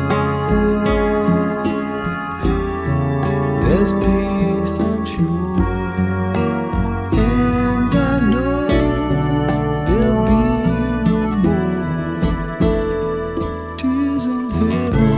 F: There's peace, I'm sure, and I know there'll be no more tears in heaven.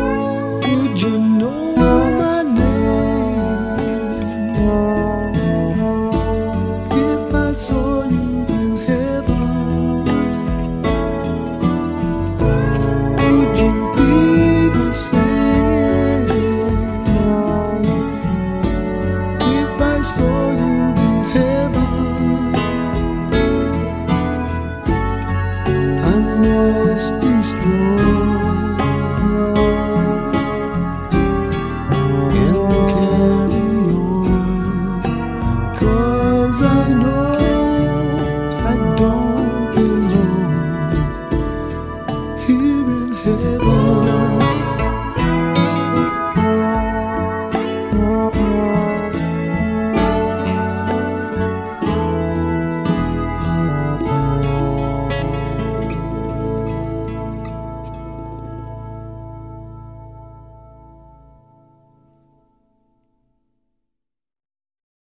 F: Would you know my name if I saw